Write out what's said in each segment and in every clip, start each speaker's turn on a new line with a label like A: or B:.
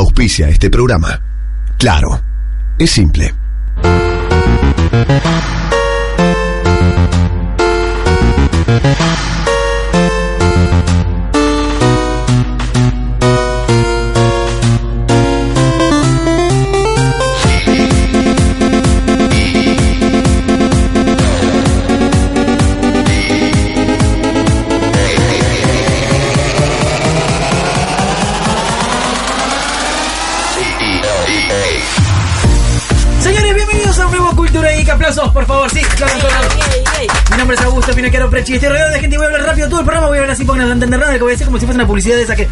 A: Auspicia este programa. Claro, es simple.
B: Señores, bienvenidos a un nuevo Cultura Geek. Aplausos, por favor, sí. aplausos, aplausos. Mi nombre es Augusto Pinoquero Prechi. Estoy rodeado de gente y voy a hablar rápido todo el programa. Voy a hablar así porque no entender nada. Que voy a hacer como si fuese una publicidad de esa que,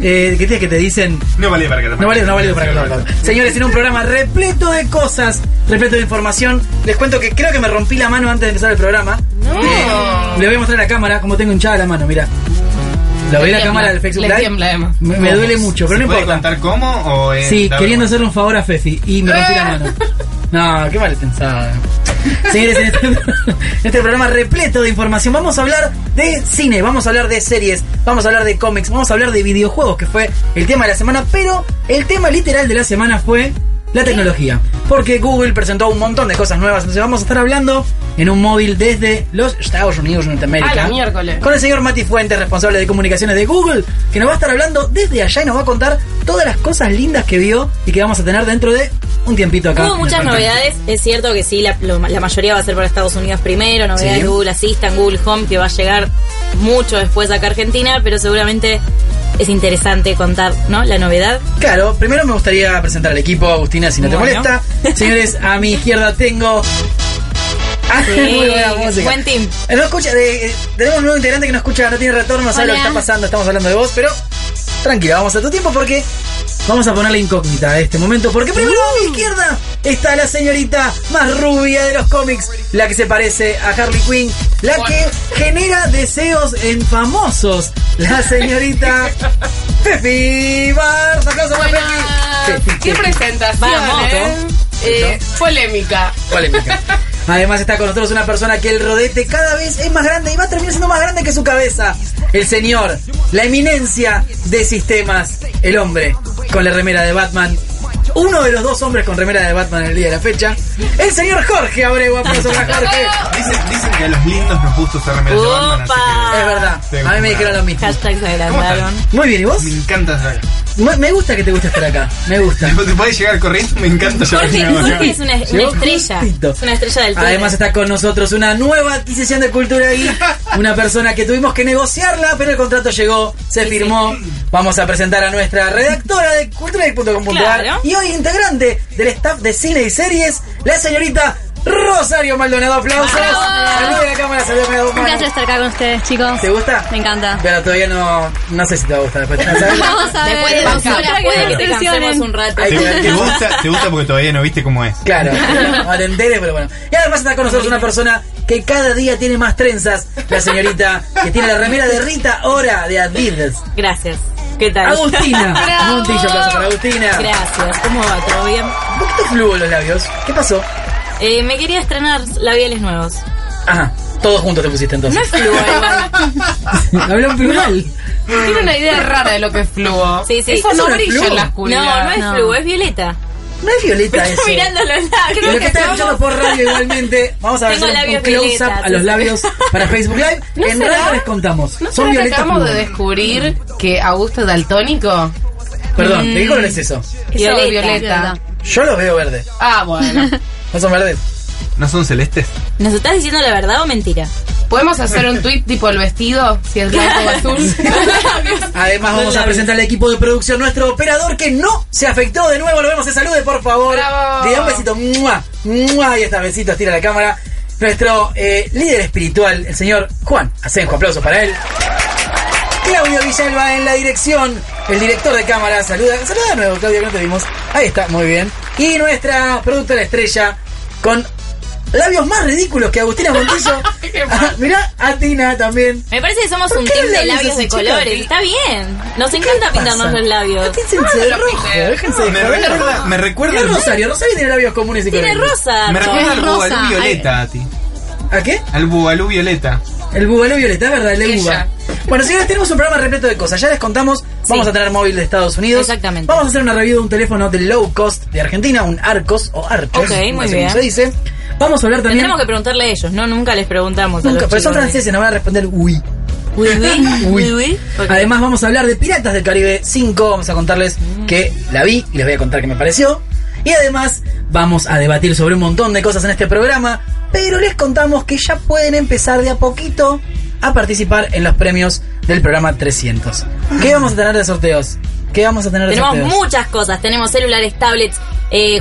B: eh, que, tiene que te dicen.
C: No valía para que te
B: No vale, no vale para que lo hagas. Señores, en un programa repleto de cosas, repleto de información. Les cuento que creo que me rompí la mano antes de empezar el programa. No. Les voy a mostrar a la cámara cómo tengo hinchada la mano, mira. La voy a la
D: tiembla,
B: cámara del Facebook
D: le
B: Live.
D: tiembla, Emma.
B: Me, me duele mucho, pero no
C: ¿Puede
B: importa.
C: contar cómo o es
B: Sí, queriendo
C: la vergüenza?
B: hacerle un favor a Fefi y me rompí la mano. No, qué mal pensada. Señores, en este, en este programa repleto de información vamos a hablar de cine, vamos a hablar de series, vamos a hablar de cómics, vamos a hablar de videojuegos, que fue el tema de la semana, pero el tema literal de la semana fue la tecnología. Porque Google presentó un montón de cosas nuevas, entonces vamos a estar hablando en un móvil desde los Estados Unidos, Norteamérica.
D: A la miércoles.
B: Con el señor Mati Fuentes, responsable de comunicaciones de Google, que nos va a estar hablando desde allá y nos va a contar todas las cosas lindas que vio y que vamos a tener dentro de un tiempito acá.
E: Hubo
B: en el
E: muchas
B: podcast.
E: novedades, es cierto que sí, la, lo- la mayoría va a ser para Estados Unidos primero, novedades
B: Sí.
E: de Google Assistant, Google Home, que va a llegar mucho después acá a Argentina, pero seguramente es interesante contar, ¿no? La novedad.
B: Claro, primero me gustaría presentar al equipo, Agustina, si no te
D: Bueno.
B: molesta. Señores, a mi izquierda tengo. Ah,
E: Sí,
B: muy buena música.
E: Eh, buen team.
B: Eh, No escucha, eh, eh, tenemos un nuevo integrante que no escucha, no tiene retorno, no sabe lo que
E: Hola.
B: está pasando, estamos hablando de vos, pero tranquila, vamos a tu tiempo porque vamos a ponerle incógnita a este momento. Porque primero a mi izquierda está la señorita más rubia de los cómics, la que se parece a Harley Quinn, la que genera deseos en famosos, la señorita Pepi Barz. Aplausos para Pepi.
D: Buenas.
B: Pepi,
D: Qué
B: Pepi.
D: presentación,
E: Vamos.
D: ¿eh? Eh, Polémica.
B: Polémica. Además está con nosotros una persona que el rodete cada vez es más grande y va a terminar siendo más grande que su cabeza. El señor, la eminencia de sistemas, el hombre con la remera de Batman. Uno de los dos hombres con remera de Batman en el día de la fecha. El señor Jorge Abreu, aplauso para Jorge.
C: Dicen, dicen que a los lindos nos gusta usar remeras de Batman, así
E: Opa.
B: Es verdad, a mí me dijeron lo mismo.
E: Hashtag se adelantaron.
B: Muy bien, ¿y vos?
C: que me encanta saber.
B: Me me gusta que te guste estar acá, me gusta.
C: Te, te puedes llegar corriendo, me encanta saber
E: Jorge,
C: que me
E: Jorge es
C: gusta.
E: una, una
B: Llegó
E: estrella.
B: justito.
E: Es una estrella del túnel.
B: Además está con nosotros una nueva adquisición de cultura y una persona que tuvimos que negociarla, pero el contrato llegó, se firmó. Vamos a presentar a nuestra redactora de culturageek.com.ar
E: Claro.
B: y hoy integrante del staff de cine y series, la señorita Rosario Maldonado. Aplausos. Saludos a la cámara, saludos a la
F: Un placer
B: cámara.
F: estar acá con ustedes, chicos.
B: ¿Te gusta?
F: Me encanta.
B: Pero todavía no, no sé si te va a gustar. después, ¿no sabes?
F: Vamos a ver.
E: Después de dos
F: Ojalá
E: horas puede que te cansemos
F: decepcionen.
E: un rato.
B: Ay,
C: Te,
B: qué
C: te gusta, te gusta porque todavía no viste cómo es.
B: Claro, no te enteres, pero bueno. Y además está con nosotros una persona que cada día tiene más trenzas, la señorita que tiene la remera de Rita Hora de Adidas.
E: Gracias. ¿Qué tal?
B: Agustina.
F: Bravo.
B: Montillo, aplauso para Agustina.
E: Gracias. ¿Cómo va? ¿Todo bien?
B: Un poquito fluo los labios. ¿Qué pasó?
E: Eh, me quería estrenar labiales nuevos.
B: Ajá, todos juntos te pusiste entonces.
E: No es fluo igual.
B: Habló en plural.
D: Tiene una idea rara de lo que es fluo.
E: Sí, sí.
D: Eso
B: Eso
D: no
B: no es
D: brilla
B: fluo.
D: en la
E: No,
D: oscuridad.
E: no es
F: No.
E: fluo, es violeta.
B: No es Violeta eso.
E: Estoy mirando los labios.
B: Lo que está escuchando por radio igualmente, vamos a ver
E: Tengo
B: hacer un- un
E: labios
B: close-up
E: violetas.
B: a los labios para Facebook Live.
D: ¿No
B: en
D: será?
B: radio les contamos.
D: ¿No
B: Son
D: será que
B: violetas
D: acabamos de
B: fluo.
D: descubrir que Augusto es daltónico?
B: Perdón,
D: Mm.
B: ¿de qué color es eso?
D: Eso,
E: Violeta.
D: violeta.
B: Yo los veo verde.
D: Ah, bueno.
B: ¿No son verdes?
C: ¿No son celestes?
E: ¿Nos estás diciendo la verdad o mentira?
D: ¿Podemos hacer un tweet tipo el vestido? Si es blanco o azul.
B: Además vamos a presentar al equipo de producción, nuestro operador que no se afectó de nuevo. Lo vemos, se salude por favor.
D: Bravo.
B: Le da un besito. ¡Mua! ¡Mua! Y está, besito, estira la cámara. Nuestro eh, líder espiritual, el señor Juan Asenjo. Aplausos para él. Claudio Villalba en la dirección. El director de cámara saluda. Saluda de nuevo, Claudio, que no te vimos. Ahí está, muy bien. Y nuestra productora estrella con labios más ridículos que Agustina Montillo. Ah,
D: Qué mal.
B: Mirá, a Tina también.
E: Me parece que somos
B: ¿Por
E: un
B: qué
E: team de
B: labios
E: labios
B: así,
E: de
B: chicos?
E: colores. Está bien. Nos encanta pintarnos
B: pasa?
E: los labios.
B: Déjense de rojo, déjense de
C: Me
B: joder.
C: recuerda, me recuerda,
B: Mirá Rosario, Rosario tiene labios comunes y
E: Tiene
B: corrientes.
E: rosa.
C: me
E: Arto.
C: recuerda
F: Es
C: al bubalú
F: rosa.
C: violeta a ti.
B: ¿A qué?
C: Al bubalú violeta.
B: El bubalú violeta, ¿verdad? El de
D: Ella.
B: buba. Bueno, señores, tenemos un programa repleto de cosas. Ya les contamos, vamos
E: Sí.
B: a tener móvil de Estados Unidos.
E: Exactamente.
B: Vamos a hacer una review de un teléfono de low cost de Argentina, un Arcos o Arcos.
E: Ok,
B: como
E: muy
B: se-
E: bien.
B: Se dice. Vamos a hablar también.
E: Tenemos que preguntarle a ellos, ¿no? Nunca les preguntamos. a
B: Nunca,
E: los
B: pero son
E: chicos de-
B: franceses, nos van a responder uy.
E: Uy, uy,
B: Uy.
E: uy, uy. Ok.
B: Además vamos a hablar de Piratas del Caribe 5, vamos a contarles
E: Mm.
B: que la vi y les voy a contar qué me pareció. Y además vamos a debatir sobre un montón de cosas en este programa, pero les contamos que ya pueden empezar de a poquito a participar en los premios del programa 300. ¿Qué vamos a tener de sorteos? ¿Qué vamos a tener de
E: Tenemos
B: sorteos?
E: muchas cosas. Tenemos celulares, tablets, eh,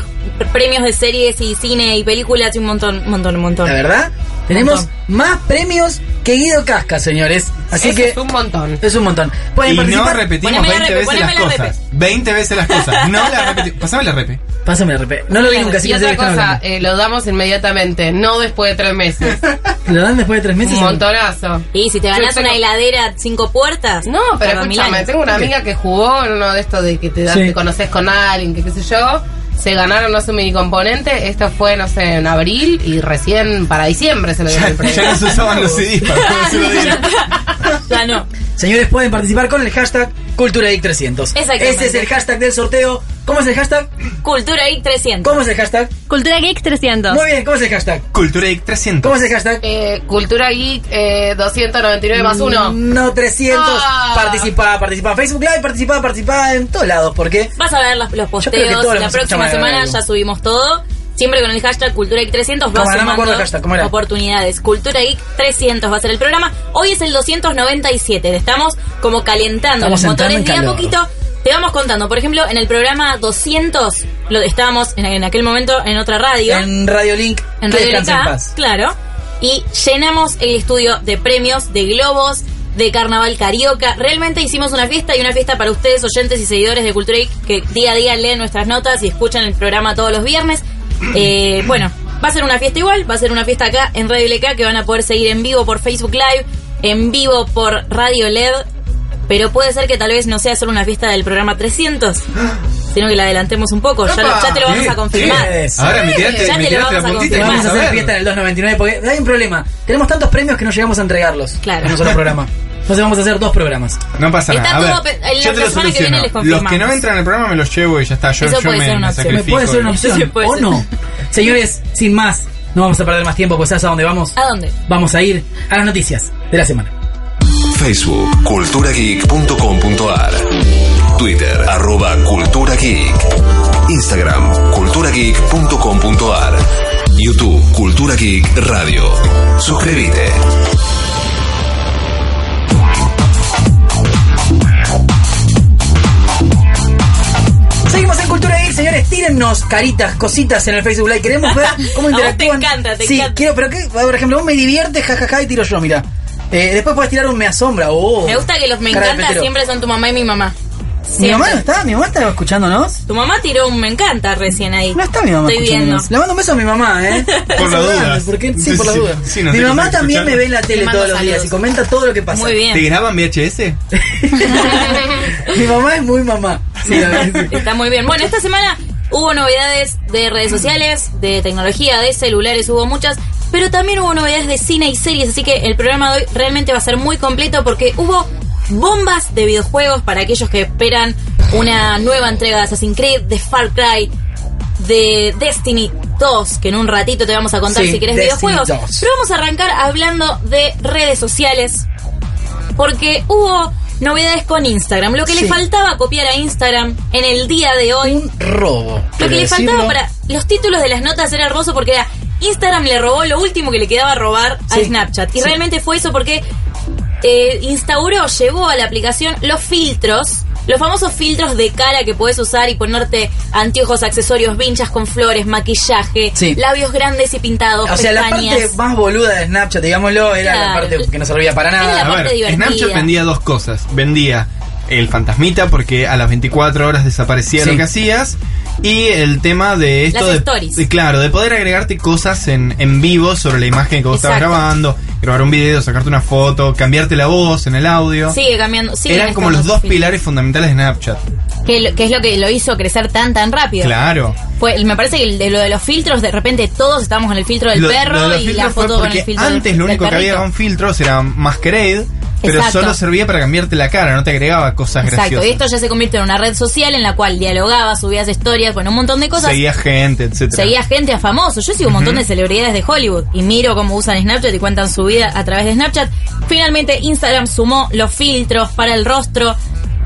E: premios de series y cine y películas y un montón, un montón, un montón.
B: La verdad, tenemos más premios que Guido Casca, señores. Así
D: Eso
B: que
D: fue un montón.
B: es un montón. Pueden
C: Y no
B: participar.
C: repetimos
E: Poneme la
C: 20
E: repe,
C: veces las
E: poneme la
C: cosas. 20 veces las cosas. No la repetimos. Pasame la repe.
B: Pásame el repe. No lo vi nunca, así
D: y
B: que no sé de
D: otra
B: qué están
D: cosa,
B: hablando.
D: eh, lo damos inmediatamente, no después de tres meses.
B: ¿Lo dan después de tres meses?
D: un montonazo.
E: Y si te ganas
D: Yo
E: una
D: tengo-
E: heladera cinco puertas.
D: No, pero
E: tarda mil
D: escúchame,
E: años.
D: tengo una amiga que jugó en uno de estos de que te, das-
B: Sí.
D: te conoces con alguien, que qué sé yo. Se ganaron, no sé, un mini componente. Esto fue, no sé, en abril y recién para diciembre se lo dieron el premio.
C: Ya no se usaban los CDs para poder hacerlo
E: Ya
C: bien.
E: está. Ya no.
B: Señores, pueden participar con el hashtag CulturaIC300.
E: Exactamente.
B: Ese es el hashtag del sorteo. ¿Cómo es el hashtag?
E: Cultura Geek 300.
B: ¿Cómo es el hashtag?
F: Cultura Geek 300.
B: Muy bien, ¿cómo es el hashtag?
C: Cultura Geek 300.
B: ¿Cómo es el hashtag?
D: Eh, Cultura Geek eh, 299 más
C: Mm.
D: 1.
B: No, 300.
D: Ah.
B: Participá, participá. Facebook Live, participá, participá en todos lados. ¿Por qué?
E: Vas a ver los, los
B: creo que todos los
E: posteos. La
B: meses
E: próxima
B: escuchamos
E: semana
B: algo.
E: ya subimos todo. Siempre con el hashtag Cultura Geek 300 vas
B: ¿Cómo era? No me acuerdo
E: sumando
B: el hashtag, ¿cómo era?
E: oportunidades. Cultura Geek 300 va a ser el programa. Hoy es el 297. Le Estamos como calentando
B: Estamos
E: los
B: entrando
E: motores de
B: en
E: a
B: calor.
E: poquito. Te vamos contando. Por ejemplo, en el programa 200 lo, estábamos en, en aquel momento en otra radio.
B: En Radio Link.
E: en
B: que
E: Radio Ah.
B: descanse en
E: LK,
B: paz.
E: claro. Y llenamos el estudio de premios, de globos, de carnaval carioca. Realmente hicimos una fiesta y una fiesta para ustedes, oyentes y seguidores de Cultura Geek, que día a día leen nuestras notas y escuchan el programa todos los viernes. Eh, bueno, va a ser una fiesta igual, va a ser una fiesta acá en Radio LK que van a poder seguir en vivo por Facebook Live, en vivo por Radio LED. Pero puede ser que tal vez no sea solo una fiesta del programa 300, sino que la adelantemos un poco. Ya, lo- ya te lo vamos
C: ¿Qué?
E: a confirmar.
B: ¿Qué?
C: Ahora me tiraste,
E: Ya
C: me
E: te lo
C: tiraste la
E: vamos a
C: puntita. y
E: confirmar.
B: Vamos a hacer
C: ver.
B: fiesta en el 299 porque hay un problema. Tenemos tantos premios que no llegamos a entregarlos
E: Claro.
B: en un solo programa. Entonces vamos a hacer dos programas.
C: No pasa
E: Está
C: nada. A
E: todo
C: ver,
E: pe- en
C: yo
E: la
C: te
E: semana
C: lo
E: que
C: soluciono.
E: viene les
C: Los
E: confirmamos.
C: que no entran al programa me los llevo y ya está. Yo,
E: Eso
C: yo
E: puede
C: me,
E: ser una
C: me
E: opción.
B: Me
C: sacrifico.
B: puede ser una opción.
E: Sí, puede
B: o
E: ser.
B: no. Señores, sin más, no vamos a perder más tiempo, pues ¿sabes a dónde vamos?
E: ¿A dónde?
B: Vamos a ir a las noticias de la semana.
G: Facebook, culturageek.com.ar. Twitter, arroba culturageek. Instagram, culturageek.com.ar. YouTube, Cultura Geek Radio. Suscríbete.
B: Seguimos en Cultura Geek, señores. Tírennos caritas, cositas en el Facebook Live. Queremos ver cómo
E: A vos te
B: interactúan.
E: encanta, te
B: sí,
E: encanta.
B: quiero, pero que, por ejemplo, vos me diviertes, jajaja, y tiro yo, mira. Eh, después puedes tirar un me asombra. Oh,
E: Me gusta que los me
B: Cara de
E: encanta
B: petero.
E: siempre son tu mamá y mi mamá.
B: Mi
E: Siempre.
B: mamá no está, mi mamá está escuchándonos.
E: Tu mamá tiró un me encanta recién ahí.
B: No está mi mamá
E: Estoy viendo.
B: escuchándonos. Le mando un beso a mi mamá, ¿eh?
C: Por la duda.
B: ¿Por qué? Sí, por la
C: Sí,
B: duda.
C: sí, no
B: mi
C: te
B: mamá
C: quise
B: también me
C: escuchar.
B: ve en la
E: Te
B: tele
E: mando
B: todos los días
E: saludos.
B: y comenta todo lo que pasa.
E: Muy
C: ¿Te
E: bien.
C: graban VHS?
B: Mi mamá es muy mamá. Sí, la verdad.
E: Está muy bien. Bueno, esta semana hubo novedades de redes sociales, de tecnología, de celulares, hubo muchas. Pero también hubo novedades de cine y series, así que el programa de hoy realmente va a ser muy completo porque hubo bombas de videojuegos para aquellos que esperan una nueva entrega de Assassin's Creed, de Far Cry, de Destiny 2, que en un ratito te vamos a contar
B: Sí,
E: si querés
B: Destiny
E: videojuegos.
B: 2.
E: Pero vamos a arrancar hablando de redes sociales, porque hubo novedades con Instagram. Lo que
B: Sí.
E: le faltaba copiar a Instagram en el día de hoy.
B: Un robo.
E: Lo
B: quiero
E: que le faltaba
B: decirlo.
E: para. Los títulos de las notas era hermoso porque era. Instagram le robó lo último que le quedaba robar
B: Sí.
E: a Snapchat. Y
B: Sí.
E: realmente fue eso porque eh, instauró, llevó a la aplicación los filtros, los famosos filtros de cara que puedes usar y ponerte anteojos, accesorios, vinchas con flores, maquillaje,
B: Sí.
E: labios grandes y pintados,
B: O sea, la
E: pestañas.
B: parte más boluda de Snapchat, digámoslo, era la
E: Claro.
B: parte que no servía para
E: Era
B: nada.
E: La
C: A
E: parte
C: ver,
E: divertida.
C: Snapchat vendía dos cosas. Vendía el fantasmita porque a las 24 horas desaparecía
B: Sí.
C: lo que hacías. Y el tema de esto
E: Las
C: de,
E: stories.
C: de- claro, de poder agregarte cosas en, en vivo sobre la imagen que vos estabas
E: Exacto.
C: grabando, grabar un video, sacarte una foto, cambiarte la voz en el audio.
E: Sigue cambiando. siguen
C: Eran como
E: estando
C: los dos
E: filtros.
C: pilares fundamentales de Snapchat.
E: Que, lo- que es lo que lo hizo crecer tan, tan rápido.
C: Claro.
E: Fue- me parece que el de lo de los filtros, de repente todos estamos con el filtro del
C: Lo-
E: perro
C: lo de los
E: y la
C: filtros fue
E: foto con
C: porque
E: el filtro del-
C: Antes lo único
E: del
C: que había
E: perrito.
C: con filtros era Masquerade, Pero
E: Exacto.
C: solo servía para cambiarte la cara, no te agregaba cosas
E: Exacto,
C: graciosas.
E: y esto ya se convirtió en una red social en la cual dialogabas, subías historias, bueno, un montón de cosas.
C: Seguía gente, etcétera.
E: Seguía gente a famosos. Yo sigo un montón de celebridades de Hollywood y miro cómo usan Snapchat y cuentan su vida a través de Snapchat. Finalmente, Instagram sumó los filtros para el rostro.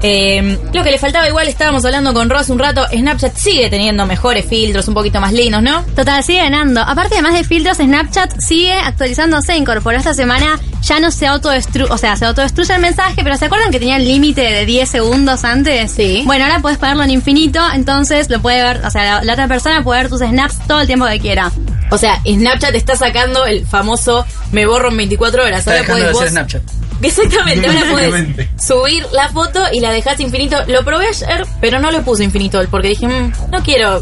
E: Eh, lo que le faltaba igual, estábamos hablando con Ross un rato, Snapchat sigue teniendo mejores filtros, un poquito más lindos, ¿no?
F: Total, sigue ganando. Aparte, además de filtros, Snapchat sigue actualizándose. Incorporó esta semana, ya no se autodestruye, o sea, se autodestruye el mensaje, pero ¿se acuerdan que tenía el límite de 10 segundos antes?
E: Sí.
F: Bueno, ahora puedes ponerlo en infinito, entonces lo puede ver, o sea, la, la otra persona puede ver tus snaps todo el tiempo que quiera.
E: O sea, Snapchat está sacando el famoso me borro en 24 horas.
B: Está
E: Ahora
B: dejando
E: podés
B: de ser
E: vos-
B: Snapchat.
E: Exactamente, ahora podés
C: Básicamente.
E: subir la foto y la dejás infinito. Lo probé ayer, pero no le puse infinito porque dije, "Mm, no quiero.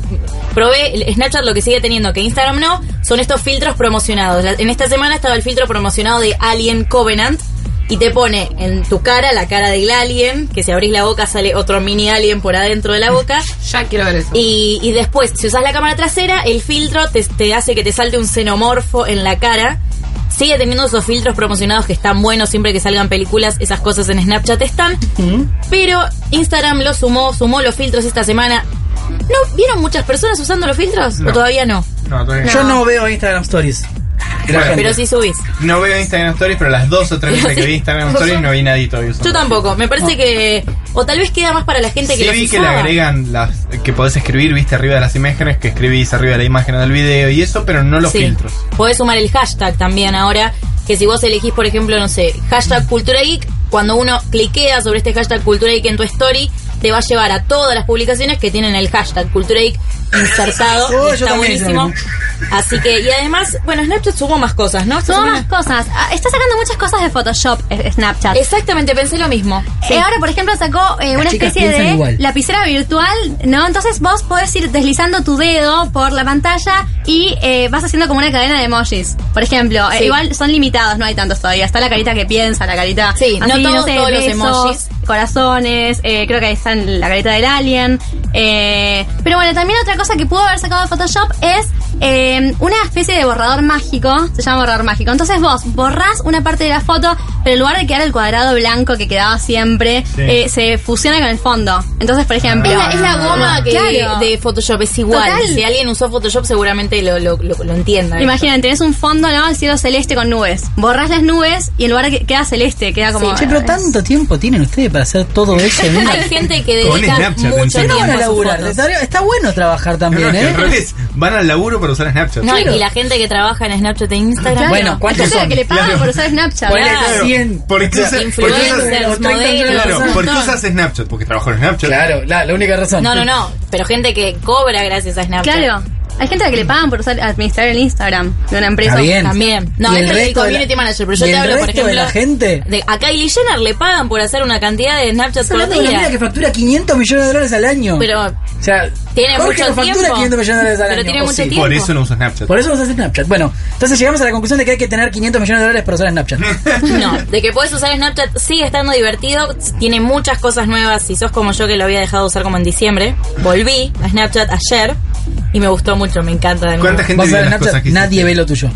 E: Probé el- Snapchat lo que sigue teniendo, que Instagram no, son estos filtros promocionados. La- En esta semana estaba el filtro promocionado de Alien Covenant y te pone en tu cara la cara del alien, que si abrís la boca sale otro mini alien por adentro de la boca.
D: Ya quiero ver eso.
E: Y, y después, si usas la cámara trasera, el filtro te, te hace que te salte un xenomorfo en la cara. Sigue teniendo esos filtros promocionados que están buenos siempre que salgan películas, esas cosas en Snapchat están. Pero Instagram lo sumó, sumó los filtros esta semana. ¿No vieron muchas personas usando los filtros? ¿O
C: No.
E: todavía no?
C: No, todavía
B: Yo no veo Instagram Stories. de la
C: Bueno,
B: gente.
E: Pero sí subís.
C: No veo Instagram Stories, pero las dos o tres veces que vi Instagram Stories no vi nadie todavía usando.
E: Yo tampoco. Me parece que... O tal vez queda más para la gente que
C: Sí
E: los
C: vi que le
E: usaba.
C: agregan las que podés escribir, viste, arriba de las imágenes, que escribís arriba de la imagen del video y eso, pero no los
E: Sí.
C: filtros.
E: Podés sumar el hashtag también ahora, que si vos elegís, por ejemplo, no sé, hashtag cultura geek, cuando uno cliquea sobre este hashtag cultura geek en tu story, te va a llevar a todas las publicaciones que tienen el hashtag cultura geek insertado.
B: Oh,
E: y
B: yo
E: está
B: también, yo
E: buenísimo. Así que, y además, bueno, Snapchat sumó más cosas, ¿no? Esta
F: Sumó
E: semana-
F: más cosas. Ah, Está sacando muchas cosas de Photoshop, eh, Snapchat.
E: Exactamente, pensé lo mismo.
F: Eh, ahora, por ejemplo, sacó eh,
B: Las
F: una
B: chicas
F: especie
B: piensan
F: de
B: igual.
F: lapicera virtual, ¿no? Entonces vos podés ir deslizando tu dedo por la pantalla y eh, vas haciendo como una cadena de emojis. Por ejemplo, eh,
E: Sí.
F: igual son limitados, no hay tantos todavía. Está la carita que piensa, la carita.
E: Sí, no todos- todos los emojis.
F: Corazones, eh, creo que ahí están la carita del alien. eh, pero bueno, también otra cosa que pudo haber sacado de Photoshop es eh, una especie de borrador mágico. Se llama borrador mágico. Entonces vos borrás una parte de la foto, pero en lugar de quedar el cuadrado blanco que quedaba siempre,
C: Sí.
F: eh, se fusiona con el fondo. Entonces, por ejemplo. Ah,
E: Es la, es la goma que
F: Claro.
E: de Photoshop es igual.
F: Total.
E: Si alguien usó Photoshop seguramente lo, lo, lo- lo entienda.
F: Imaginen, tenés un fondo, ¿no? El cielo celeste con nubes. Borrás las nubes y en lugar de que queda celeste, queda como.
B: Che, pero tanto tiempo tienen ustedes para hacer todo eso en una...
E: Hay gente que
C: Con
E: dedica
C: Snapchat,
E: mucho
C: encima.
B: ¿Qué no
E: tiempo
B: van a
E: a sus
B: laburar?
E: fotos.
B: Está, está bueno trabajar
C: No,
B: también,
C: no, es que al
B: ¿eh?
C: revés, van al laburo para usar Snapchat.
E: No,
B: Claro.
E: y la gente que trabaja en Snapchat e Instagram.
F: Claro,
B: Bueno, ¿cuántos
F: hay gente a la
B: son?
F: que le pagan
C: Claro.
F: por usar Snapchat.
E: Ponele
F: Claro.
E: claro.
B: 100.
C: ¿Por qué usas, por qué usas-
E: Influencers,
B: o 30 millones de
E: modelos.
C: claro,
B: personas.
C: ¿por qué usas Snapchat? Porque trabajo en Snapchat.
B: Claro, la, la única razón.
E: No, no, no. Pero gente que cobra gracias a Snapchat.
F: Claro. Hay gente a la que le pagan por usar administrar el Instagram de una empresa.
B: Está bien.
E: También. No,
B: ¿Y
E: es
B: el
E: el
B: resto de
E: community
B: la-
E: manager, pero
B: y
E: yo te
B: el
E: hablo, por
B: resto
E: ejemplo.
B: de la gente?
E: de- a Kylie Jenner le pagan por hacer una cantidad de Snapchats
B: Estás
E: por
B: hablando de una mina
E: día.
B: que factura 500 millones de dólares al año.
E: Pero
B: O sea,
E: tiene
B: Jorge
E: mucho
B: no factura
E: tiempo.
B: 500 millones de dólares al
E: Pero
B: año.
E: tiene
B: ¿o
E: mucho
B: sí?
E: tiempo.
C: Por eso no uso Snapchat.
B: Por eso vas a hacer Snapchat. Bueno, entonces llegamos a la conclusión de que hay que tener 500 millones de dólares para usar Snapchat.
E: No, de que puedes usar Snapchat sigue estando divertido, tiene muchas cosas nuevas. Si sos como yo que lo había dejado de usar como en diciembre, volví a Snapchat ayer y me gustó mucho, me encanta de nuevo.
C: ¿Cuánta gente
B: Vas a
C: vio
B: ver
C: las cosas
B: Snapchat,
C: que hiciste?
B: nadie ve lo tuyo.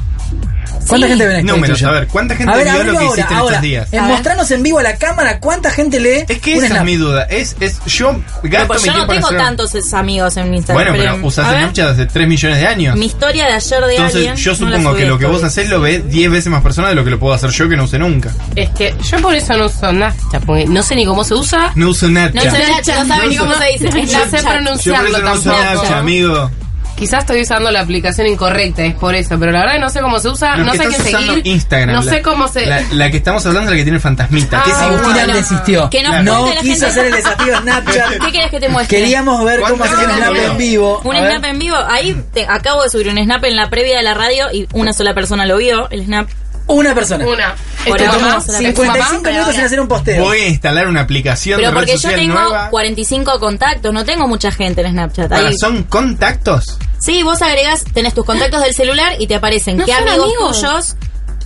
B: ¿Cuánta
E: Sí.
B: gente ve este lo
C: Números,
B: tuyo?
C: a ver, ¿cuánta gente vio
B: abrilo
C: lo que
B: ahora,
C: hiciste en
B: ahora,
C: estos días?
B: en
E: A ver.
B: mostrarnos en vivo a la cámara cuánta gente lee.
C: Es que
B: un
C: esa es
B: Snap?
C: mi duda. Es, es, yo
E: Pero pues
C: gasto mi
E: yo no
C: tiempo en
E: tengo
C: hacer-
E: tantos eh, amigos en mi Instagram.
C: Bueno, pero usas
E: a ver,
C: Snapchat hace 3 millones de años.
E: Mi historia de ayer de
C: Entonces,
E: alguien. no
C: yo
E: la
C: supongo
E: subí
C: que lo que vos
E: todavía.
C: haces lo ve 10 veces más personas de lo que lo puedo hacer yo que no use nunca.
D: Es que yo por eso no uso Snapchat, porque no sé ni cómo se usa.
C: No uso
E: No,
C: Snapchat.
E: Snapchat, no sabe ni cómo se dice.
D: No sé
E: Snapchat.
C: yo por
D: pronunciarlo
C: eso no uso Snapchat,
D: tampoco.
C: amigo.
D: Quizás estoy usando la aplicación incorrecta, es por eso, pero la verdad que no sé cómo se usa,
C: Los
D: no
C: que
D: sé qué
C: estás usando
D: seguir.
C: Instagram.
D: no
C: la-
D: sé cómo se.
C: La, la que estamos hablando es la que tiene el fantasmita. que es
D: Ah,
B: Agustina
E: bueno.
B: desistió.
E: Que nos
B: no
E: cuente la gente.
B: quiso hacer el desafío Snapchat.
E: ¿Qué querés que te muestre?
B: Queríamos ver cómo
C: ¿Cuánta
B: hacer un
C: gente
B: Snap
C: lo vio?
B: en vivo.
E: Un
B: A ver.
E: snap en vivo. Ahí te- acabo de subir un snap en la previa de la radio y una sola persona lo vio, el snap.
B: Una persona.
D: una.
E: Por
D: ¿Es tu
E: ahora
D: mamá?
E: vamos a la
D: ¿Es tu mamá?
B: 55 minutos sin hacer un posteo.
C: Voy a instalar una aplicación
E: Pero
C: de red
E: porque yo
C: social
E: tengo
C: nueva.
E: 45 contactos, no tengo mucha gente en Snapchat.
C: Ahora,
E: Ahí-
C: ¿Son contactos?
E: Sí, vos agregás, tenés tus contactos del celular y te aparecen
D: No
E: qué
D: son
E: amigos,
D: amigos.
E: tuyos,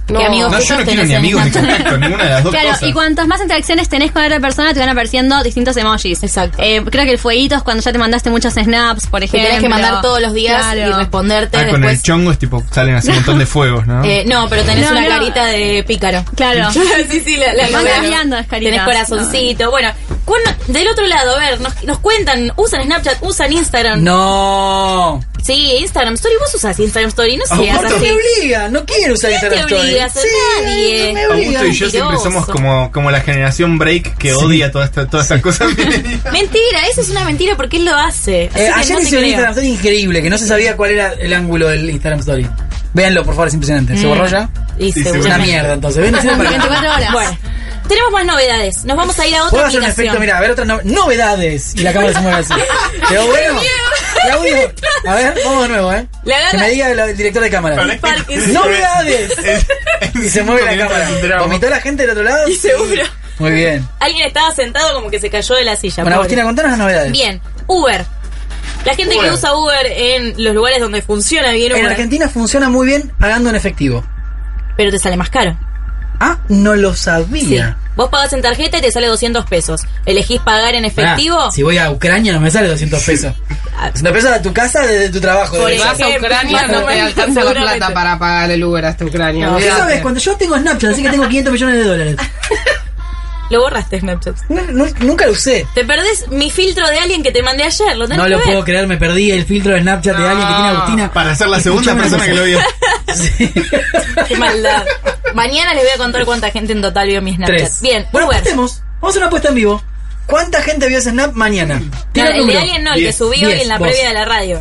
E: Que amigos
C: No,
E: tuyos
C: yo no quiero
E: tenés
C: ni
E: en
C: amigos ni
E: Instagram.
C: contacto, ninguna de las dos
F: Claro,
C: cosas.
F: y cuantas más interacciones tenés con otra persona, te van apareciendo distintos emojis.
E: Exacto.
F: Eh, creo que el fueguito es cuando ya te mandaste muchos snaps, por
E: Que
F: ejemplo.
E: tenés que mandar todos los días y
F: Claro.
E: responderte
C: Ah, con el
E: después.
C: chongo es tipo, salen así un montón de fuegos, ¿no?
E: Eh, no, pero tenés
F: No,
E: una
F: no.
E: carita de pícaro.
F: Claro.
E: sí, sí, la, la
F: Van
E: la-
F: cambiando las caritas.
E: Tenés corazoncito. Bueno, cuando- del otro lado, a ver, nos, nos cuentan, usan Snapchat, usan Instagram.
B: No.
E: Sí, Instagram Story, vos usas Instagram Story, no
C: Augusto,
E: seas
B: Ah, No
E: así.
B: me obliga, no quiero usar
E: ¿Quién te
B: Instagram Story.
E: obliga a hacer? Nadie.
B: no me
C: Augusto y
B: obliga.
C: yo siempre
E: mentiroso.
C: somos como, como la generación break que odia todas estas todas estas cosas.
E: Mentira, eso es una mentira porque él lo hace. Así
B: Eh,
E: que
B: ayer
E: no te
B: hice un
E: creo.
B: Instagram Story increíble, que no se sabía cuál era el ángulo del Instagram Story. Véanlo, por favor, es impresionante. ¿Se borró ya?
E: Mm. Y
C: Sí,
B: Es
E: seguramente.
B: una mierda, entonces. Ven, hacemos para acá.
F: 24 horas.
E: Bueno, tenemos más novedades. Nos vamos a ir a
B: Puedo
E: otra
B: hacer un
E: aplicación.
B: efecto, mira, a ver otras no- novedades. Y la cámara se mueve así. Pero bueno, Claudio, a ver, vamos de nuevo, ¿eh?
E: Le agarra-
B: Que me diga la- el director de cámara. ¡Novedades! Y se mueve la cámara. ¿Vomitó la gente del otro lado?
E: Y seguro.
B: Muy bien.
E: Alguien estaba sentado como que se cayó de la silla.
B: Bueno,
E: pobre.
B: Agustina, contanos las novedades.
E: Bien, Uber. La gente que
C: Uber.
E: usa Uber en los lugares donde funciona bien
B: En
E: Uber,
B: Argentina funciona muy bien pagando en efectivo.
E: pero te sale más caro.
B: Ah, no lo
E: Sí.
B: sabía.
E: Vos pagás en tarjeta y te sale 200 pesos. Elegís pagar en efectivo. Ah,
B: Pará, si voy a Ucrania no me sale 200 pesos. 200 pesos a tu casa desde tu trabajo.
E: Por
B: de
E: eso.
B: esa.
D: Vas a Ucrania, no te alcanza la plata para pagar el Uber hasta Ucrania.
E: No,
B: ¿Qué
D: olvídate.
B: sabes? Cuando yo tengo Snapchat, así que tengo 500 millones de dólares.
E: Lo borraste, Snapchat.
B: No, no, nunca lo usé.
E: Te perdés mi filtro de alguien que te mandé ayer. Lo tenés
B: No
E: que
B: lo
E: ver.
B: puedo creer, me perdí el filtro de Snapchat de alguien que tiene Agustina.
C: Para ser la segunda
B: Escuchame
C: persona
B: una
C: que lo vio.
B: cosa. Sí.
E: Qué maldad. Mañana les voy a contar cuánta gente en total vio mi Snapchat.
B: Tres.
E: Bien,
B: Bueno,
E: Uber.
B: apostemos. Vamos a hacer una apuesta en vivo. ¿Cuánta gente vio ese Snap mañana? Tira un
E: No, el de
B: número.
E: alguien no, el que
C: Diez.
E: subí hoy
B: Diez,
E: en la
B: vos.
E: previa de la radio.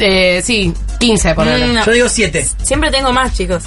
D: Eh, sí, 15 por
E: Mm, no.
B: Yo digo 7.
E: Siempre tengo más, chicos.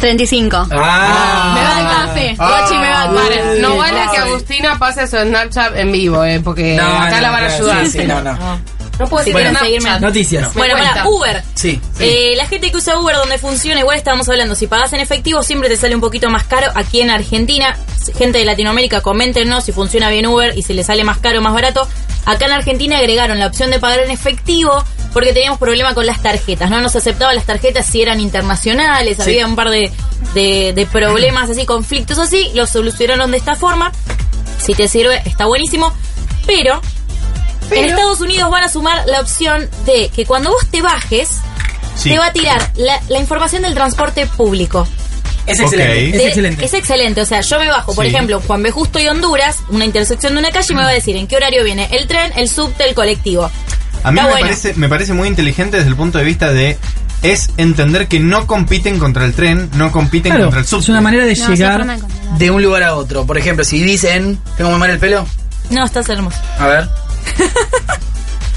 F: 35.
E: Ah,
F: Me
B: Ah.
F: va el café. Rochi me va a
D: Paren, Ah, no
B: Ay,
D: vale que
B: ay.
D: Agustina pase su Snapchat en vivo, eh, porque acá la van a ayudar.
B: Sí, sí, no, no.
E: Ah.
D: No puedo
E: Si
D: decir
E: quieren
D: nada.
E: seguirme.
B: Noticias.
D: Me
E: Bueno,
D: cuenta.
E: para Uber.
B: Sí.
E: Ah. Eh, la gente que usa Uber donde funciona, igual estábamos hablando, si pagas en efectivo siempre te sale un poquito más caro aquí en Argentina. Gente de Latinoamérica, coméntenos si funciona bien Uber y si le sale más caro o más barato. Acá en Argentina agregaron la opción de pagar en efectivo porque teníamos problema con las tarjetas, ¿no? Nos aceptaban las tarjetas si eran internacionales, había un par de, de- de problemas así, conflictos así, los solucionaron de esta forma. Si te sirve, está buenísimo. Pero en Estados Unidos van a sumar la opción de que cuando vos te bajes,
C: Sí.
E: te va a tirar la, la información del transporte público.
B: Es
C: Ok.
B: excelente. Es
E: Te-
B: excelente.
E: Es excelente. O sea, yo me bajo, por
C: Sí.
E: ejemplo, Juan B. Justo y Honduras, una intersección de una calle, y me va a decir en qué horario viene el tren, el subte, el colectivo.
C: A mí
E: Está
C: me,
E: bueno.
C: parece, me parece muy inteligente desde el punto de vista de. Es entender que no compiten contra el tren, no compiten
B: Claro,
C: contra el subte.
B: es una manera de
F: No,
B: llegar
F: sí, forma de controlar.
B: de un lugar a otro. Por ejemplo, si dicen, ¿tengo muy mal el pelo?
E: No, estás hermoso.
B: A ver.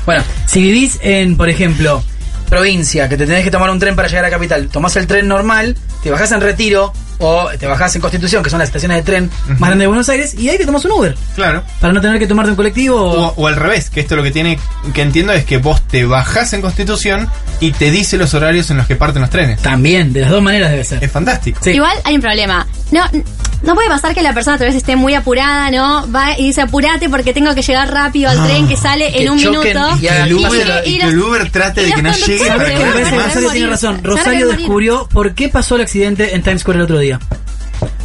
B: bueno, si vivís en, por ejemplo, provincia, que te tenés que tomar un tren para llegar a capital, tomás el tren normal, te bajás en Retiro o te bajás en Constitución, que son las estaciones de tren más
C: Ujú.
B: grandes de Buenos Aires, y ahí te tomás un Uber.
C: Claro.
B: Para no tener que tomarte un colectivo
C: O,
B: o...
C: o al revés, que esto lo que tiene que entiendo es que vos te bajás en Constitución y te dice los horarios en los que parten los trenes.
B: También, de las dos maneras debe ser.
C: Es fantástico.
B: Sí.
F: Igual hay un problema. No, no puede pasar que la persona tal vez esté muy apurada, ¿no? Va y dice apurate porque tengo que llegar rápido al tren que sale
B: que
F: en un
B: choquen
F: minuto.
B: y hagan
C: el Uber-
B: clase.
F: y
C: y que
F: los-
C: el Uber trate
F: y
C: de
F: los
C: que no
F: conductive
C: llegue para
F: se
B: ¿Sabes
C: que
B: qué?
F: van
C: no
B: Me
F: a
B: parece que
C: demás.
B: Rosario tiene
F: morir.
B: razón.
F: Se van a
B: Rosario
F: morir.
B: descubrió por qué pasó el accidente en Times Square el otro día.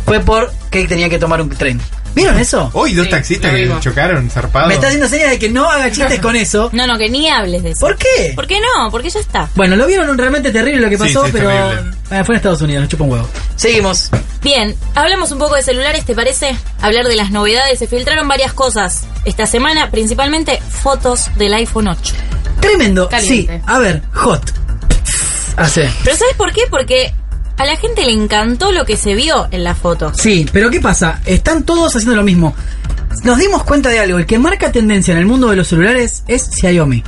B: Fue porque tenía que tomar un tren. ¿Vieron eso?
C: Hoy dos
D: Sí,
C: taxistas
D: lo
C: que
D: vimos.
C: chocaron, zarpados.
B: Me está haciendo señas de que no haga chistes con eso.
E: No, no, que ni hables de eso.
B: ¿Por qué?
E: ¿Por qué no? Porque ya está.
B: Bueno, lo vieron realmente terrible lo que
C: Sí,
B: pasó,
C: sí, es
B: pero
C: terrible.
B: Ah, fue en Estados Unidos, nos chupa un huevo. Seguimos.
E: Bien, hablamos un poco de celulares, ¿te parece? Hablar de las novedades. Se filtraron varias cosas esta semana, principalmente fotos del iPhone 8.
B: Tremendo.
D: Caliente.
B: Sí, a ver, hot. Hace.
E: Pero ¿sabes por qué? Porque a la gente le encantó lo que se vio en la foto.
B: Sí, pero ¿qué pasa? Están todos haciendo lo mismo. Nos dimos cuenta de algo, el que marca tendencia en el mundo de los celulares es Xiaomi.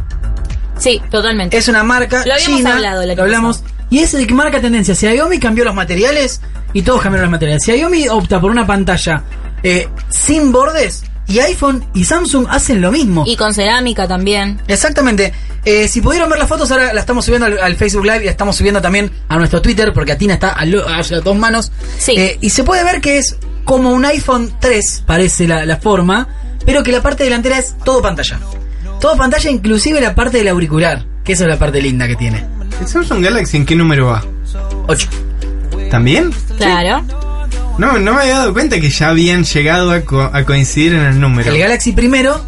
E: Sí, totalmente.
B: Es una marca
E: Lo habíamos
B: china,
E: hablado el año
B: lo hablamos, y es el que marca tendencia. Xiaomi cambió los materiales y todos cambiaron los materiales. Xiaomi opta por una pantalla eh, sin bordes y iPhone y Samsung hacen lo mismo.
E: Y con cerámica también.
B: Exactamente. Eh, si pudieron ver las fotos, ahora las estamos subiendo al, al Facebook Live y las estamos subiendo también a nuestro Twitter, porque a Tina está a, lo- a las dos manos.
E: Sí.
B: Eh, y se puede ver que es como un iPhone 3, parece la, la forma, pero que la parte delantera es todo pantalla. Todo pantalla, inclusive la parte del auricular, que esa es la parte linda que tiene.
C: ¿El Samsung Galaxy en qué número va?
B: 8.
C: ¿También?
E: Claro.
C: No, no me había dado cuenta que ya habían llegado a, co- a coincidir en el número.
B: El Galaxy primero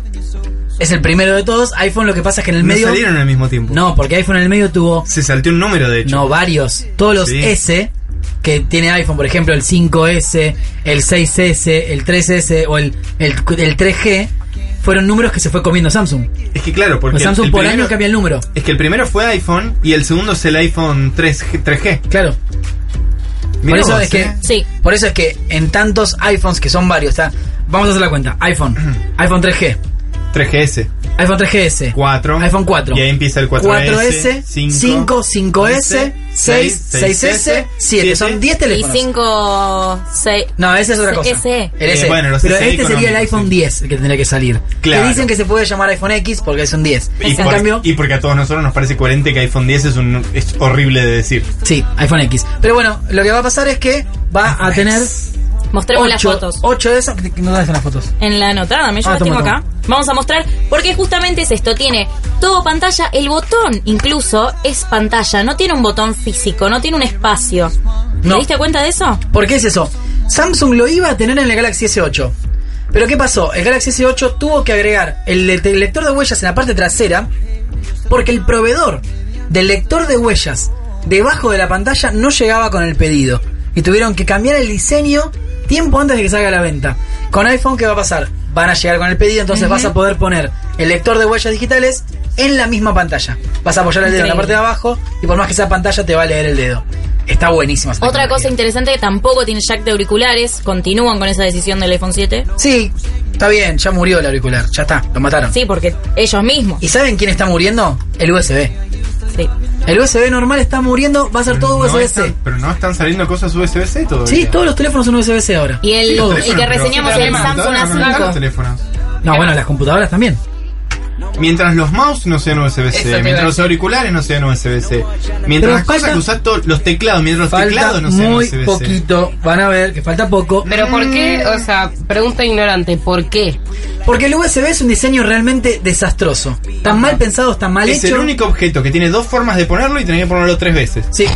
B: es el primero de todos. iPhone lo que pasa es que en el
C: no
B: medio.
C: salieron al mismo tiempo.
B: No, porque iPhone en el medio tuvo.
C: Se saltó un número, de hecho.
B: No, varios. Todos los
C: Sí.
B: S que tiene iPhone, por ejemplo, el 5S, el 6S, el 3S o el, el, el 3G, fueron números que se fue comiendo Samsung.
C: Es que claro, porque
B: Pues
C: el-
B: Samsung
C: el
B: por
C: primero-
B: año cambia el número.
C: Es que el primero fue iPhone y el segundo es el iPhone 3G. 3G.
B: Claro.
C: Mirá
B: eso
C: vos,
B: es que-
C: ¿eh?
E: Sí.
B: Por eso es que en tantos iPhones, que son varios, está, vamos a hacer la cuenta. iPhone, iPhone 3G,
C: 3GS,
B: iPhone 3GS,
C: 4.
B: iPhone 4.
C: Y ahí empieza el
B: 4S,
C: 4S,
B: 5, 5S, 6, 6S, 7. Son 10
E: Y
B: teléfonos.
E: 5, 6.
B: No, ese es otra cosa.
E: SE.
B: El
C: Eh,
B: SE.
C: bueno, los
B: Pero
C: SE
B: este sería el
C: económicos,
B: iPhone
C: sí.
B: 10 el que tendría que salir.
C: Claro.
B: Que dicen que se puede llamar iPhone X porque es un 10.
C: Y,
B: en
C: por-
B: cambio,
C: y porque a todos nosotros nos parece coherente que iPhone 10 es, un, es horrible de decir.
B: sí, iPhone X. Pero bueno, lo que va a pasar es que va a tener
E: Mostremos las
B: 8,
E: fotos.
B: de esas. No das las fotos.
E: En la nota, dame, yo
B: Ah,
E: las
B: toma,
E: tengo
B: toma.
E: acá. Vamos a mostrar, porque justamente es esto, tiene todo pantalla, el botón incluso es pantalla, no tiene un botón físico, no tiene un espacio.
B: No.
E: ¿Te diste cuenta de eso?
B: ¿Por qué es eso? Samsung lo iba a tener en el Galaxy S8. Pero ¿qué pasó? El Galaxy S8 tuvo que agregar el, le- el lector de huellas en la parte trasera porque el proveedor del lector de huellas debajo de la pantalla no llegaba con el pedido. Y tuvieron que cambiar el diseño tiempo antes de que salga a la venta. Con iPhone, ¿qué va a pasar? Van a llegar con el pedido, entonces vas a poder poner el lector de huellas digitales en la misma pantalla. Vas a apoyar el dedo en la
E: Increíble.
B: parte de abajo y por más que sea pantalla te va a leer el dedo. Está buenísimo.
E: Otra cosa interesante que tampoco tiene jack de auriculares, continúan con esa decisión del iPhone 7.
B: Sí, está bien, ya murió el auricular, ya está, lo mataron.
E: Sí, porque ellos mismos.
B: ¿Y saben quién está muriendo? El USB.
E: Sí.
B: El USB normal está muriendo, va a ser todo
C: No
B: USB-C.
C: están- pero no están saliendo cosas USB-C todavía.
B: Sí, todos los teléfonos son USB-C ahora.
E: Y el,
C: Los
E: el
C: teléfonos,
E: que
C: pero-
E: reseñamos
C: pero
E: el
C: las
E: Samsung
C: computadoras no están los
E: A5.
C: teléfonos.
B: No, bueno, las computadoras también.
C: Mientras los mouse no sean
D: Eso te iba
C: USB-C,
D: a
C: mientras los
D: decir.
C: auriculares no sean USB-C, mientras
B: Pero
C: las cosas
B: falta-
C: que usás, to- los teclados, mientras los
B: Falta
C: teclados no sean
B: muy
C: USB-C.
B: poquito, van a ver que falta poco.
D: Pero ¿por qué? O sea, pregunta ignorante, ¿por qué?
B: Porque el USB es un diseño realmente desastroso. Tan mal pensado, tan mal
C: Es
B: hecho.
C: el único objeto que tiene dos formas de ponerlo y tenés que ponerlo tres veces.
B: Sí.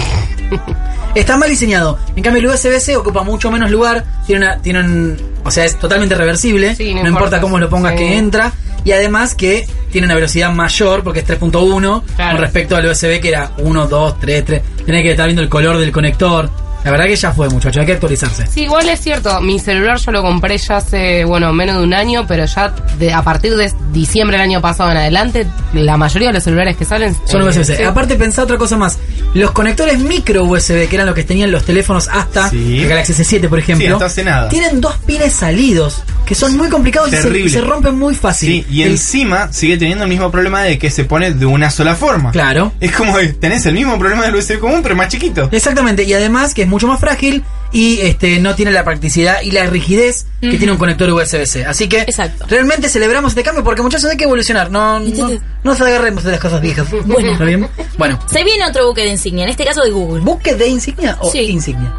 B: Está mal diseñado. En cambio, el USB-C ocupa mucho menos lugar. Tiene una. Tiene un, o sea, es totalmente reversible.
D: Sí,
B: no, importa
D: no importa.
B: cómo lo pongas
D: Sí.
B: que entra. Y además que tiene una velocidad mayor porque es 3.1
D: Claro.
B: con respecto al USB que era 1, 2, 3, 3. Tenés que estar viendo el color del conector. La verdad que ya fue, muchachos. Hay que actualizarse.
D: Sí, igual es cierto, mi celular yo lo compré ya hace, bueno, menos de un año, pero ya de- a partir de diciembre del año pasado en adelante, la mayoría de los celulares que salen
B: Son
D: eh,
B: USB-C.
D: sí.
B: Aparte, pensá otra cosa más. Los conectores micro USB, que eran los que tenían los teléfonos hasta
C: Sí.
B: el Galaxy S7, por ejemplo,
C: hasta hace nada.
B: tienen dos pines salidos que son muy complicados y se- y
C: Terrible.
B: se, rompen muy fácil.
C: Sí, y
B: El-
C: encima sigue teniendo el mismo problema de que se pone de una sola forma.
B: Claro.
C: Es como que tenés el mismo problema del USB común, pero más chiquito.
B: Exactamente, y además que es mucho más frágil y este no tiene la practicidad y la rigidez que tiene un conector USB-C. Así que
E: Exacto.
B: realmente celebramos este cambio porque muchachos hay que evolucionar, no, no, no se agarremos de las cosas viejas.
E: Bueno.
B: ¿Está bien? Bueno,
E: Se viene otro buque de insignia, en este caso de Google.
B: ¿buque de insignia o
E: Sí.
B: insignia?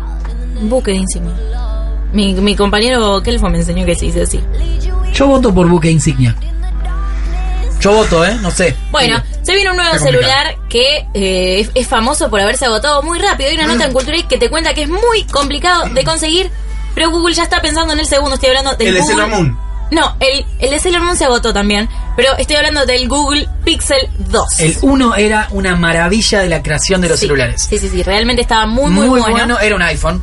E: Buque de insignia. Mi, mi compañero Kelfo me enseñó que se dice así.
B: Yo voto por buque insignia. Yo voto, ¿eh? No sé.
E: Bueno, se viene un nuevo
C: Está complicado.
E: celular que eh, es, es famoso por haberse agotado muy rápido. Hay una nota en Cultura Geek que te cuenta que es muy complicado de conseguir, pero Google ya está pensando en el segundo. Estoy hablando del
C: El de
E: Google.
C: Sailor Moon.
E: No, el, el de Sailor Moon se agotó también, pero estoy hablando del Google Pixel 2.
B: El 1 era una maravilla de la creación de los
E: Sí.
B: celulares.
E: Sí, sí, sí, realmente estaba muy,
B: muy
E: muy,
B: bueno. Eh. era un iPhone.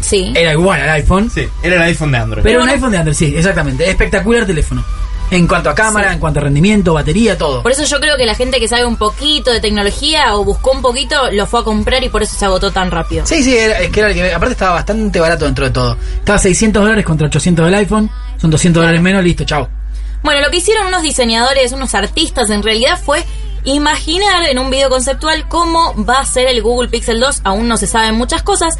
E: Sí.
B: Era igual al iPhone.
C: Sí, era el iPhone de Android.
B: Pero un iPhone de Android, sí, exactamente. Espectacular teléfono. En cuanto a cámara, en cuanto a rendimiento, batería, todo.
E: Por eso yo creo que la gente que sabe un poquito de tecnología o buscó un poquito, lo fue a comprar y por eso se agotó tan rápido.
B: Sí, sí, era- es que era el que. Aparte estaba bastante barato dentro de todo. Estaba 600 dólares contra 800 del iPhone. Son 200 dólares menos, listo, chao.
E: Bueno, lo que hicieron unos diseñadores, unos artistas en realidad fue imaginar en un video conceptual cómo va a ser el Google Pixel 2. Aún no se saben muchas cosas,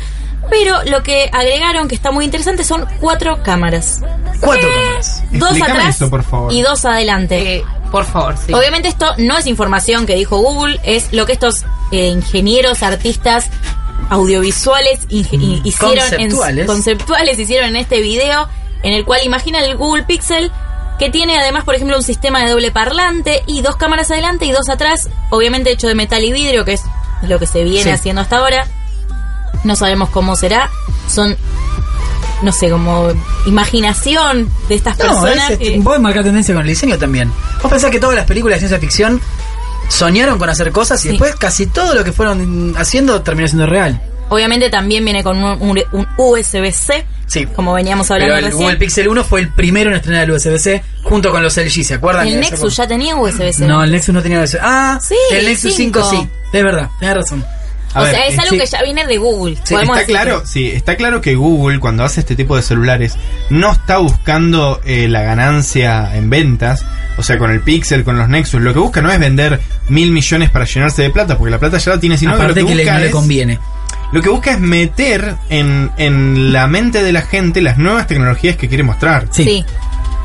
E: pero lo que agregaron que está muy interesante son cuatro cámaras.
B: Cuatro cámaras.
E: Dos
C: Explícame
E: atrás
C: eso, por favor.
E: y dos adelante.
D: Eh, por favor, sí.
E: Obviamente esto no es información que dijo Google, es lo que estos eh, ingenieros, artistas audiovisuales inge- hi- hicieron
B: Mm. Conceptuales.
E: En, conceptuales hicieron en este video en el cual imagina el Google Pixel que tiene además, por ejemplo, un sistema de doble parlante y dos cámaras adelante y dos atrás, obviamente hecho de metal y vidrio, que es lo que se viene
B: Sí.
E: haciendo hasta ahora. no sabemos cómo será, son, no sé, como imaginación de estas
B: No, es,
E: personas. eh,
B: este,
E: que-
B: vos marcás tendencia con el diseño también. Vos pensás que todas las películas de ciencia ficción soñaron con hacer cosas y
E: Sí.
B: después casi todo lo que fueron haciendo terminó siendo real.
E: Obviamente también viene con un, un- un USB-C,
B: Sí.
E: como veníamos hablando
B: Pero el,
E: recién.
B: como el Pixel 1 fue el primero en estrenar el USB-C junto con los LG, ¿se acuerdan?
E: El
B: de
E: Nexus
B: eso?
E: ya tenía USB-C.
B: No, el Nexus no tenía USB. Ah,
E: Sí,
B: el
E: el
B: Nexus 5, sí.
E: cinco.
B: Es verdad, tenés razón.
C: A
E: o
C: ver,
E: sea, es
C: eh,
E: algo
B: sí.
E: que ya viene de Google.
B: Sí,
E: podemos
C: Está
E: decir.
C: claro, sí, está claro que Google cuando hace este tipo de celulares no está buscando eh, la ganancia en ventas, o sea, con el Pixel, con los Nexus, lo que busca no es vender mil millones para llenarse de plata, porque la plata ya la tiene, sino lo
B: Aparte
C: que,
B: que, le-
C: busca
B: no le
C: es-
B: conviene.
C: lo que busca es meter en, en la mente de la gente las nuevas tecnologías que quiere mostrar.
B: Sí.
E: Sí.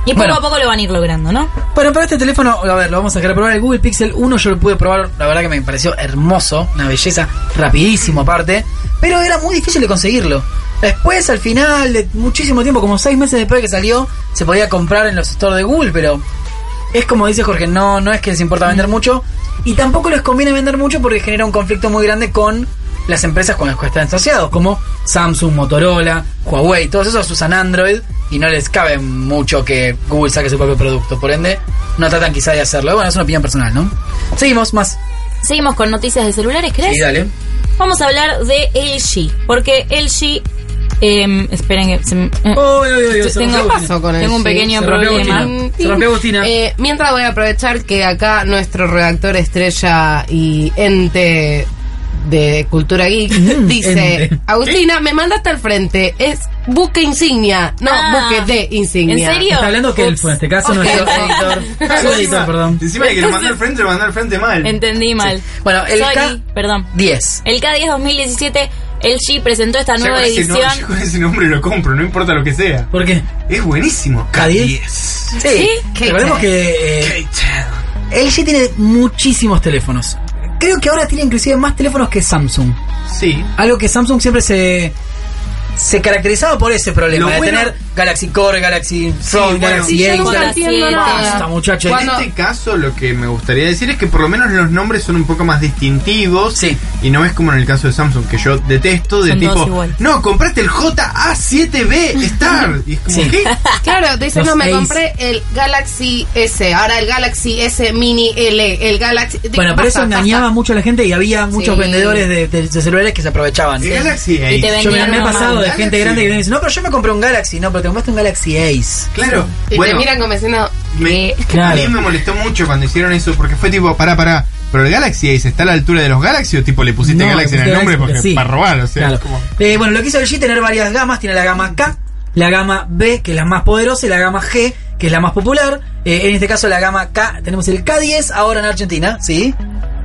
E: Y poco
B: Bueno.
E: a poco lo van a ir logrando, ¿no?
B: Bueno, para este teléfono, a ver, lo vamos a dejar probar. El Google Pixel 1 yo lo pude probar, la verdad que me pareció hermoso, una belleza, rapidísimo aparte, pero era muy difícil de conseguirlo. Después, al final de muchísimo tiempo, como seis meses después de que salió, se podía comprar en los stores de Google, pero es como dice Jorge, no, no es que les importa vender mucho y tampoco les conviene vender mucho porque genera un conflicto muy grande con las empresas con las que están asociados, como Samsung, Motorola, Huawei, todos esos usan Android y no les cabe mucho que Google saque su propio producto, por ende no tratan quizá de hacerlo. Bueno, es una opinión personal, ¿no? Seguimos más.
E: Seguimos con noticias de celulares, ¿crees?
B: Sí, dale.
E: Vamos a hablar de LG, porque LG... em, esperen que... se mm, me-
B: Oh.
E: tengo,
D: ¿Qué pasó con
E: tengo un
D: LG?
E: pequeño
B: Se rompió
E: problema.
B: Agustina. Se rompió Agustina.
D: Eh, mientras voy a aprovechar que acá nuestro redactor estrella y ente de Cultura Geek
B: Mm,
D: dice,
B: ente.
D: Agustina, me mandaste al frente, es buque insignia, no
E: Ah,
D: buque de insignia.
E: ¿en serio?
B: Está hablando que él
E: Ups.
B: fue en este caso, no es el editor. Su editor, perdón.
C: Encima de que lo mandó al frente, lo mandó al frente mal.
E: Entendí mal.
B: Bueno, el
E: Sorry,
B: K-
E: perdón.
B: 10.
E: El K10 2017, LG presentó esta
C: Ya
E: nueva
C: con ese no-
E: edición.
C: yo con ese nombre lo compro, no importa lo que sea.
B: ¿Por qué?
C: Es buenísimo.
B: K10.
C: K10.
B: Sí.
D: ¿Qué
B: Recordemos que... eh,
C: K10.
B: LG tiene muchísimos teléfonos. Creo que ahora tiene inclusive más teléfonos que Samsung.
C: Sí.
B: Algo que Samsung siempre se se caracterizaba por ese problema
C: Lo
B: de
C: bueno-
B: tener Galaxy Core, Galaxy Front,
C: bueno,
B: Galaxy
D: Sí, yo
B: Edge,
D: nunca
B: Galaxy-
D: entiendo
E: Siete.
D: nada.
B: Basta, muchacho.
C: En
D: Cuando-
C: este caso lo que me gustaría decir es que por lo menos los nombres son un poco más distintivos
B: Sí.
C: y no es como en el caso de Samsung que yo detesto de
E: Son todos
C: tipo
E: iguales.
C: no compraste el JA7B Star y es como
B: Sí.
C: ¿qué?
D: Claro, te dicen,
B: Los
D: no, me
B: Ace.
D: compré el Galaxy S, ahora el Galaxy S Mini L, el Galaxy...
B: Bueno, pero
D: Basta,
B: eso
D: basta.
B: engañaba mucho a la gente y había muchos
D: Sí.
B: vendedores de, de- de celulares que se aprovechaban.
C: El
B: Yo
C: Galaxy
E: Y te
C: Ace.
B: me,
E: ven-
B: me he
E: Vendieron
B: pasado
C: un
B: de
C: Galaxy.
B: gente grande que me dice, no, pero yo me compré un Galaxy. No, pero te compraste un Galaxy Ace.
C: Claro,
D: Y te
C: bueno,
D: miran como diciendo...
C: me,
D: "Eh".
B: Claro.
C: a mí me molestó mucho cuando hicieron eso porque fue tipo pará pará pero el Galaxy Ace está a la altura de los Galaxy o tipo le pusiste
B: No,
C: Galaxy en el
B: pusiste
C: nombre
B: Galaxy,
C: porque
B: sí.
C: para robar o sea
B: Claro.
C: es como-
B: Eh, bueno, lo que hizo LG tener varias gamas. Tiene la gama K, la gama B, que es la más poderosa, y la gama G, que es la más popular. Eh, en este caso, la gama K, tenemos el K10 ahora en Argentina, ¿sí?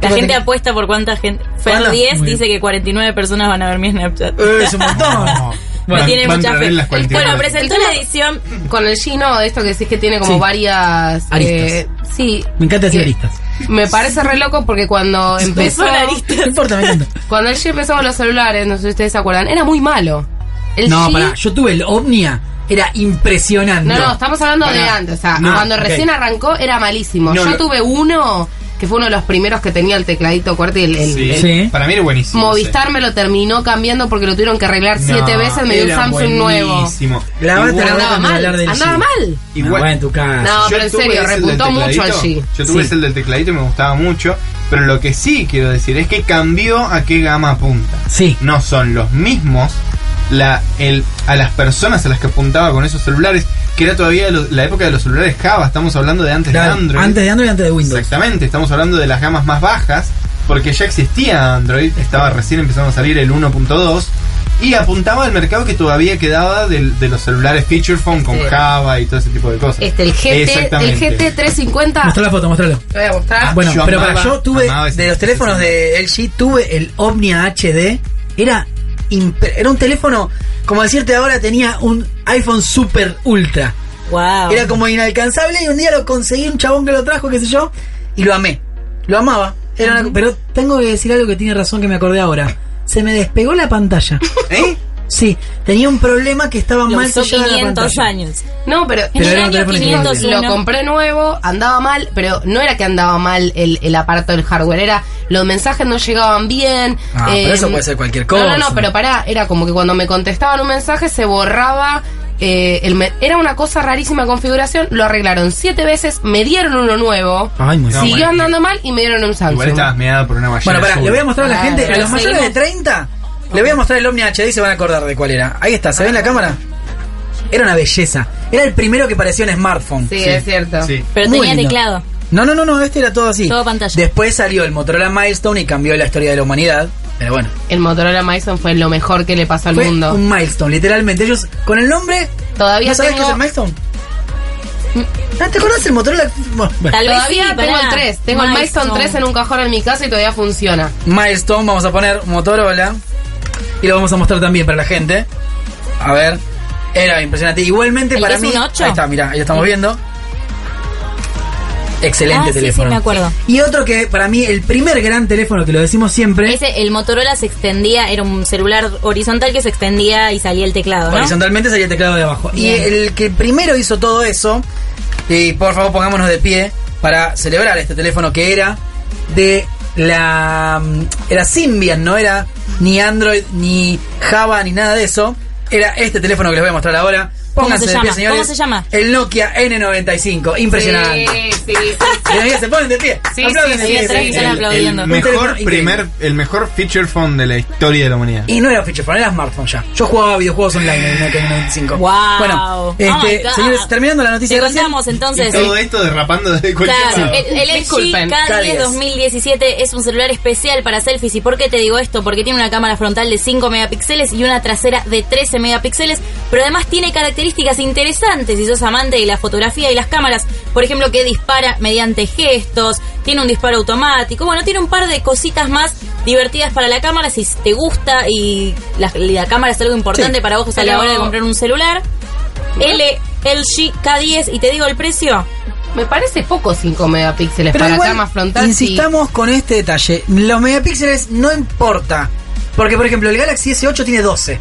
E: La
B: Yo
E: gente
B: tengo-
E: apuesta por cuánta gente.
B: ¿Cuánta?
E: Fer 10
B: Muy bien.
E: dice que 49 personas van a ver mi Snapchat.
B: Eh, es un montón.
C: No.
E: Me
C: Van-
E: tiene
C: van
E: mucha
C: a
E: fe.
C: ver las 49.
E: Bueno, presentó la edición.
D: Con el Gino, de esto que decís que tiene como
B: Sí.
D: varias...
B: Aristas.
D: eh, sí.
B: Me encanta decir
D: Que-
B: listas.
D: Me parece re loco porque cuando empezó...
E: Son aristas.
B: No importa, me encanta.
D: Cuando el G empezó con los celulares, no sé si ustedes se acuerdan, era muy malo. El
B: No,
D: G-
B: pará, yo tuve el Omnia. Era impresionante.
D: No, no, estamos hablando de
B: Pará.
D: antes. O sea,
B: No,
D: cuando
B: ok.
D: recién arrancó era malísimo.
C: No,
D: yo
C: lo-
D: tuve uno que fue uno de los primeros que tenía el tecladito cuarto y el, el-
C: Sí.
D: el-
B: Sí.
C: para mí era buenísimo sí.
D: Movistar me lo terminó cambiando porque lo tuvieron que arreglar siete
C: No,
D: veces. Me dio un
C: era
D: Samsung nuevo.
C: buenísimo.
B: La bata,
C: Igual-
B: la bata. Ahora vamos
D: Andaba
B: a
D: mal,
B: hablar del
D: andaba
B: G.
D: mal.
C: igual-
B: Bueno, en tu casa.
D: No, pero en
C: tuve
D: serio,
C: ese del
D: repuntó mucho al
C: tecladito,
D: G.
C: Yo tuve
B: Sí.
C: ese del tecladito y me gustaba mucho. Pero lo que sí quiero decir es que cambió a qué gama apunta.
B: Sí.
C: No son los mismos la, el, a las personas a las que apuntaba con esos celulares, que era todavía lo- la época de los celulares Java. Estamos hablando de antes
B: Claro,
C: de Android.
B: Antes de Android y antes de Windows.
C: Exactamente, estamos hablando de las gamas más bajas, porque ya existía Android, estaba recién empezando a salir el 1.2, y apuntaba al mercado que todavía quedaba del- de, los celulares feature phone con
D: Este.
C: Java y todo ese tipo de cosas.
D: Este, el GT, el
C: Exactamente.
D: GT350.
B: Mostrá la foto, mostralo.
D: Te voy a mostrar.
B: Ah, Bueno,
C: Ah, Yo
B: pero
C: amaba-
B: para yo tuve
C: amaba ese-
B: de los teléfonos de LG tuve el Omnia HD, era impre- era un teléfono como decirte ahora tenía un iPhone Super Ultra.
E: Wow.
B: Era como inalcanzable y un día lo conseguí un chabón que lo trajo, qué sé yo, y lo amé. Lo amaba. Era una- pero tengo que decir algo que tiene razón que me acordé ahora. Se me despegó la pantalla.
C: ¿Eh?
B: Sí, tenía un problema que estaba
E: Lo
B: mal
E: usó
B: sellada la
E: 500
B: pantalla.
E: años.
D: No, pero
B: Pero era
E: en el
B: un
E: año
B: teléfono
D: lo
E: 501.
D: compré nuevo, andaba mal, pero no era que andaba mal el, el aparato del hardware, era los mensajes no llegaban bien. eh,
B: Ah, pero eso puede ser cualquier cosa.
D: No, no, no, pero pará, era como que cuando me contestaban un mensaje se borraba. eh, el me- era una cosa rarísima de configuración, lo arreglaron siete veces, me dieron uno nuevo,
B: Ay, muy bien.
C: No,
D: siguió
C: bueno.
D: andando mal y me dieron un Samsung.
C: Igual estabas meada por una malla.
B: Bueno, pará,
C: azul.
B: le voy a mostrar a la
D: Ah,
B: gente, a
E: pero
B: los mayores de
E: seguimos.
B: 30, le voy a mostrar el Omni HD y se van a acordar de cuál era. Ahí está, ¿se ve en la cámara? Era una belleza. Era el primero que parecía un smartphone.
D: Sí, es cierto.
C: Sí.
E: Pero
B: Muy
E: tenía
B: lindo.
E: teclado.
B: No, no, no, no, este era todo así.
E: Todo pantalla.
B: Después salió el Motorola Milestone y cambió la historia de la humanidad. Pero bueno,
D: El Motorola Mason fue lo mejor que le pasó al
B: fue
D: mundo.
B: un milestone, literalmente. Ellos, con el nombre.
D: Todavía
B: ¿No sabes
D: tengo- Mm.
B: qué es el milestone? Ah, ¿Te acordás el Motorola? Bueno, bueno.
E: Tal vez
D: Todavía
E: sí,
D: tengo
E: pará.
D: el 3, tengo el Mason 3 en un cajón en mi casa y todavía funciona.
B: Milestone, vamos a poner Motorola. Y lo vamos a mostrar también para la gente. A ver. Era impresionante. Igualmente
E: ¿El
B: para
E: que es
B: mí.
E: un ocho?
B: Ahí está, mirá, ahí lo estamos viendo. Excelente
E: Ah, sí,
B: teléfono.
E: sí, me acuerdo.
B: Y otro que para mí, el primer gran teléfono que lo decimos siempre.
E: Ese, el Motorola se extendía, era un celular horizontal que se extendía y salía el teclado, ¿no?
B: Horizontalmente salía el teclado de abajo. Y
E: Bien.
B: el que primero hizo todo eso, y por favor pongámonos de pie para celebrar este teléfono que era de la. mm, Era Symbian, no era ni Android, ni Java, ni nada de eso. Era este teléfono que les voy a mostrar ahora.
E: ¿Cómo
B: Pónganse
E: se
B: de pie,
E: llama?
B: señores.
E: ¿Cómo se llama?
B: El Nokia N95. Impresionante.
D: Sí, sí, sí.
B: Señorías, se ponen de pie.
D: Sí,
B: Aplauden de
D: sí,
B: pie,
D: sí,
B: de pie.
D: sí.
E: Están aplaudiendo.
C: El
B: Un teléfono
C: mejor,
B: increíble.
C: primer, el mejor feature phone de la historia de la humanidad.
B: Y no era feature phone, era smartphone ya. Yo jugaba videojuegos online en el Nokia 95.
E: Wow.
B: Bueno,
E: Oh my
B: este,
E: God.
B: señores, terminando la noticia
E: Te
B: de recién.
E: contamos entonces.
C: Y todo esto derrapando desde cualquier
E: Claro,
C: lado.
E: el, el LG
D: Disculpen.
E: K10
B: K10.
E: 2017 es un celular especial para selfies. ¿Y por qué te digo esto? Porque tiene una cámara frontal de 5 megapíxeles y una trasera de 13 megapíxeles, pero además tiene características interesantes si sos amante de la fotografía y las cámaras. Por ejemplo, que dispara mediante gestos, tiene un disparo automático. Bueno, tiene un par de cositas más divertidas para la cámara si te gusta y la, la cámara es algo importante
B: Sí.
E: para vos a la
D: Pero-
E: hora de comprar un celular. L, LG K10 y te digo el precio.
D: Me parece poco 5 megapíxeles
B: Pero
D: para
B: igual,
D: cama frontal. sí.
B: Insistamos con este detalle. Los megapíxeles no importa. Porque, por ejemplo, el Galaxy S8 tiene 12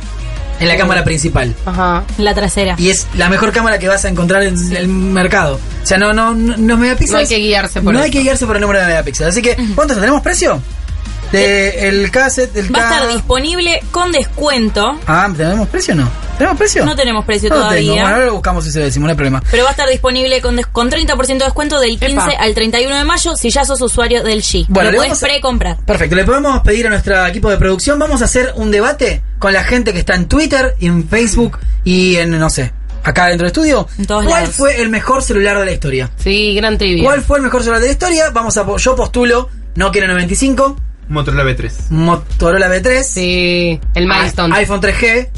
B: en la cámara principal.
D: Ajá.
E: La trasera.
B: Y es la mejor cámara que vas a encontrar en el mercado. O sea, no, no, no los megapíxeles.
D: No hay que guiarse por
B: No hay
D: eso.
B: que guiarse por el número de megapíxeles. Así que, ¿cuántos tenemos precio? De el cassette, el
E: Va a estar
B: K-
E: disponible con descuento.
B: Ah, ¿tenemos precio o no? ¿Tenemos precio?
E: No tenemos precio
B: No lo
E: todavía.
B: tengo. Bueno, ahora lo buscamos y se lo decimos, no hay problema.
E: Pero va a estar disponible con, des- con 30% de descuento del 15
D: Epa.
E: al 31 de mayo si ya sos usuario del G.
B: Bueno, le
E: lo podés
B: vamos a-
E: precomprar.
B: Perfecto, le podemos pedir a nuestro equipo de producción, vamos a hacer un debate con la gente que está en Twitter, en Facebook y en, no sé, acá dentro del estudio.
E: En todos
B: ¿Cuál
E: lados.
B: fue el mejor celular de la historia?
D: Sí, gran trivia.
B: ¿Cuál fue el mejor celular de la historia? Vamos a, po- yo postulo Nokia 95,
C: Motorola B3.
B: Motorola B3,
D: Sí, el milestone.
B: i- iPhone 3G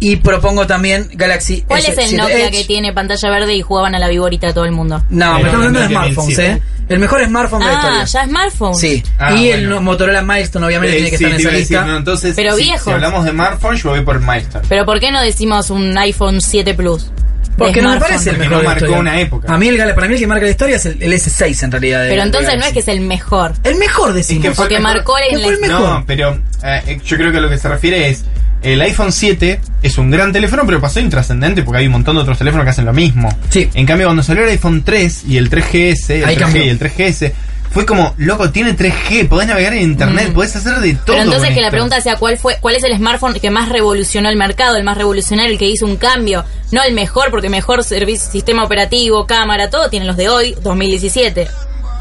B: y propongo también Galaxy
E: ¿Cuál es el
B: S7
E: Nokia
B: Edge.
E: que tiene pantalla verde y jugaban a la viborita todo el mundo?
B: No, pero
C: Pero
B: estamos hablando de
C: Nokia
B: smartphones,
C: 1007.
B: ¿eh? El mejor smartphone de la
E: Ah,
B: historia.
E: ya smartphone.
B: Sí,
C: Ah,
B: y el
C: bueno.
B: no- Motorola Milestone obviamente
C: Eh,
B: tiene que
C: sí,
B: estar en esa
C: te iba a decir,
B: lista.
C: no, entonces,
E: Pero
C: si,
E: viejos.
C: si hablamos de smartphone, yo voy por Milestone.
E: Pero ¿por qué no decimos un iPhone 7 Plus? De
B: Porque no me
E: smartphone.
B: parece el
C: Porque
B: mejor.
C: no
B: de la
C: marcó
B: historia.
C: una época.
B: A mí el, Gal- para mí el que marca la historia es el, el S6 en realidad. de-
E: Pero
B: de
E: entonces no es
B: Galaxy.
E: que es el mejor.
B: El mejor decimos.
C: Es que fue-
E: Porque marcó
B: ¿Qué
E: en
B: fue el
E: la...
B: mejor?
C: No, pero eh, yo creo que a lo que se refiere es. El iPhone 7 es un gran teléfono, pero pasó intrascendente porque hay un montón de otros teléfonos que hacen lo mismo.
B: Sí.
C: En cambio, cuando salió el iPhone 3 y el 3GS, el
B: Ahí
C: 3G
B: cambió.
C: y el 3GS, fue como, loco, tiene 3G, podés navegar en internet, podés hacer de
E: Mm.
C: todo.
E: Pero entonces
C: con
E: que la
C: esto.
E: pregunta sea cuál fue, cuál es el smartphone que más revolucionó el mercado, el más revolucionario, el que hizo un cambio, no el mejor, porque mejor servicio, sistema operativo, cámara, todo tienen los de hoy, 2017.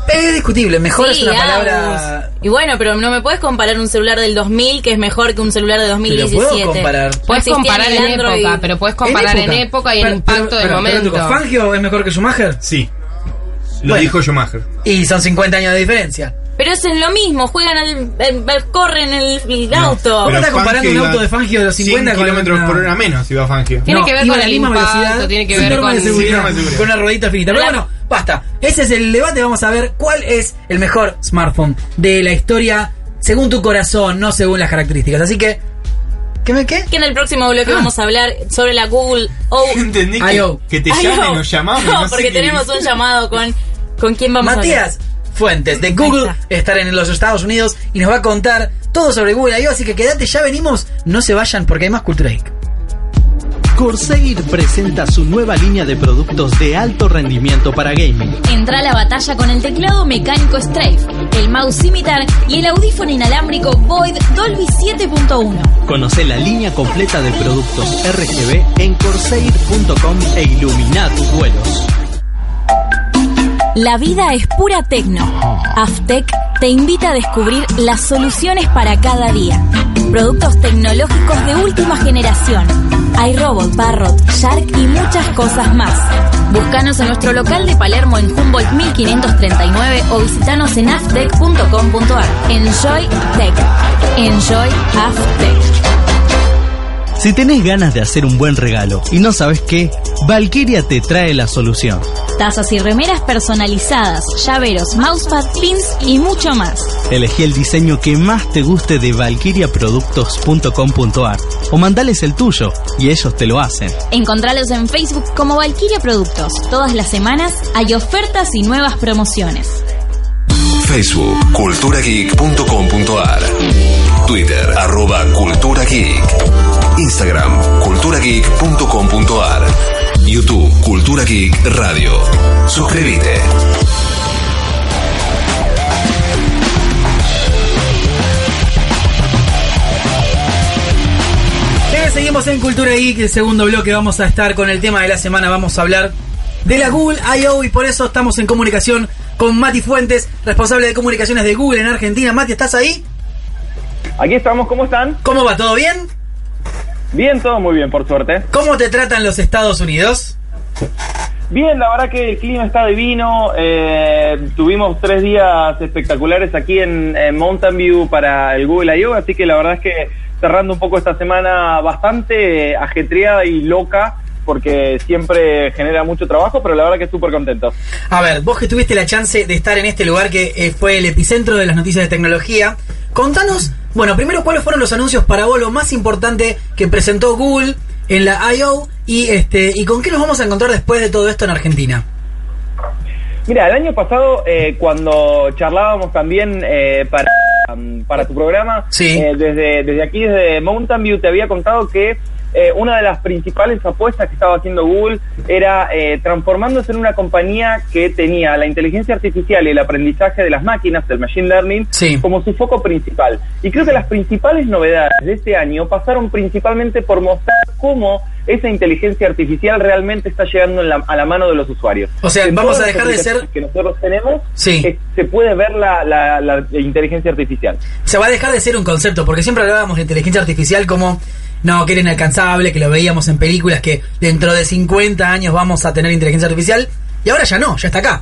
B: Es discutible. Mejor es
E: Sí,
B: una
E: Agus.
B: palabra.
E: Y bueno, pero no me puedes comparar un celular del 2000 que es mejor que un celular de
B: puedo
E: 2017.
B: comparar.
E: No
D: Puedes
E: existía
D: comparar
E: ni el
D: en
E: Android.
D: época, pero puedes comparar en época, y en
B: Pero-
D: impacto
B: pero-
D: del
B: pero- pero,
D: momento.
B: Tuco, ¿Fangio es mejor que Schumacher?
C: Sí. Lo
B: Bueno.
C: dijo Schumacher.
B: Y son 50 años de diferencia.
E: Pero es en lo mismo, juegan al, al- al- corren el, el auto.
B: pero- estás
C: Fangio
B: comparando un
C: iba
B: auto de Fangio de los 50
C: 100 kilómetros
B: con
C: por
B: una-
C: hora menos iba Fangio.
D: Tiene
B: No,
D: que ver
B: iba
D: con
B: a la
D: el
B: misma
D: impacto,
B: velocidad,
D: tiene que
B: sin
D: ver
B: norma de
D: con-
B: seguridad,
C: sin norma de seguridad.
B: con una ruedita finita. Pero
E: La-
B: bueno, basta. Ese es el debate. Vamos a ver cuál es el mejor smartphone de la historia según tu corazón, no según las características. Así que. ¿Qué me qué?
E: que en el próximo bloque
B: Ah.
E: vamos a hablar sobre la Google O.
C: Entendí
B: Ay,
C: que,
B: oh.
C: que te
E: Ay,
C: llamen
E: no.
C: o llamamos.
E: No,
C: sé
E: porque
C: qué
E: tenemos un llamado con con quién vamos a hablar.
B: Matías Fuentes de Google
E: Ahí
B: estar en los Estados Unidos y nos va a contar todo sobre Google I.O. Así que quédate, ya venimos. No se vayan porque hay más Cultura Geek.
H: Corsair presenta su nueva línea de productos de alto rendimiento para gaming.
I: Entra a la batalla con el teclado mecánico Strife, el mouse Scimitar y el audífono inalámbrico Void Dolby 7.1.
H: Conoce la línea completa de productos RGB en corsair.com e ilumina tus vuelos.
I: La vida es pura tecno. Aftec te invita a descubrir las soluciones para cada día. Productos tecnológicos de última generación. Hay robot, parrot, shark y muchas cosas más. Búscanos en nuestro local de Palermo en Humboldt 1539 o visitanos en aftec.com.ar. Enjoy Tech. Enjoy Aftec.
H: Si tenés ganas de hacer un buen regalo y no sabes qué, Valkyria te trae la solución.
I: Tazas y remeras personalizadas, llaveros, mousepad, pins y mucho más.
H: Elegí el diseño que más te guste de valkyriaproductos.com.ar o mandales el tuyo y ellos te lo hacen.
I: Encontralos en Facebook como Valkyria Productos. Todas las semanas hay ofertas y nuevas promociones.
G: Facebook, culturageek.com.ar. Twitter, arroba Cultura Geek. Instagram, culturageek.com.ar. YouTube, Cultura Geek Radio. Suscríbete.
B: Eh, seguimos en Cultura Geek, el segundo bloque. Vamos a estar con el tema de la semana. Vamos a hablar de la Google I.O. y por eso estamos en comunicación con Mati Fuentes, responsable de comunicaciones de Google en Argentina. Mati, ¿estás ahí?
J: Aquí estamos, ¿cómo están?
B: ¿Cómo va? ¿Todo bien?
J: Bien, todo muy bien, por suerte.
B: ¿Cómo te tratan los Estados Unidos?
J: Bien, la verdad que el clima está divino. eh, tuvimos tres días espectaculares aquí en, en Mountain View para el Google I.O., así que la verdad es que cerrando un poco esta semana bastante ajetreada y loca, porque siempre genera mucho trabajo, pero la verdad que súper contento.
B: A ver, vos que tuviste la chance de estar en este lugar que eh, fue el epicentro de las noticias de tecnología, contanos, bueno, primero cuáles fueron los anuncios para vos lo más importante que presentó Google en la I.O. y este y con qué nos vamos a encontrar después de todo esto en Argentina.
J: Mira, el año pasado, eh, cuando charlábamos también eh, para, um, para tu programa,
B: Sí.
J: eh, desde, desde aquí, desde Mountain View, te había contado que eh, una de las principales apuestas que estaba haciendo Google era eh, transformándose en una compañía que tenía la inteligencia artificial y el aprendizaje de las máquinas, del machine learning,
B: Sí.
J: como su foco principal. Y creo que las principales novedades de este año pasaron principalmente por mostrar cómo esa inteligencia artificial realmente está llegando en la- a la mano de los usuarios.
B: O sea,
J: En
B: vamos
J: todas
B: a dejar
J: las
B: de ser-
J: aplicaciones que nosotros tenemos,
B: Sí.
J: eh, se puede ver la, la- la inteligencia artificial.
B: se va a dejar de ser un concepto, porque siempre hablábamos de inteligencia artificial como no, que era inalcanzable, que lo veíamos en películas, que dentro de 50 años vamos a tener inteligencia artificial, y ahora ya no, ya está acá.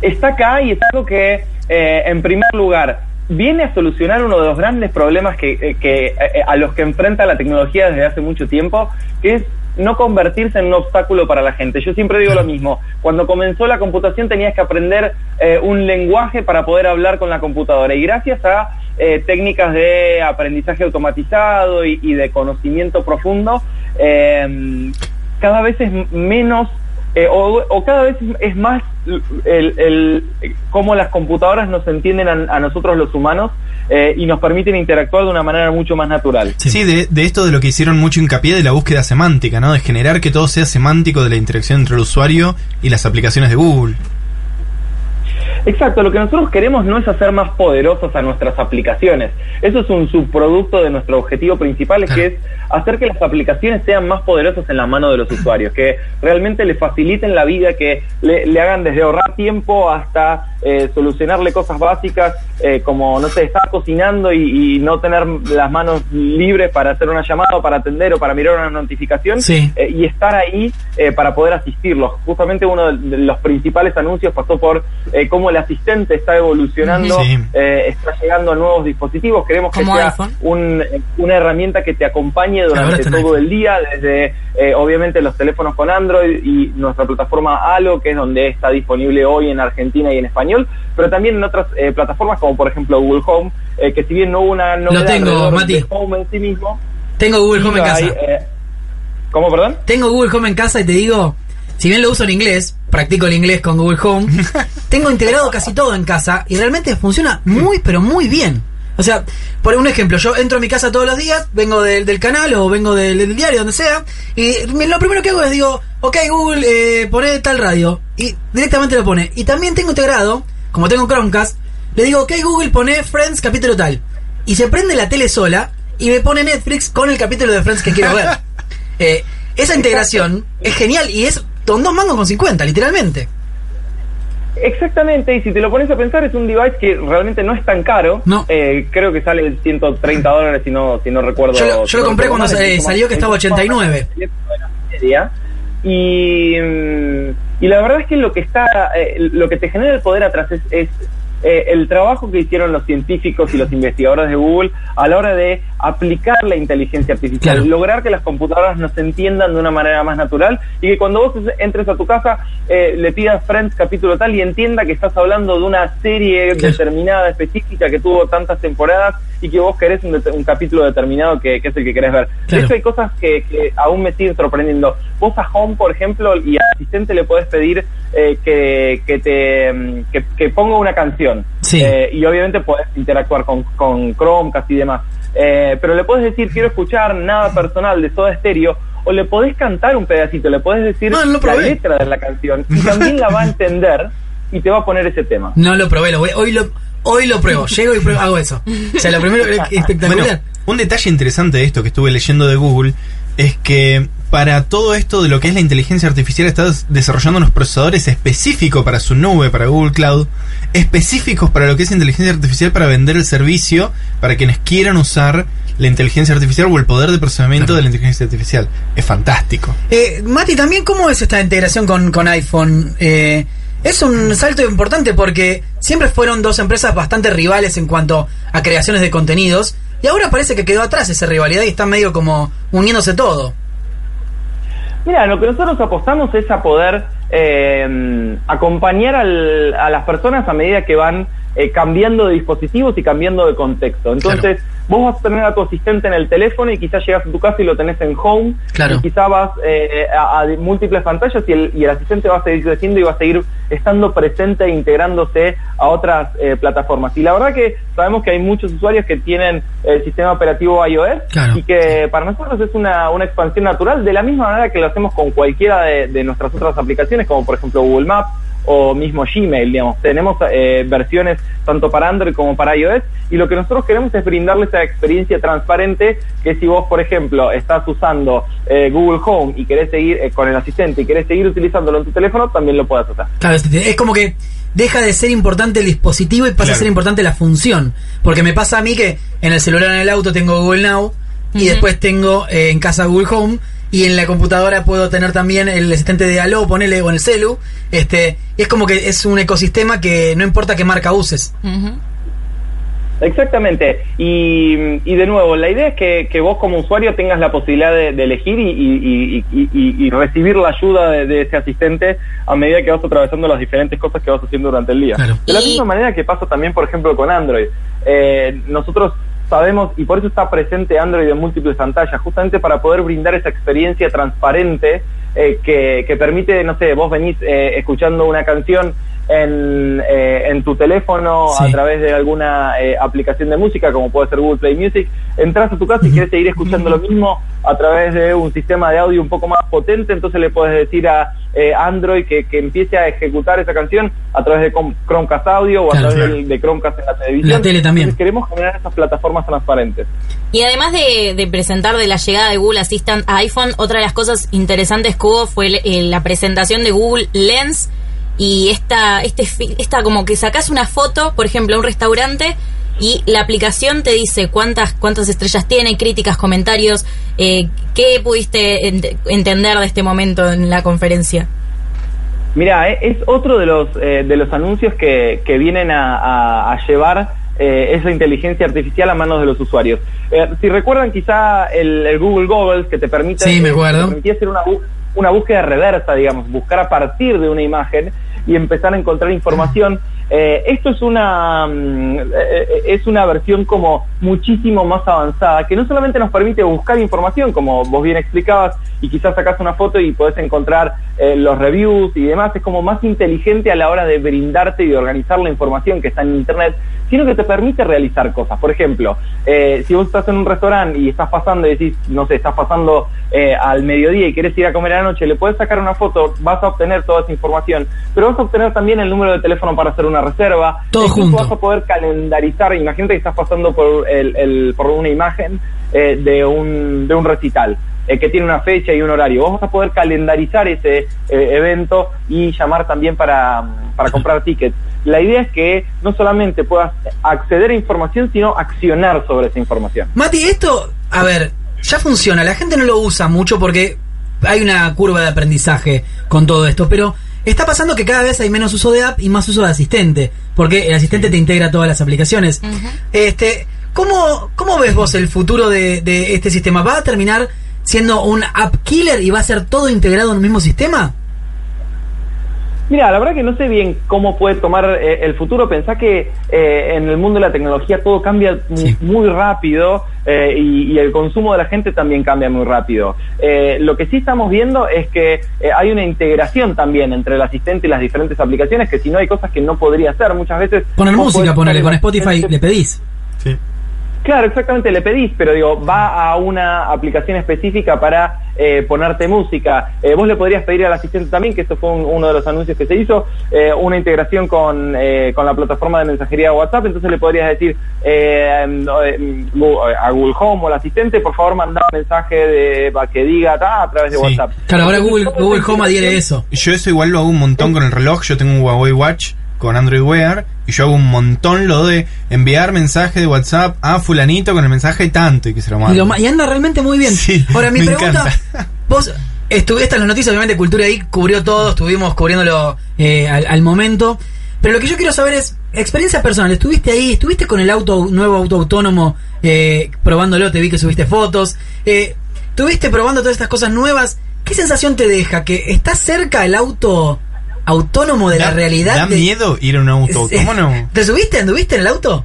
J: Está acá y es algo que, eh, en primer lugar, viene a solucionar uno de los grandes problemas que, eh, que, eh, eh, a los que enfrenta la tecnología desde hace mucho tiempo, que es no convertirse en un obstáculo para la gente. Yo siempre digo lo mismo, cuando comenzó la computación tenías que aprender eh, un lenguaje para poder hablar con la computadora y gracias a eh, técnicas de aprendizaje automatizado y, y de conocimiento profundo, eh, cada vez es menos eh, o, o cada vez es más el, el- cómo las computadoras nos entienden a, a nosotros los humanos eh, y nos permiten interactuar de una manera mucho más natural.
C: Sí, de, de esto de lo que hicieron mucho hincapié de la búsqueda semántica, ¿no? De generar que todo sea semántico de la interacción entre el usuario y las aplicaciones de Google.
J: Exacto, lo que nosotros queremos no es hacer más poderosas a nuestras aplicaciones. Eso es un subproducto de nuestro objetivo principal,
B: Claro.
J: que es hacer que las aplicaciones sean más poderosas en la mano de los usuarios, que realmente le faciliten la vida, que le, le hagan desde ahorrar tiempo hasta eh, solucionarle cosas básicas, eh, como, no sé, estar cocinando y, y no tener las manos libres para hacer una llamada, o para atender o para mirar una notificación,
B: Sí.
J: eh, y estar ahí eh, para poder asistirlos. Justamente uno de los principales anuncios pasó por eh, cómo el asistente está evolucionando,
C: Ujú. Sí.
J: eh, está llegando a nuevos dispositivos, queremos que
E: Como
J: sea
E: iPhone.
J: un- eh, una herramienta que te acompañe
B: Ahora
J: durante
B: está en
J: todo
B: iPhone.
J: el día, desde eh, obviamente los teléfonos con Android y nuestra plataforma Halo, que es donde está disponible hoy en Argentina y en español, pero también en otras eh, plataformas como por ejemplo Google Home, eh, que si bien no hubo una novedad
B: tengo,
J: alrededor
B: Mati.
J: de Home en sí mismo,
B: Tengo Google Home en casa.
J: hay, eh, ¿Cómo, perdón?
B: Tengo Google Home en casa y te digo, si bien lo uso en inglés, practico el inglés con Google Home, tengo integrado casi todo en casa y realmente funciona muy, pero muy bien. O sea, por un ejemplo, yo entro a mi casa todos los días, vengo del, del canal o vengo del, del diario, donde sea, y me- lo primero que hago es digo, ok Google, eh, poné tal radio, y directamente lo pone. Y también tengo integrado, como tengo Chromecast, le digo, ok Google, poné Friends capítulo tal. Y se prende la tele sola y me pone Netflix con el capítulo de Friends que quiero ver. Eh, esa integración es genial y es con dos mangos con 50, literalmente.
J: Exactamente, y si te lo pones a pensar, es un device que realmente no es tan caro.
B: No.
J: Eh, creo que sale 130 dólares, si no, si no recuerdo.
B: Yo lo, yo
J: si
B: lo
J: no
B: compré
J: recuerdo
B: cuando
J: mal,
B: eh,
J: es como-
B: salió que estaba
J: es como
B: 89.
J: media. Y, mm, y la verdad es que lo que está eh, lo que te genera el poder atrás es, es, eh, el trabajo que hicieron los científicos y los investigadores de Google a la hora de aplicar la inteligencia artificial,
B: Claro.
J: lograr que las computadoras nos entiendan de una manera más natural y que cuando vos entres a tu casa eh, le pidas Friends capítulo tal y entienda que estás hablando de una serie
B: Claro.
J: determinada, específica, que tuvo tantas temporadas y que vos querés un, det- un capítulo determinado que, que es el que querés ver.
B: Claro.
J: De hecho, hay cosas que, que aún me siguen sorprendiendo. Vos a Home, por ejemplo, y al asistente le podés pedir eh, que, que te mm, que, que ponga una canción.
B: Sí.
J: Eh, y obviamente podés interactuar con, con Chromecast y demás. Eh, pero le podés decir, quiero escuchar nada personal de Soda Stereo, o le podés cantar un pedacito, le podés decir
B: Ah, no lo
J: la
B: probé.
J: letra de la canción, y también la va a entender y te va a poner ese tema.
B: No lo probé, lo voy- hoy lo hoy lo pruebo, llego y pruebo, hago eso. O sea, lo primero es espectacular.
C: Bueno, un detalle interesante de esto que estuve leyendo de Google es que para todo esto de lo que es la inteligencia artificial está des- desarrollando unos procesadores específicos para su nube, para Google Cloud, específicos para lo que es inteligencia artificial para vender el servicio para quienes quieran usar la inteligencia artificial o el poder de procesamiento de la inteligencia artificial. Es fantástico.
B: Eh, Mati, también, ¿cómo es esta integración con, con iPhone? Eh, es un salto importante porque siempre fueron dos empresas bastante rivales en cuanto a creaciones de contenidos y ahora parece que quedó atrás esa rivalidad y está medio como uniéndose todo.
J: Mira, lo que nosotros apostamos es a poder eh, acompañar al- a las personas a medida que van eh, cambiando de dispositivos y cambiando de contexto. Entonces, vos vas a tener a tu asistente en el teléfono y quizás llegas a tu casa y lo tenés en home.
B: Claro.
J: Y quizás vas eh, a, a múltiples pantallas y el, y el asistente va a seguir creciendo y va a seguir estando presente e integrándose a otras eh, plataformas. Y la verdad que sabemos que hay muchos usuarios que tienen el sistema operativo iOS
B: Claro.
J: y que para nosotros es una, una expansión natural, de la misma manera que lo hacemos con cualquiera de, de nuestras otras aplicaciones, como por ejemplo Google Maps o mismo Gmail, digamos. Tenemos eh, versiones tanto para Android como para iOS y lo que nosotros queremos es brindarles esa experiencia transparente que si vos, por ejemplo, estás usando eh, Google Home y querés seguir eh, con el asistente y querés seguir utilizándolo en tu teléfono, también lo puedes hacer.
B: Claro, es- es como que deja de ser importante el dispositivo y pasa a
C: Claro.
B: ser importante la función. Porque me pasa a mí que en el celular, en el auto, tengo Google Now y después tengo eh, en casa Google Home y en la computadora puedo tener también el asistente de Aló, ponele, o en el celu. Este, y es como que es un ecosistema que no importa qué marca uses.
E: Ujú.
J: Exactamente. Y, y de nuevo, la idea es que, que vos como usuario tengas la posibilidad de, de elegir y, y- y- y- y recibir la ayuda de, de ese asistente a medida que vas atravesando las diferentes cosas que vas haciendo durante el día.
B: Claro.
J: De la
E: Y-
J: misma manera que pasa también, por ejemplo, con Android. Eh, nosotros sabemos, y por eso está presente Android en múltiples pantallas, justamente para poder brindar esa experiencia transparente eh, que, que permite, no sé, vos venís eh, escuchando una canción en, eh, en tu teléfono
B: Sí.
J: a través de alguna eh, aplicación de música, como puede ser Google Play Music, entras a tu casa y quieres seguir escuchando lo mismo a través de un sistema de audio un poco más potente, entonces le puedes decir a eh, Android que, que empiece a ejecutar esa canción a través de com- Chromecast Audio o
B: Claro,
J: a través
B: claro.
J: del- de Chromecast en la televisión.
B: La tele también.
J: Entonces queremos generar esas plataformas transparentes.
E: Y además de, de presentar de la llegada de Google Assistant a iPhone, otra de las cosas interesantes que hubo fue el- eh, la presentación de Google Lens y esta, este, fi- esta como que sacas una foto, por ejemplo, a un restaurante y la aplicación te dice cuántas, cuántas estrellas tiene, críticas, comentarios, eh, qué pudiste ent- entender de este momento en la conferencia.
J: Mira, eh, es otro de los eh, de los anuncios que, que vienen a, a- a llevar eh, esa inteligencia artificial a manos de los usuarios. Eh, si recuerdan quizá el, el Google Goggles que te permite
B: Sí, me acuerdo.
J: que te permitía hacer una, bu- una búsqueda reversa, digamos, buscar a partir de una imagen y empezar a encontrar información. Eh, esto es una, mm, eh, eh, es una versión como muchísimo más avanzada, que no solamente nos permite buscar información, como vos bien explicabas, y quizás sacás una foto y podés encontrar eh, los reviews y demás, es como más inteligente a la hora de brindarte y de organizar la información que está en Internet, sino que te permite realizar cosas. Por ejemplo, eh, si vos estás en un restaurante y estás pasando y decís, no sé, estás pasando eh, al mediodía y querés ir a comer a la noche, le podés sacar una foto, vas a obtener toda esa información, pero vas a obtener también el número de teléfono para hacer una reserva,
B: Todo
J: Incluso
B: junto.
J: vas a poder calendarizar, imagínate que estás pasando por, el, el- por una imagen eh, de, un, de un recital. eh, que tiene una fecha y un horario. Vos vas a poder calendarizar ese eh, evento y llamar también para, para comprar tickets. La idea es que no solamente puedas acceder a información, sino accionar sobre esa información.
B: Mati, esto, a ver, ya funciona. La gente no lo usa mucho porque hay una curva de aprendizaje con todo esto, pero está pasando que cada vez hay menos uso de app y más uso de asistente, porque el asistente te integra todas las aplicaciones. Este, ¿cómo, ¿Cómo ves vos el futuro de, de este sistema? ¿Va a terminar siendo un app killer y va a ser todo integrado en un mismo sistema?
J: Mira, la verdad que no sé bien cómo puede tomar eh, el futuro. Pensá que eh, en el mundo de la tecnología todo cambia mu-
B: Sí.
J: muy rápido eh, y, y el consumo de la gente también cambia muy rápido. Eh, lo que sí estamos viendo es que eh, hay una integración también entre el asistente y las diferentes aplicaciones, que si no hay cosas que no podría hacer. Muchas veces...
B: Poner
J: vos
B: música,
J: podés
B: ponele,
J: estar
B: con
J: en-
B: Spotify le pedís.
C: Sí.
J: Claro, exactamente, le pedís, pero digo, va a una aplicación específica para eh, ponerte música. Eh, vos le podrías pedir al asistente también, que esto fue un- uno de los anuncios que se hizo, eh, una integración con, eh, con la plataforma de mensajería WhatsApp, entonces le podrías decir eh, no, eh, Gu- a Google Home o al asistente, por favor, manda un mensaje de, para que diga ta, a través de
C: Sí.
J: WhatsApp.
B: Claro, ahora
J: Entonces,
B: Google,
J: ¿cómo
B: Google
J: esa
B: Home adhiere
J: integración?
B: eso.
C: Yo eso igual lo hago un montón con el reloj. Yo tengo un Huawei Watch con Android Wear y yo hago un montón lo de enviar mensaje de WhatsApp a fulanito con el mensaje tanto y que se lo mando.
B: Y, lo ma- y anda realmente muy bien.
C: Sí,
B: Ahora, mi
C: me
B: pregunta.
C: encanta.
B: Vos estuviste en las noticias, obviamente Cultura ahí cubrió todo, estuvimos cubriéndolo eh, al, al momento. Pero lo que yo quiero saber es, experiencia personal, estuviste ahí, estuviste con el auto nuevo auto autónomo eh, probándolo, te vi que subiste fotos, eh, estuviste probando todas estas cosas nuevas. ¿Qué sensación te deja? ¿Que está cerca el auto autónomo de
C: Da-
B: la realidad?
C: Da
B: de-
C: miedo ir a un auto autónomo.
B: ¿Te subiste? ¿Anduviste en el auto?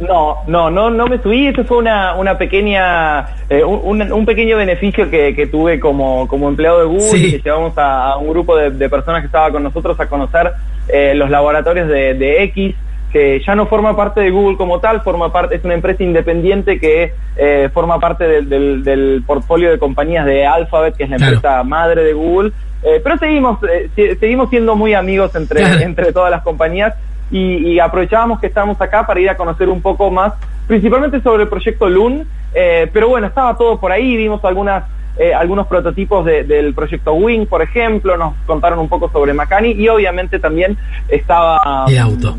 J: No, no, no, no me subí. Eso fue una, una pequeña, eh, un, un- un pequeño beneficio que, que tuve como, como empleado de Google.
B: Sí.
J: Que llevamos a, a un grupo de, de personas que estaba con nosotros a conocer eh, los laboratorios de, de X que ya no forma parte de Google como tal, forma parte es una empresa independiente que eh, forma parte del, del- del portfolio de compañías de Alphabet, que es la
B: Claro.
J: empresa madre de Google. Eh, pero seguimos eh, se- seguimos siendo muy amigos entre,
B: Claro.
J: entre todas las compañías y, y aprovechábamos que estábamos acá para ir a conocer un poco más, principalmente sobre el proyecto Loon, eh, pero bueno, estaba todo por ahí, vimos algunas eh, algunos prototipos de- del proyecto Wing, por ejemplo, nos contaron un poco sobre Macani y obviamente también estaba
B: El auto.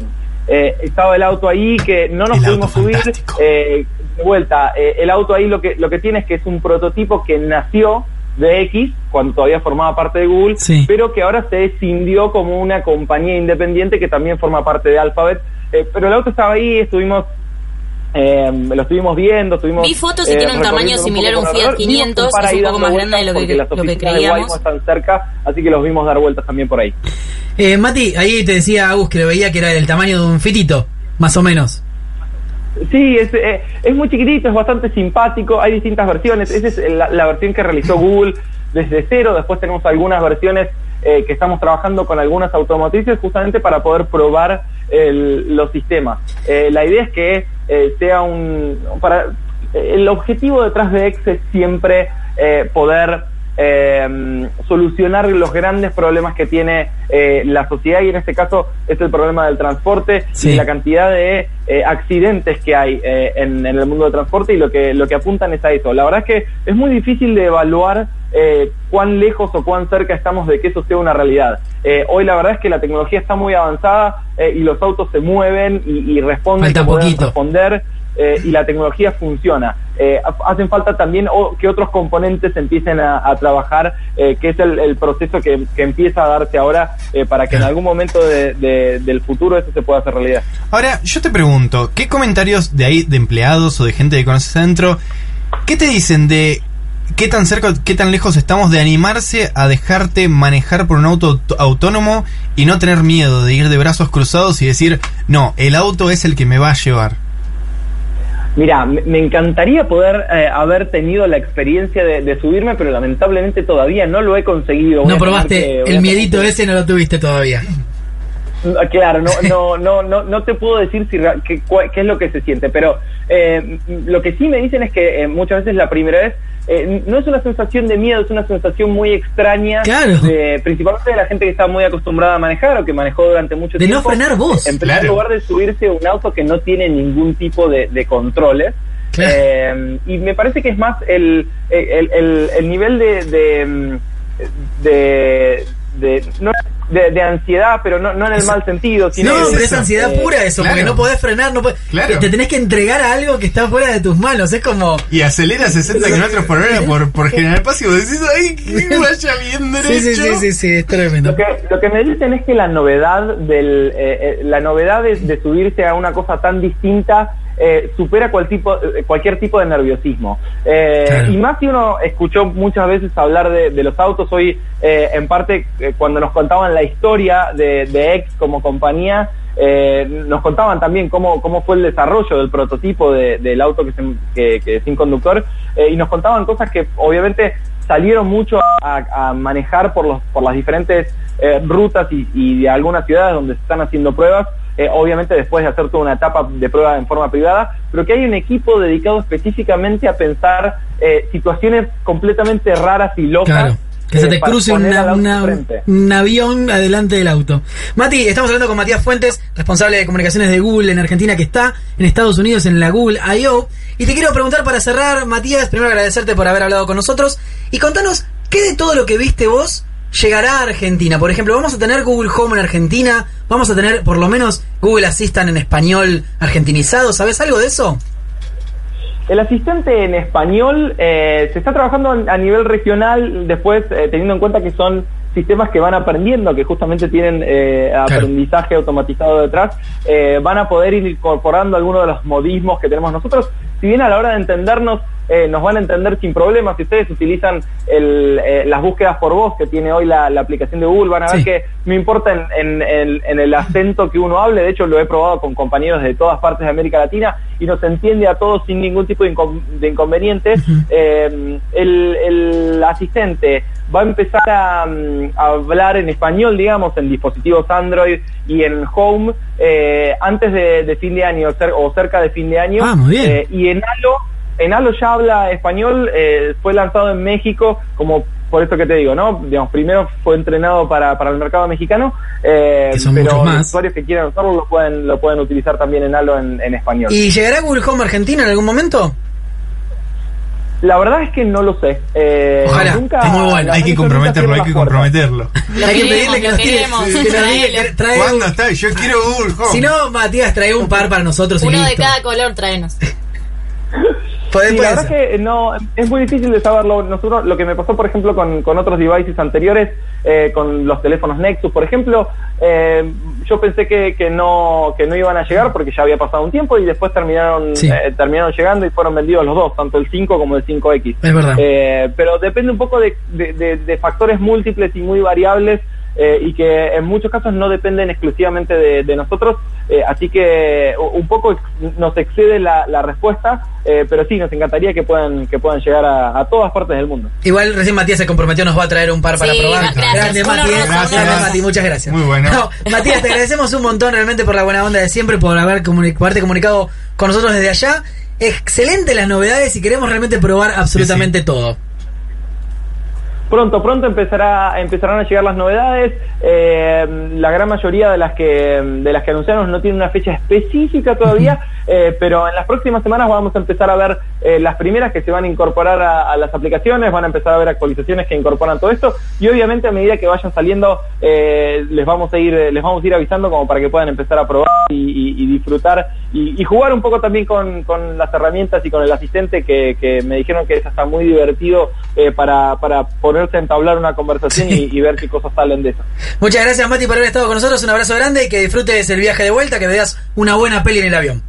J: eh, estaba el auto ahí que no nos
C: El auto
J: pudimos subir
C: fantástico.
J: eh, de vuelta eh, el auto ahí lo que lo que tiene es que es un prototipo que nació de X cuando todavía formaba parte de Google
B: Sí.
J: pero que ahora se escindió como una compañía independiente que también forma parte de Alphabet Eh, pero el auto estaba ahí estuvimos eh, lo estuvimos viendo, estuvimos... eh,
E: Vi fotos y tiene un
J: recorriendo
E: tamaño
J: poco
E: similar a un
J: por
E: Fiat
J: alrededor. Vimos
E: 500,
J: par
E: es un
J: ahí
E: poco
J: dando
E: más grande de lo que-
J: vueltas porque las
E: lo que
J: oficinas de Waymo
E: creíamos.
J: están cerca, así que los vimos dar vueltas también por ahí.
B: Eh, Mati, ahí te decía Agus que lo veía que era del tamaño de un fitito, más o menos.
J: Sí, es, eh, es muy chiquitito, es bastante simpático, hay distintas versiones. Esa es la, la versión que realizó Google desde cero, después tenemos algunas versiones eh, que estamos trabajando con algunas automotrices justamente para poder probar el- los sistemas. Eh, la idea es que eh, sea un... Para, eh, el objetivo detrás de X es siempre eh, poder eh, solucionar los grandes problemas que tiene eh, la sociedad y en este caso es el problema del transporte
B: Sí.
J: y la cantidad de eh, accidentes que hay eh, en, en el mundo del transporte y lo que lo que apuntan es a eso. La verdad es que es muy difícil de evaluar eh, cuán lejos o cuán cerca estamos de que eso sea una realidad. Eh, hoy la verdad es que la tecnología está muy avanzada eh, y los autos se mueven y, y responden
B: Falta
J: como deben
B: poquito.
J: responder eh, y la tecnología funciona. Eh, ha- hacen falta también o- que otros componentes empiecen a, a trabajar, eh, que es el, el proceso que, que empieza a darse ahora eh, para que en algún momento de- de- del futuro eso se pueda hacer realidad.
C: Ahora, yo te pregunto, ¿qué comentarios de ahí, de empleados o de gente que conoces adentro, qué te dicen de qué tan cerca, o qué tan lejos estamos de animarse a dejarte manejar por un auto aut- autónomo y no tener miedo de ir de brazos cruzados y decir, no, el auto es el que me va a llevar.
J: Mira, me me encantaría poder eh, haber tenido la experiencia de, de subirme, pero lamentablemente todavía no lo he conseguido. Voy
B: No
J: a tener que-
B: probaste
J: voy a
B: el
J: tener
B: miedito
J: que-
B: ese, no lo tuviste todavía.
J: Ah, Claro, no, no, no, no, no te puedo decir si, ra- qué, cua- qué es lo que se siente, pero eh, m- lo que sí me dicen es que eh, muchas veces la primera vez eh, n- no es una sensación de miedo, es una sensación muy extraña,
B: Claro.
J: de- principalmente de la gente que está muy acostumbrada a manejar o que manejó durante mucho
B: De no
J: tiempo.
B: frenar vos.
J: En primer
C: Claro.
J: lugar de subirse a un auto que no tiene ningún tipo de, de controles.
B: Claro.
J: Eh, y me parece que es más el, el, el- el nivel de, de, mm, de, de- no- de- de ansiedad, pero no, no en el mal sentido,
B: no,
J: sino
B: pero
J: de-
B: es ansiedad
J: eh,
B: pura eso,
C: claro.
B: porque no podés frenar, no podés-
C: Claro.
B: te tenés que entregar a algo que está fuera de tus manos, es como...
C: Y acelera 60 kilómetros por hora por, por generar paz y vos decís, ay, que vaya bien derecho.
B: Sí, sí, sí, sí, sí, es tremendo.
J: Lo que, lo que me dicen es que la novedad del eh, eh, la novedad de, de subirse a una cosa tan distinta eh, supera cual tipo, eh, cualquier tipo de nerviosismo. Eh,
B: Claro.
J: Y más si uno escuchó muchas veces hablar de, de los autos, hoy eh, en parte eh, cuando nos contaban la historia de, de X como compañía, eh, nos contaban también cómo, cómo fue el desarrollo del prototipo de- del auto que, se- que- que sin conductor eh, y nos contaban cosas que obviamente salieron mucho a, a manejar por, los, por las diferentes eh, rutas y, y de algunas ciudades donde se están haciendo pruebas, eh, obviamente después de hacer toda una etapa de prueba en forma privada, pero que hay un equipo dedicado específicamente a pensar eh, situaciones completamente raras y locas.
B: Claro. Que se
J: eh,
B: te
J: para
B: cruce
J: poner
B: una-
J: al auto
B: una-
J: enfrente.
B: un avión adelante del auto. Mati, estamos hablando con Matías Fuentes, responsable de comunicaciones de Google en Argentina, que está en Estados Unidos en la Google I.O. Y te quiero preguntar para cerrar, Matías, primero agradecerte por haber hablado con nosotros y contanos qué de todo lo que viste vos llegará a Argentina. Por ejemplo, vamos a tener Google Home en Argentina, vamos a tener por lo menos Google Assistant en español argentinizado. ¿Sabes algo de eso?
J: El asistente en español eh, se está trabajando en- a nivel regional, después eh, teniendo en cuenta que son sistemas que van aprendiendo, que justamente tienen eh, aprendizaje automatizado detrás, eh, van a poder ir incorporando algunos de los modismos que tenemos nosotros. Si bien a la hora de entendernos, eh, nos van a entender sin problemas, si ustedes utilizan el, eh, las búsquedas por voz que tiene hoy la, la aplicación de Google, van a
B: Sí.
J: ver que no importa en, en- en- en el acento que uno hable, de hecho lo he probado con compañeros de todas partes de América Latina y nos entiende a todos sin ningún tipo de, incon- de inconveniente. Eh, el, el asistente va a empezar a, mm, a hablar en español, digamos, en dispositivos Android y en Home eh, antes de, de fin de año o cer- o cerca de fin de año.
B: Ah, muy bien.
J: Eh, y en Halo, en Halo ya habla español, eh, fue lanzado en México, como por esto que te digo, ¿no? Digamos, primero fue entrenado para, para el mercado mexicano, eh,
B: Que son
J: pero
B: muchos
J: los
B: más.
J: usuarios que quieran usarlo lo pueden, lo pueden utilizar también en Halo en, en español.
B: ¿Y llegará Google Home a Argentina en algún momento?
J: La verdad es que no lo sé. Eh,
B: Ojalá,
J: nunca,
B: es muy bueno,
J: la
C: Hay que
J: verdad es que nunca
C: comprometerlo, hay que
J: cierro las puertas.
C: comprometerlo.
E: Lo
B: Hay que
E: queremos,
B: pedirle que
E: lo
B: nos tire-
E: queremos.
B: que nos diga que
E: Tráelo.
B: trae-
C: ¿Cuándo está? Yo quiero Google Home.
B: Si no, Matías, trae un par para nosotros y
E: Uno de
B: listo.
E: cada color, tráenos.
B: Podés-
J: Sí,
B: podés
J: la verdad
B: hacer.
J: que eh, no, es muy difícil de saberlo. Nosotros, lo que me pasó, por ejemplo, con, con otros devices anteriores, eh, con los teléfonos Nexus, por ejemplo, eh, yo pensé que, que no que no iban a llegar porque ya había pasado un tiempo y después terminaron
B: Sí.
J: eh, terminaron llegando y fueron vendidos los dos, tanto el 5 como el 5X.
B: Es verdad.
J: Eh, pero depende un poco de, de- de- de factores múltiples y muy variables eh, y que en muchos casos no dependen exclusivamente de, de nosotros. eh, así que u- un poco ex- nos excede la, la respuesta, eh, pero sí, nos encantaría que puedan, que puedan llegar a, a todas partes del mundo.
B: Igual recién Matías se comprometió, nos va a traer un par para
E: Sí,
B: probar.
E: no, gracias.
B: Grande,
E: Uno
B: Mati.
E: rosa,
B: Grande,
C: uno rosa.
B: Mati, muchas gracias.
C: Muy bueno.
B: No, Matías, te agradecemos un montón realmente por la buena onda de siempre, por haber comuni- haberte comunicado con nosotros desde allá. Excelente las novedades y queremos realmente probar absolutamente todo.
J: Pronto, pronto empezará, empezarán a llegar las novedades. Eh, la gran mayoría de las que de las que anunciaron no tienen una fecha específica todavía, eh, pero en las próximas semanas vamos a empezar a ver eh, las primeras que se van a incorporar a, a las aplicaciones, van a empezar a ver actualizaciones que incorporan todo esto y obviamente a medida que vayan saliendo eh, les vamos a ir les vamos a ir avisando como para que puedan empezar a probar y, y- y disfrutar y, y jugar un poco también con, con las herramientas y con el asistente que, que me dijeron que es hasta muy divertido eh, para, para ponerse a entablar una conversación y, y ver qué cosas salen de eso.
B: Muchas gracias, Mati, por haber estado con nosotros. Un abrazo grande y que disfrutes el viaje de vuelta, que veas una buena peli en el avión.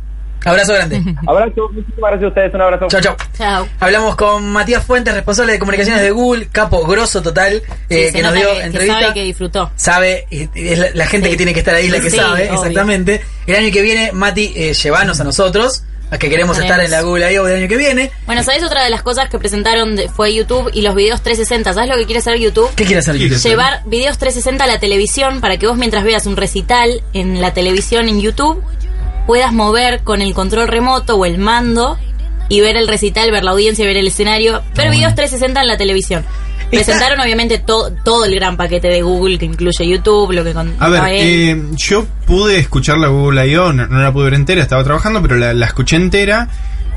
B: Abrazo grande.
J: Abrazo, muchísimas gracias a ustedes, un abrazo.
B: Chao, chao.
E: Chao.
B: Hablamos con Matías Fuentes, responsable de comunicaciones de Google, capo grosso total,
E: Sí,
B: eh,
E: se
B: que nos
E: nota
B: dio
E: que- que
B: entrevista.
E: sabe que disfrutó.
B: sabe, y- y es la, la gente
E: Sí.
B: que tiene que estar ahí la que
E: Sí,
B: sabe,
E: obvio.
B: exactamente. El año que viene, Mati, eh, llevanos a nosotros, a que queremos
E: Tenemos.
B: estar en la Google I.O. del año que viene.
E: Bueno, ¿sabés otra de las cosas que presentaron de- fue YouTube y los videos 360? ¿Sabes lo que quiere hacer YouTube?
B: ¿Qué quiere hacer
C: Sí,
B: YouTube?
C: sí.
E: Llevar videos 360 a la televisión para que vos mientras veas un recital en la televisión en YouTube puedas mover con el control remoto o el mando y ver el recital, ver la audiencia, ver el escenario, ver videos 360 en la televisión. Presentaron obviamente to- todo el gran paquete de Google que incluye YouTube, lo que con
C: A ver,
E: estaba él.
C: eh, yo pude escuchar la Google I.O., no, no la pude ver entera, estaba trabajando, pero la, la escuché entera.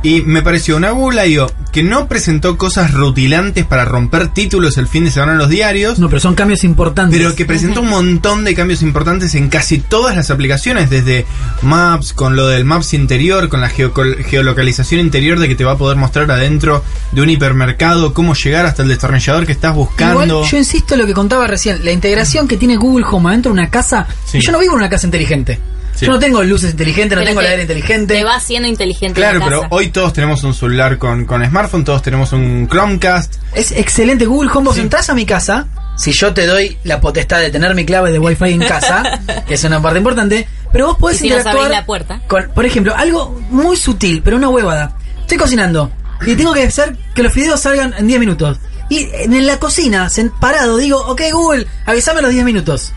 C: Y me pareció una Google I.O. que no presentó cosas rutilantes para romper títulos el fin de semana en los diarios.
B: No, pero son cambios importantes.
C: Pero que presenta un montón de cambios importantes en casi todas las aplicaciones, desde Maps, con lo del Maps interior, con la geocol- geolocalización interior de que te va a poder mostrar adentro de un hipermercado cómo llegar hasta el destornillador que estás
B: Igual,
C: buscando.
B: yo insisto en lo que contaba recién, la integración que tiene Google Home adentro de una casa.
C: Sí.
B: Yo no vivo en una casa inteligente.
C: Sí.
B: Yo no tengo luces inteligentes, no
E: Pero
B: tengo
E: te-
B: la aire inteligente.
E: Te va siendo inteligente.
C: Claro,
E: la
C: pero
E: casa.
C: hoy todos tenemos un celular con, con smartphone, todos tenemos un Chromecast.
B: Es excelente Google Home. Vos entras a mi casa. Si yo te doy la potestad de tener mi clave de Wi-Fi en casa, que es una parte importante, pero vos podés
E: Y si nos
B: interactuar
E: abrís la puerta.
B: con, por ejemplo, algo muy sutil, pero una huevada. Estoy cocinando y tengo que hacer que los fideos salgan en 10 minutos. Y en la cocina, sen- parado, digo, ok Google, avísame a los 10 minutos.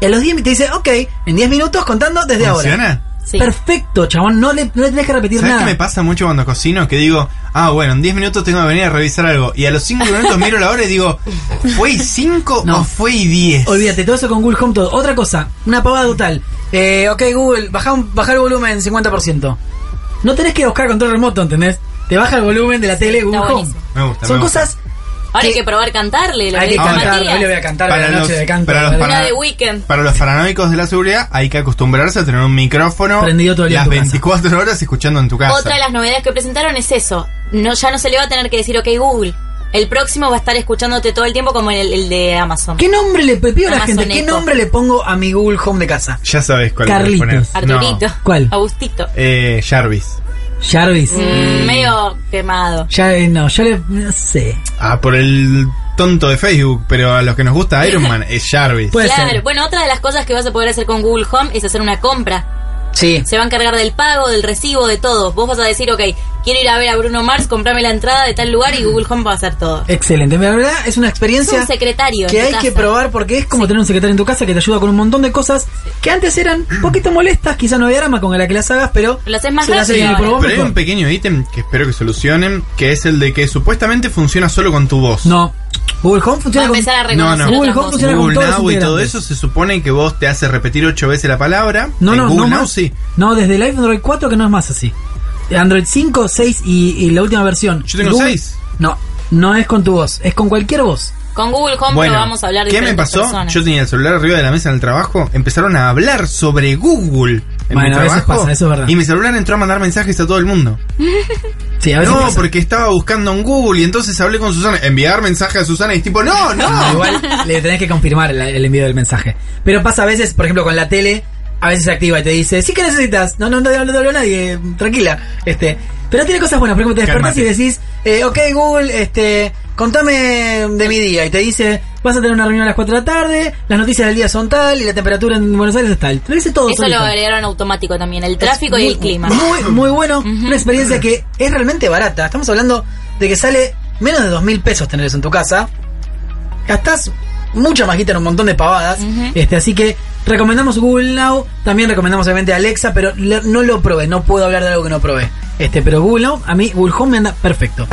B: Y a los 10 mi- te dice, ok, en 10 minutos contando desde ahora.
C: ¿Funciona?
E: Sí.
B: Perfecto, chabón, no le, no le tenés que repetir
C: ¿Sabes
B: nada.
C: qué me pasa mucho cuando cocino? Que digo, ah, bueno, en 10 minutos tengo que venir a revisar algo. Y a los 5 minutos miro la hora y digo, ¿fue 5
B: No.
C: o fue 10?
B: Olvídate, todo eso con Google Home, todo. Otra cosa, una pavada total. Eh, ok, Google, baja, un- baja el volumen 50%. No tenés que buscar control remoto, ¿entendés? Te baja el volumen de la tele Google Home.
E: buenísimo.
C: Me gusta,
B: Son
C: me gusta.
B: cosas
E: Ahora hay
B: que-
E: que probar cantarle. Lo
B: hay que
E: dijo
C: cantar,
B: cantar.
E: Matías.
B: Hoy le voy a cantar
C: Para
B: para la noche
C: los-
B: de canto.
C: para los
B: ¿verdad?
E: Una
C: para-
E: de Weekend.
C: Para los paranoicos de la seguridad hay que acostumbrarse a tener un micrófono
B: Prendido todo el día
C: las
B: en tu casa.
C: 24 horas escuchando en tu casa.
E: Otra de las novedades que presentaron es eso. No, ya no se le va a tener que decir, ok, Google. El próximo va a estar escuchándote todo el tiempo como el, el de Amazon.
B: ¿Qué nombre le le pido a la
E: Amazon
B: gente? ¿Qué
E: Echo.
B: nombre le pongo a mi Google Home de casa?
C: Ya sabes cuál
B: Carlitos.
C: querés poner.
E: Arturito.
C: No.
B: ¿Cuál?
E: Agustito.
C: Eh, Jarvis.
B: Jarvis.
E: Mm, medio quemado.
B: Ya, eh, no, ya le. No sé.
C: Ah, por el tonto de Facebook, pero a los que nos gusta Iron Man es Jarvis.
B: Puede
E: claro.
B: ser.
E: Bueno, otra de las cosas que vas a poder hacer con Google Home es hacer una compra.
B: Sí.
E: Se va a encargar del pago, del recibo, de todo. Vos vas a decir, ok, quiero ir a ver a Bruno Mars, comprame la entrada de tal lugar y Google Home va a hacer todo.
B: Excelente. La verdad es una
E: Es
B: experiencia.
E: un secretario. en
B: que
E: tu
B: hay que
E: casa.
B: probar porque es como tener un secretario en tu casa que te ayuda con un montón de cosas que antes eran un poquito molestas, quizá no había drama con la que las hagas, pero
E: Lo haces más
B: se las hace
E: rápido
B: bien y por
E: ahora.
B: vos
C: Pero hay
B: mejor.
C: un pequeño ítem que espero que solucionen, que es el de que supuestamente funciona solo con tu voz.
B: No, Google Home
E: Va a
B: funciona con...
E: empezar a
C: no.
E: reconocer
C: Google
E: otras
B: Home
E: voces.
B: funciona con
C: Google
B: todos los
C: Now y todo
B: integrantes.
C: eso se supone que vos te hace repetir ocho veces la palabra.
B: No,
C: En
B: no, no,
C: Google Now
B: más.
C: sí.
B: no, desde el iPhone Android 4 que no es más así. Android 5, 6 y, y la última versión.
C: Yo tengo seis.
B: No, no es con tu voz, es con cualquier voz.
E: Con Google Home
C: Bueno,
E: lo vamos a hablar de
C: ¿qué me
E: diferentes
C: pasó?
E: personas.
C: Yo tenía el celular arriba de la mesa en el trabajo, empezaron a hablar sobre Google. En
B: Bueno,
C: mi
B: a veces
C: trabajo,
B: pasa, eso es verdad.
C: Y mi celular entró a mandar mensajes a todo el mundo.
B: Sí, a veces
C: No,
B: pasa.
C: porque estaba buscando en Google y entonces hablé con Susana. Enviar mensaje a Susana y es tipo, no,
B: No,
C: no.
B: igual le tenés que confirmar la- el envío del mensaje. Pero pasa a veces, por ejemplo, con la tele, a veces se activa y te dice, sí que necesitas. No, no, no, no, no, no, nadie, tranquila. Este, pero tiene cosas buenas, por ejemplo, te despertás
C: Calmate.
B: y decís, eh, ok Google, este, contame de mi día. Y te dice, vas a tener una reunión a las 4 de la tarde, las noticias del día son tal y la temperatura en Buenos Aires es tal. Te lo dice todo.
E: Eso
B: solito.
E: lo agregaron automático también, el tráfico y el clima.
B: Muy, muy bueno, una experiencia que es realmente barata. Estamos hablando de que sale menos de dos mil pesos tener eso en tu casa. Gastás mucha majita en un montón de pavadas. este, así que recomendamos Google Now, también recomendamos obviamente Alexa, pero le- no lo probé, no puedo hablar de algo que no probé. Este, pero Google Now, a mí Google Home me anda perfecto.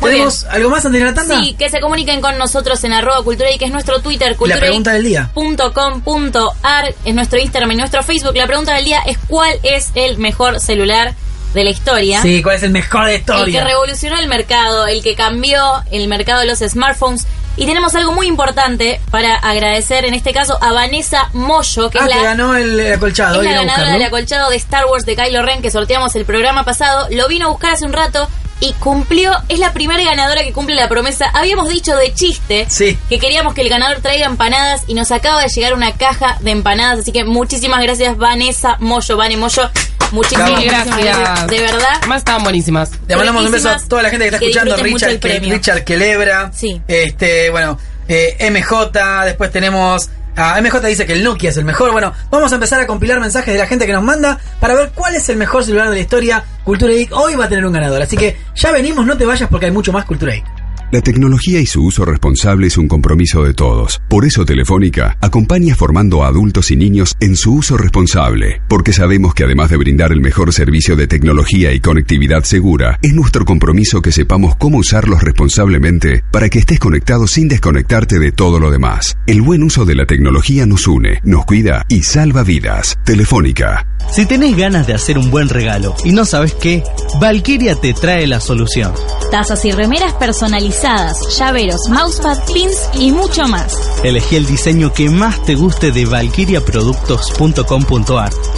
E: Muy
B: ¿Tenemos algo más antes de la tanda?
E: Sí, que se comuniquen con nosotros en arroba cultura y que es nuestro Twitter,
B: la pregunta del día.
E: cultura.com.ar, es nuestro Instagram y nuestro Facebook. La pregunta del día es cuál es el mejor celular de la historia.
B: Sí, ¿cuál es el mejor de
E: El que
B: historia?
E: revolucionó el mercado, el que cambió el mercado de los smartphones. Y tenemos algo muy importante para agradecer, en este caso, a Vanessa Moyo, que
B: Ah,
E: es
B: que
E: la
B: ganó el, el acolchado.
E: Es la
B: ir a
E: ganadora
B: buscarlo.
E: del acolchado de Star Wars de Kylo Ren que sorteamos el programa pasado. Lo vino a buscar hace un rato y cumplió. Es la primera ganadora que cumple la promesa. Habíamos dicho de chiste
B: Sí.
E: que queríamos que el ganador traiga empanadas y nos acaba de llegar una caja de empanadas. Así que muchísimas gracias, Vanessa Moyo, Vane Moyo. Muchísimas
D: Mil gracias.
E: De verdad.
D: Además estaban buenísimas.
B: Le mandamos un beso a toda la gente que está
E: Que
B: escuchando,
E: disfruten mucho
B: Richard,
E: el
B: que,
E: premio.
B: Richard Quelebra,
E: Sí.
B: este, bueno, eh, MJ, después tenemos a MJ dice que el Nokia es el mejor. Bueno, vamos a empezar a compilar mensajes de la gente que nos manda para ver cuál es el mejor celular de la historia. Cultura Geek hoy va a tener un ganador, así que ya venimos, no te vayas porque hay mucho más Cultura Geek.
K: La tecnología y su uso responsable es un compromiso de todos. Por eso Telefónica acompaña formando a adultos y niños en su uso responsable, porque sabemos que además de brindar el mejor servicio de tecnología y conectividad segura, es nuestro compromiso que sepamos cómo usarlos responsablemente para que estés conectado sin desconectarte de todo lo demás. El buen uso de la tecnología nos une, nos cuida y salva vidas. Telefónica,
H: Si tenés ganas de hacer un buen regalo y no sabes qué, Valkyria te trae la solución.
I: Tazas y remeras personalizadas, llaveros, mousepad, pins y mucho más.
H: Elegí el diseño que más te guste de valkyriaproductos.com.ar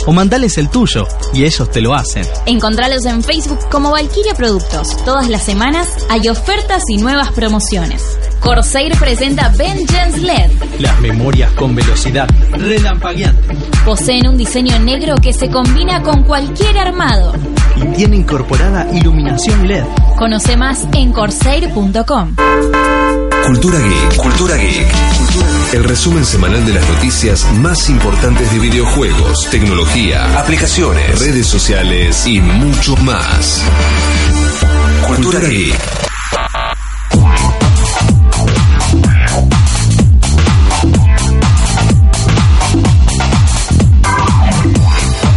H: o mandales el tuyo y ellos te lo hacen.
I: Encontralos en Facebook como Valkyria Productos. Todas las semanas hay ofertas y nuevas promociones. Corsair presenta Vengeance LED.
H: Las memorias con velocidad relampagueante
I: Poseen un diseño negro que se combina con cualquier armado.
H: y tiene incorporada iluminación LED.
I: Conoce más en corsair.com.
G: Cultura Geek. Cultura Geek. El resumen semanal de las noticias más importantes de videojuegos, tecnología, aplicaciones, redes sociales y mucho más. Cultura, Geek.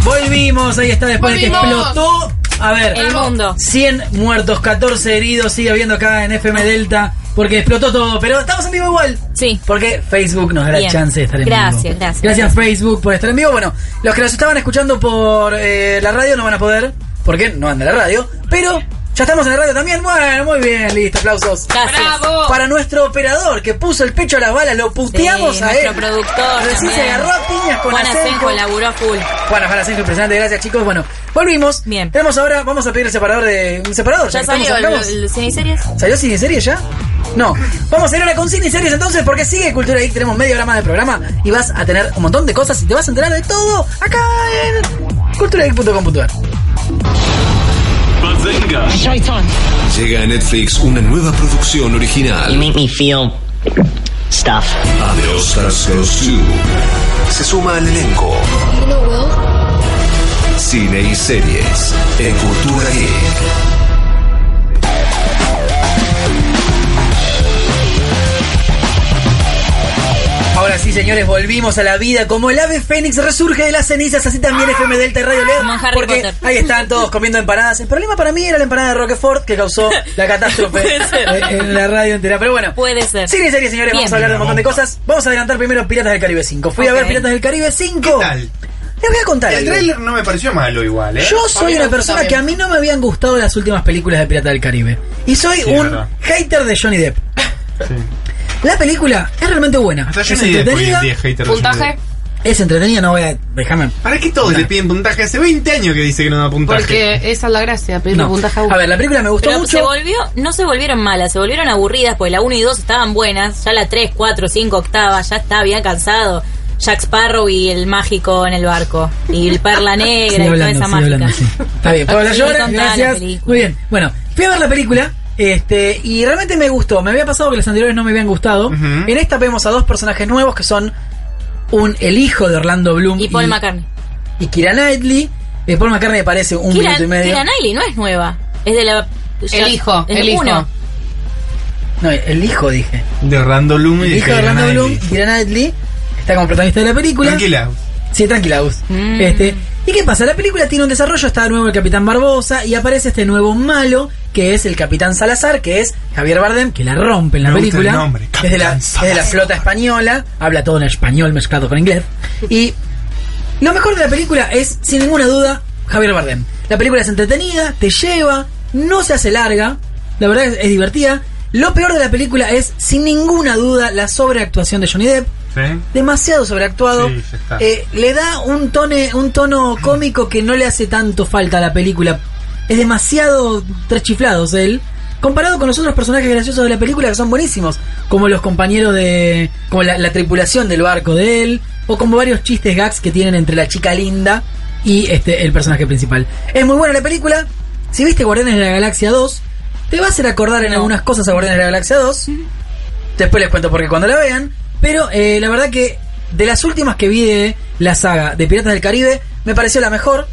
B: Volvimos, ahí está después de que
D: Volvimos.
B: explotó. A ver,
E: El mundo.
B: 100 muertos, 14 heridos, sigue habiendo acá en FM Delta porque explotó todo, pero estamos en vivo igual.
E: Sí.
B: Porque Facebook nos da la
E: Bien.
B: chance de estar en
E: Gracias,
B: vivo.
E: gracias.
B: Gracias Facebook por estar en vivo. Bueno, los que nos estaban escuchando por eh, la radio no van a poder, porque no anda la radio, pero ya estamos en la radio también. Bueno, muy bien, listo, aplausos.
E: Gracias.
D: Bravo.
B: Para nuestro operador que puso el pecho a las balas, lo puteamos
E: Sí,
B: a él.
E: nuestro productor.
B: Recién se
E: también.
B: agarró a piñas con
E: Juan
B: Asenjo.
E: Asenjo laburó a full.
B: Bueno, para siempre impresionante, gracias chicos. Bueno, volvimos.
E: Bien.
B: Tenemos ahora, vamos a pedir el separador de. Un separador, ya,
E: ¿Ya
B: que estamos
E: salió el,
B: arrancamos.
E: el Ciniseries?
B: ¿Salió cine serie ya? No. Vamos a ir ahora con cine y series entonces, porque sigue Cultura Geek. Tenemos media hora más de programa y vas a tener un montón de cosas y te vas a enterar de todo acá en culturageek.com.ar.
G: Llega a Netflix una nueva producción original.
L: me feel stuff.
G: Adiós Stars Goes To. Se suma al elenco. Cine y series en Cultura Geek.
B: Ahora sí, señores, volvimos a la vida. Como el ave fénix resurge de las cenizas, así también FM Delta y Radio LED.
E: Ah. Como en Harry
B: Porque
E: Potter.
B: ahí están todos comiendo empanadas. El problema para mí era la empanada de Roquefort que causó la catástrofe
E: Puede ser.
B: eh, en la radio entera. Pero bueno,
E: Puede ser.
B: Cine y series, señores,
E: Bien.
B: vamos a hablar de un montón de cosas. Vamos a adelantar primero Piratas del Caribe 5. Fui a
E: Ok.
B: ver Piratas del Caribe 5.
C: ¿Qué tal?
B: Les voy a contar
C: El
B: algo.
C: trailer no me pareció malo igual, ¿eh?
B: Yo soy
D: mí me
B: una
D: gusta
B: persona
D: también.
B: que a mí no me habían gustado las últimas películas de Pirata del Caribe. Y soy
C: Sí, es
B: un
C: verdad.
B: hater de Johnny Depp.
C: Sí.
B: La película es realmente buena.
C: Hasta yo
B: es
C: ni idea por
B: entretenida.
C: el día hater de Johnny
D: Puntaje.
C: Depp.
B: Es entretenida, no voy a. Déjame.
C: ¿Para qué todos le piden puntaje? Hace 20 años que dice que no da puntaje.
D: Porque esa es la gracia, pedirle
B: No.
D: puntaje a uno.
B: A ver, la película me gustó
E: Pero se
B: mucho.
E: volvió, no se volvieron malas, se volvieron aburridas, porque la 1 y 2 estaban buenas, ya la 3, 4, 5 octava, ya está bien cansado. Jack Sparrow y el mágico en el barco. Y el perla negra
B: Sigue
E: y
B: hablando,
E: toda esa
B: sigue hablando,
E: mágica.
B: sí. Está bien, puedo hablar yo ahora?
E: Son tan la
B: gracias.
E: película.
B: Muy bien, bueno, fui a ver la película. Este, y realmente me gustó. Me había pasado que las anteriores no me habían gustado.
C: Ujú.
B: En esta vemos a dos personajes nuevos que son un el hijo de Orlando Bloom
E: Y Paul McCartney.
B: y Kira Knightley. Eh, Paul McCartney me parece un
E: Kira,
B: minuto y medio.
E: Kira Knightley no es nueva. Es de la. ya-
D: hijo,
E: es
D: el
E: de
D: hijo.
E: uno.
B: No, el hijo dije.
C: De Orlando Bloom y
B: El hijo de
C: Keira
B: Orlando Bloom,
C: Knightley.
B: Kira Knightley, está como protagonista de la película.
C: Tranquila.
B: Sí, tranquila, Gus.
E: Mm.
B: Este, ¿Y qué pasa? La película tiene un desarrollo, está de nuevo el Capitán Barbosa y aparece este nuevo malo, que es el Capitán Salazar, que es Javier Bardem, que la rompe en la
C: Me gusta
B: película.
C: el nombre,
B: es, de la,
C: Capitán
B: es de la
C: Salazar.
B: flota española, habla todo en español mezclado con inglés. Y lo mejor de la película es, sin ninguna duda, Javier Bardem. La película es entretenida, te lleva, no se hace larga, la verdad es, es divertida. Lo peor de la película es, sin ninguna duda, la sobreactuación de Johnny Depp
C: ¿Sí?
B: demasiado sobreactuado.
C: Sí, ya está.
B: Eh, le da un, tone, un tono cómico que no le hace tanto falta a la película. Es demasiado tres chiflados él. Comparado con los otros personajes graciosos de la película que son buenísimos. Como los compañeros de... Como la, la tripulación del barco de él. O como varios chistes gags que tienen entre la chica linda y este, el personaje principal. Es muy buena la película. Si viste Guardianes de la Galaxia 2, te va a hacer acordar en algunas cosas a Guardianes de la Galaxia 2. Después les cuento porque cuando la vean. Pero eh, la verdad que de las últimas que vi de la saga de Piratas del Caribe, me pareció la mejor.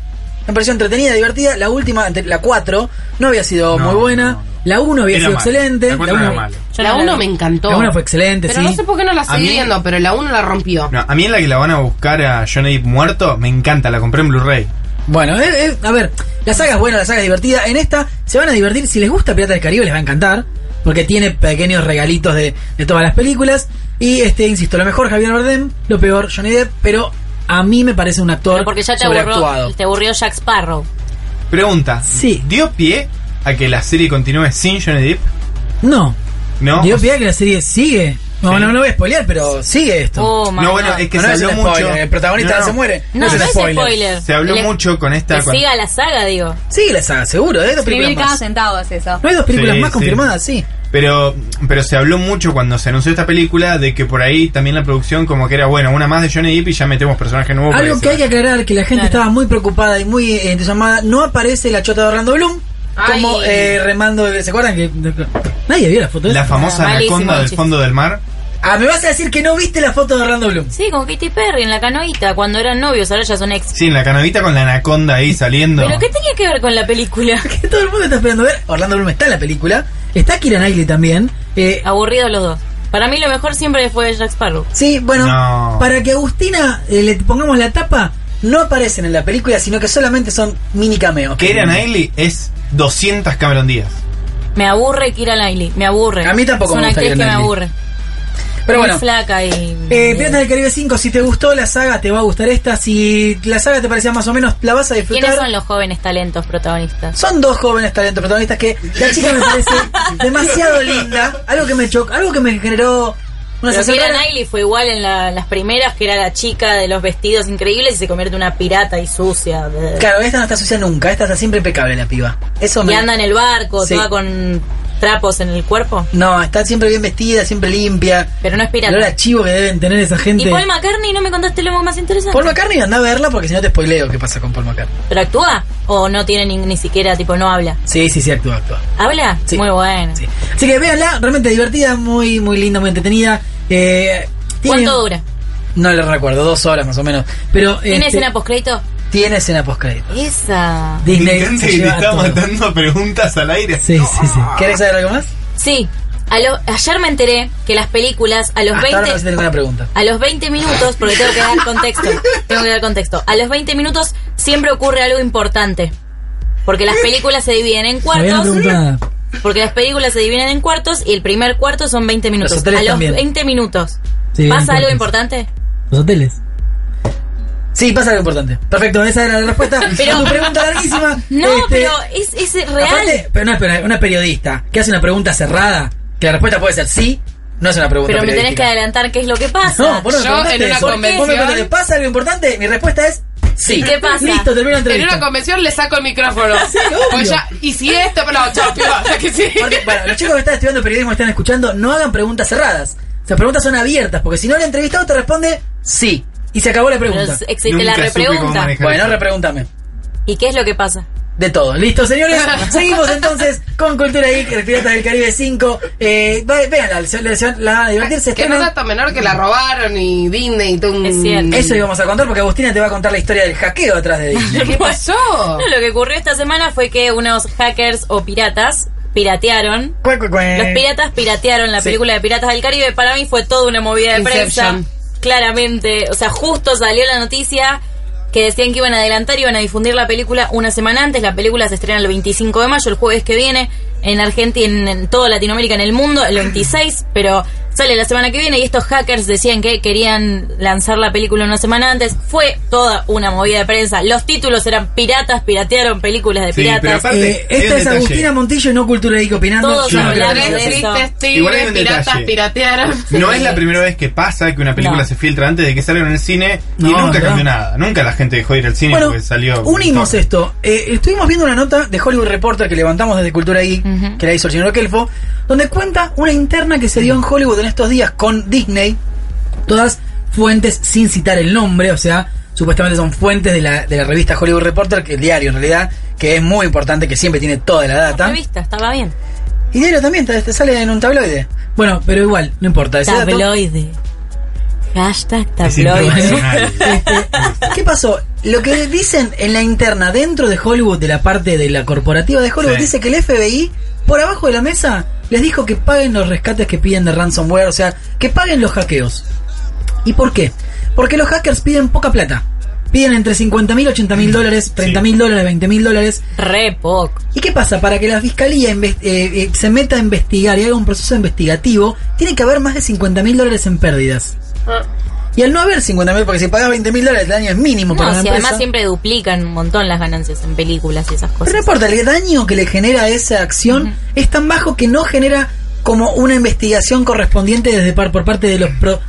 B: Me pareció entretenida, divertida. La última, ante- la 4, no había sido muy buena. La 1 había
D: Era
B: sido
D: mala.
B: excelente.
D: La cuatro
B: uno-
D: era mala. Yo la uno me encantó.
B: La 1 fue excelente,
D: Pero
B: sí.
D: no sé por qué no la
C: A
D: seguí
C: mí-
D: viendo, pero la 1 la rompió.
C: No, a mí en la que la van a buscar a Johnny Depp muerto, me encanta, la compré en Blu-ray.
B: Bueno, eh, eh, a ver, la saga es buena, la saga es divertida. En esta se van a divertir. Si les gusta Pirata del Caribe, les va a encantar. Porque tiene pequeños regalitos de, de todas las películas. Y, este, insisto, lo mejor Javier Bardem, lo peor Johnny Depp. Pero a mí me parece un actor
E: Porque ya te
B: sobreactuado.
E: aburrió, te aburrió Jack Sparrow.
C: Pregunta. ¿Dio pie a que la serie continúe sin Johnny Depp?
B: No.
C: No.
B: Digo, pida que la serie sigue. No,
C: Sí.
B: no, no voy a spoilear, pero sigue esto.
C: no, bueno, es que
B: No,
C: se
B: no es
C: habló
B: un
C: mucho.
B: spoiler, El protagonista
C: no.
B: se muere.
E: Oh, No, no es spoiler.
C: Se habló
E: Le-
C: mucho con esta.
E: Que
C: con-
E: siga la saga, digo.
B: Sigue la saga, seguro. Hay dos películas
F: Escribir cada
B: más.
F: centavo es eso.
B: No hay dos películas
C: Sí,
B: más
C: sí.
B: confirmadas, sí.
C: Pero, pero se habló mucho cuando se anunció esta película de que por ahí también la producción como que era, bueno, una más de Johnny Depp y ya metemos personaje nuevo.
B: Algo que hay que aclarar, que la gente estaba muy preocupada y muy eh, entusiasmada, no aparece la chota de Orlando Bloom como
C: Ay.
B: eh, remando, de- ¿se acuerdan? que de- de- Nadie vio la foto. de
C: La
B: esa?
C: famosa anaconda del fondo del mar.
B: Ah, me vas a decir que no viste la foto de Orlando Bloom.
E: Sí, con Katy Perry en la canoita, cuando eran novios, ahora ya son ex.
C: Sí, en la canavita con la anaconda ahí saliendo.
E: ¿Pero qué tenía que ver con la película?
B: Que todo el mundo está esperando ver. Orlando Bloom está en la película, está Kira Knightley también. eh,
E: Aburridos los dos. Para mí lo mejor siempre fue Jack Sparrow.
B: sí, bueno,
E: No.
B: para que Agustina eh, le pongamos la tapa, no aparecen en la película, sino que solamente son mini cameos.
C: Que era Niley es 200 Cameron Díaz.
E: Me aburre Kira Knightley, me aburre.
B: A mí tampoco
E: es
B: me
E: una
B: gusta
E: actriz
B: Keira
E: que me
B: Knightley.
E: aburre.
B: Pero
E: Muy
B: bueno.
E: flaca y...
B: Eh, Piratas del Caribe 5, si te gustó la saga, te va a gustar esta. Si la saga te parecía más o menos, la vas a disfrutar.
E: ¿Quiénes son los jóvenes talentos protagonistas?
B: Son dos jóvenes talentos protagonistas que la chica me parece demasiado linda. Algo que me chocó, algo que me generó una
E: Pero
B: sensación
E: Keira
B: rara.
E: Knightley fue igual en la- las primeras, que era la chica de los vestidos increíbles y se convierte en una pirata y sucia.
B: Claro, esta no está sucia nunca, esta está siempre impecable la piba. Eso
E: y
B: me...
E: anda en el barco,
B: Sí.
E: toda con trapos en el cuerpo.
B: No, está siempre bien vestida, siempre limpia.
E: Pero no es pirata.
B: El olor a chivo que deben tener esa gente.
E: Y Paul McCartney, no me contaste lo más interesante.
B: Paul McCartney anda a verla porque si no te spoileo qué pasa con Paul McCartney.
E: ¿Pero actúa? ¿O no tiene ni, ni siquiera, tipo, no habla?
B: Sí, sí, sí, actúa, actúa.
E: ¿Habla? Muy bueno.
B: Así que véanla, realmente divertida, muy, muy linda, muy entretenida. Eh, tiene-
E: ¿Cuánto dura?
B: No le recuerdo, dos horas más o menos. Pero,
E: ¿Tiene
B: este,
E: escena postcrédito?
B: Tiene escena postcrédito.
E: Esa.
B: Disney
C: Me encanta
B: se
C: que te
B: lleva
C: está
B: todo.
C: matando preguntas al aire.
B: Sí, sí, sí. ¿Querés saber algo más?
E: Sí. A lo- ayer me enteré que las películas a los
B: Hasta ahora no
E: 20...
B: hice ninguna pregunta.
E: A los 20 minutos, porque tengo que dar contexto, tengo que dar contexto. A los 20 minutos siempre ocurre algo importante. Porque las películas se dividen en
B: habían
E: cuartos.
B: preguntado.
E: Porque las películas se dividen en cuartos y el primer cuarto son 20 minutos.
B: Los hoteles
E: a los
B: también.
E: 20 minutos.
B: Sí,
E: ¿Pasa algo
B: cuartos.
E: importante?
B: ¿Los hoteles? Sí, pasa algo importante. Perfecto, esa era la respuesta.
E: Pero-
B: Pero tu pregunta larguísima.
E: No,
B: este,
E: pero es, es real.
B: aparte, pero no, pero una periodista que hace una pregunta cerrada, que la respuesta puede ser sí, no es una pregunta
E: pero me tenés que
B: periodística.
E: adelantar qué es lo que pasa.
B: No, vos no me preguntaste eso. Vos me preguntaste, ¿pasa algo importante? Mi respuesta es sí.
D: ¿Y qué pasa?
B: Listo, termino la
D: En
B: entrevista.
D: una convención le saco el micrófono.
B: Sí, obvio.
D: Pues ya, y si esto, pero no, chao, piba, o sea que sí.
B: Porque, bueno, los chicos que están estudiando periodismo y están escuchando, no hagan preguntas cerradas. O sea, preguntas son abiertas, porque si no el entrevistado te responde sí. Y se acabó la pregunta.
E: Pero existe Nunca la supe repregunta. cómo manejar
B: Bueno,
E: eso.
B: repregúntame.
E: ¿Y qué es lo que pasa?
B: De todo. Listo, señores. Seguimos entonces con Cultura Geek, Piratas del Caribe 5. Eh, va- véanla, se- la, se- la van a divertirse.
D: Que no
B: estrenan-
D: era tan menor que la robaron y Disney y todo un...
B: Eso íbamos a contar porque Agustina te va a contar la historia del hackeo atrás de Disney.
D: ¿Qué pasó?
B: Ah.
E: No, lo que ocurrió esta semana fue que unos hackers o piratas piratearon.
B: Cuac, cuac, cuac.
C: Eh,
E: Los piratas piratearon la
B: Sí.
E: película de Piratas del Caribe. Para mí fue toda una movida de
D: Inception.
E: prensa. Claramente, o sea, justo salió la noticia que decían que iban a adelantar y iban a difundir la película una semana antes. La película se estrena el 25 de mayo, el jueves que viene, en Argentina, en, en toda Latinoamérica, en el mundo, el 26, pero sale la semana que viene y estos hackers decían que querían lanzar la película una semana antes. Fue toda una movida de prensa. Los títulos eran piratas, piratearon películas de
C: Sí,
E: piratas.
C: pero aparte,
B: Eh, esta es Agustina Montillo y no Cultura Geek opinando.
E: Todos
B: Yo no
E: hablan
B: creo que
E: de
B: sea así.
E: eso.
D: Tristes tigres,
C: Igual hay un
D: piratas
C: detalle.
D: piratearon.
C: No es la primera vez que pasa que una película
B: No.
C: se filtra antes de que salga en el cine y
B: No,
C: nunca
B: no.
C: cambió nada. Nunca la gente dejó de ir al cine
B: Bueno,
C: porque salió.
B: Unimos esto. Eh, estuvimos viendo una nota de Hollywood Reporter que levantamos desde Cultura Geek, que la hizo el señor Kelfo, donde cuenta una interna que se dio en Hollywood en estos días con Disney. Todas fuentes sin citar el nombre, o sea, supuestamente son fuentes de la, de la revista Hollywood Reporter, que el diario en realidad, que es muy importante, que siempre tiene toda la data.
E: Revista, estaba bien.
B: Y diario también, te, te sale en un tabloide. Bueno, pero igual, no importa. ese dato-
E: Tabloide. Hashtag tabloide.
B: ¿Qué pasó? Lo que dicen en la interna dentro de Hollywood, de la parte de la corporativa de Hollywood,
C: Sí.
B: dice que el FBI, por abajo de la mesa, les dijo que paguen los rescates que piden de ransomware, o sea, que paguen los hackeos. ¿Y por qué? Porque los hackers piden poca plata. Piden entre 50 mil, 80 mil dólares, 30 mil dólares, 20 mil dólares.
E: Re poco.
B: ¿Y qué pasa? Para que la fiscalía inves- eh, eh, se meta a investigar y haga un proceso investigativo, tiene que haber más de 50 mil dólares en pérdidas.
E: Ah.
B: Y al no haber 50 mil, porque si pagas 20 mil dólares el daño es mínimo para
E: No,
B: una
E: si
B: empresa.
E: además siempre duplican un montón las ganancias en películas y esas
B: Pero
E: cosas.
B: no importa, el daño que le genera esa acción es tan bajo que no genera como una investigación correspondiente desde par, por parte de los pro,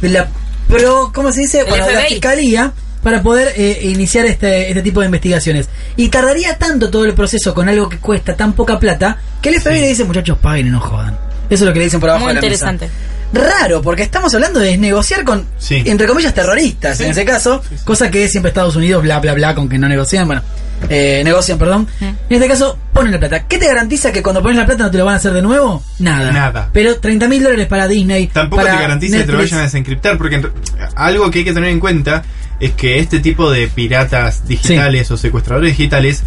B: de la pro, ¿cómo se dice?
E: El
B: Bueno, de la
E: FBI.
B: fiscalía para poder eh, iniciar este, este tipo de investigaciones. Y tardaría tanto todo el proceso con algo que cuesta tan poca plata que el FBI le dice, muchachos, paguen y no jodan. Eso es lo que le dicen por abajo de
E: Muy
B: la mesa.
E: interesante.
B: Raro, porque estamos hablando de negociar con,
C: Sí.
B: entre comillas, terroristas,
C: Sí.
B: en ese caso, cosa que siempre Estados Unidos, bla, bla, bla, con que no negocian, bueno, eh, negocian, perdón. En este caso, ponen la plata. ¿Qué te garantiza que cuando pones la plata no te lo van a hacer de nuevo? Nada.
C: Nada.
B: Pero 30 mil dólares para Disney.
C: Tampoco
B: para
C: te garantiza que te lo
B: Netflix.
C: vayan a desencriptar, porque en re- algo que hay que tener en cuenta es que este tipo de piratas digitales o secuestradores digitales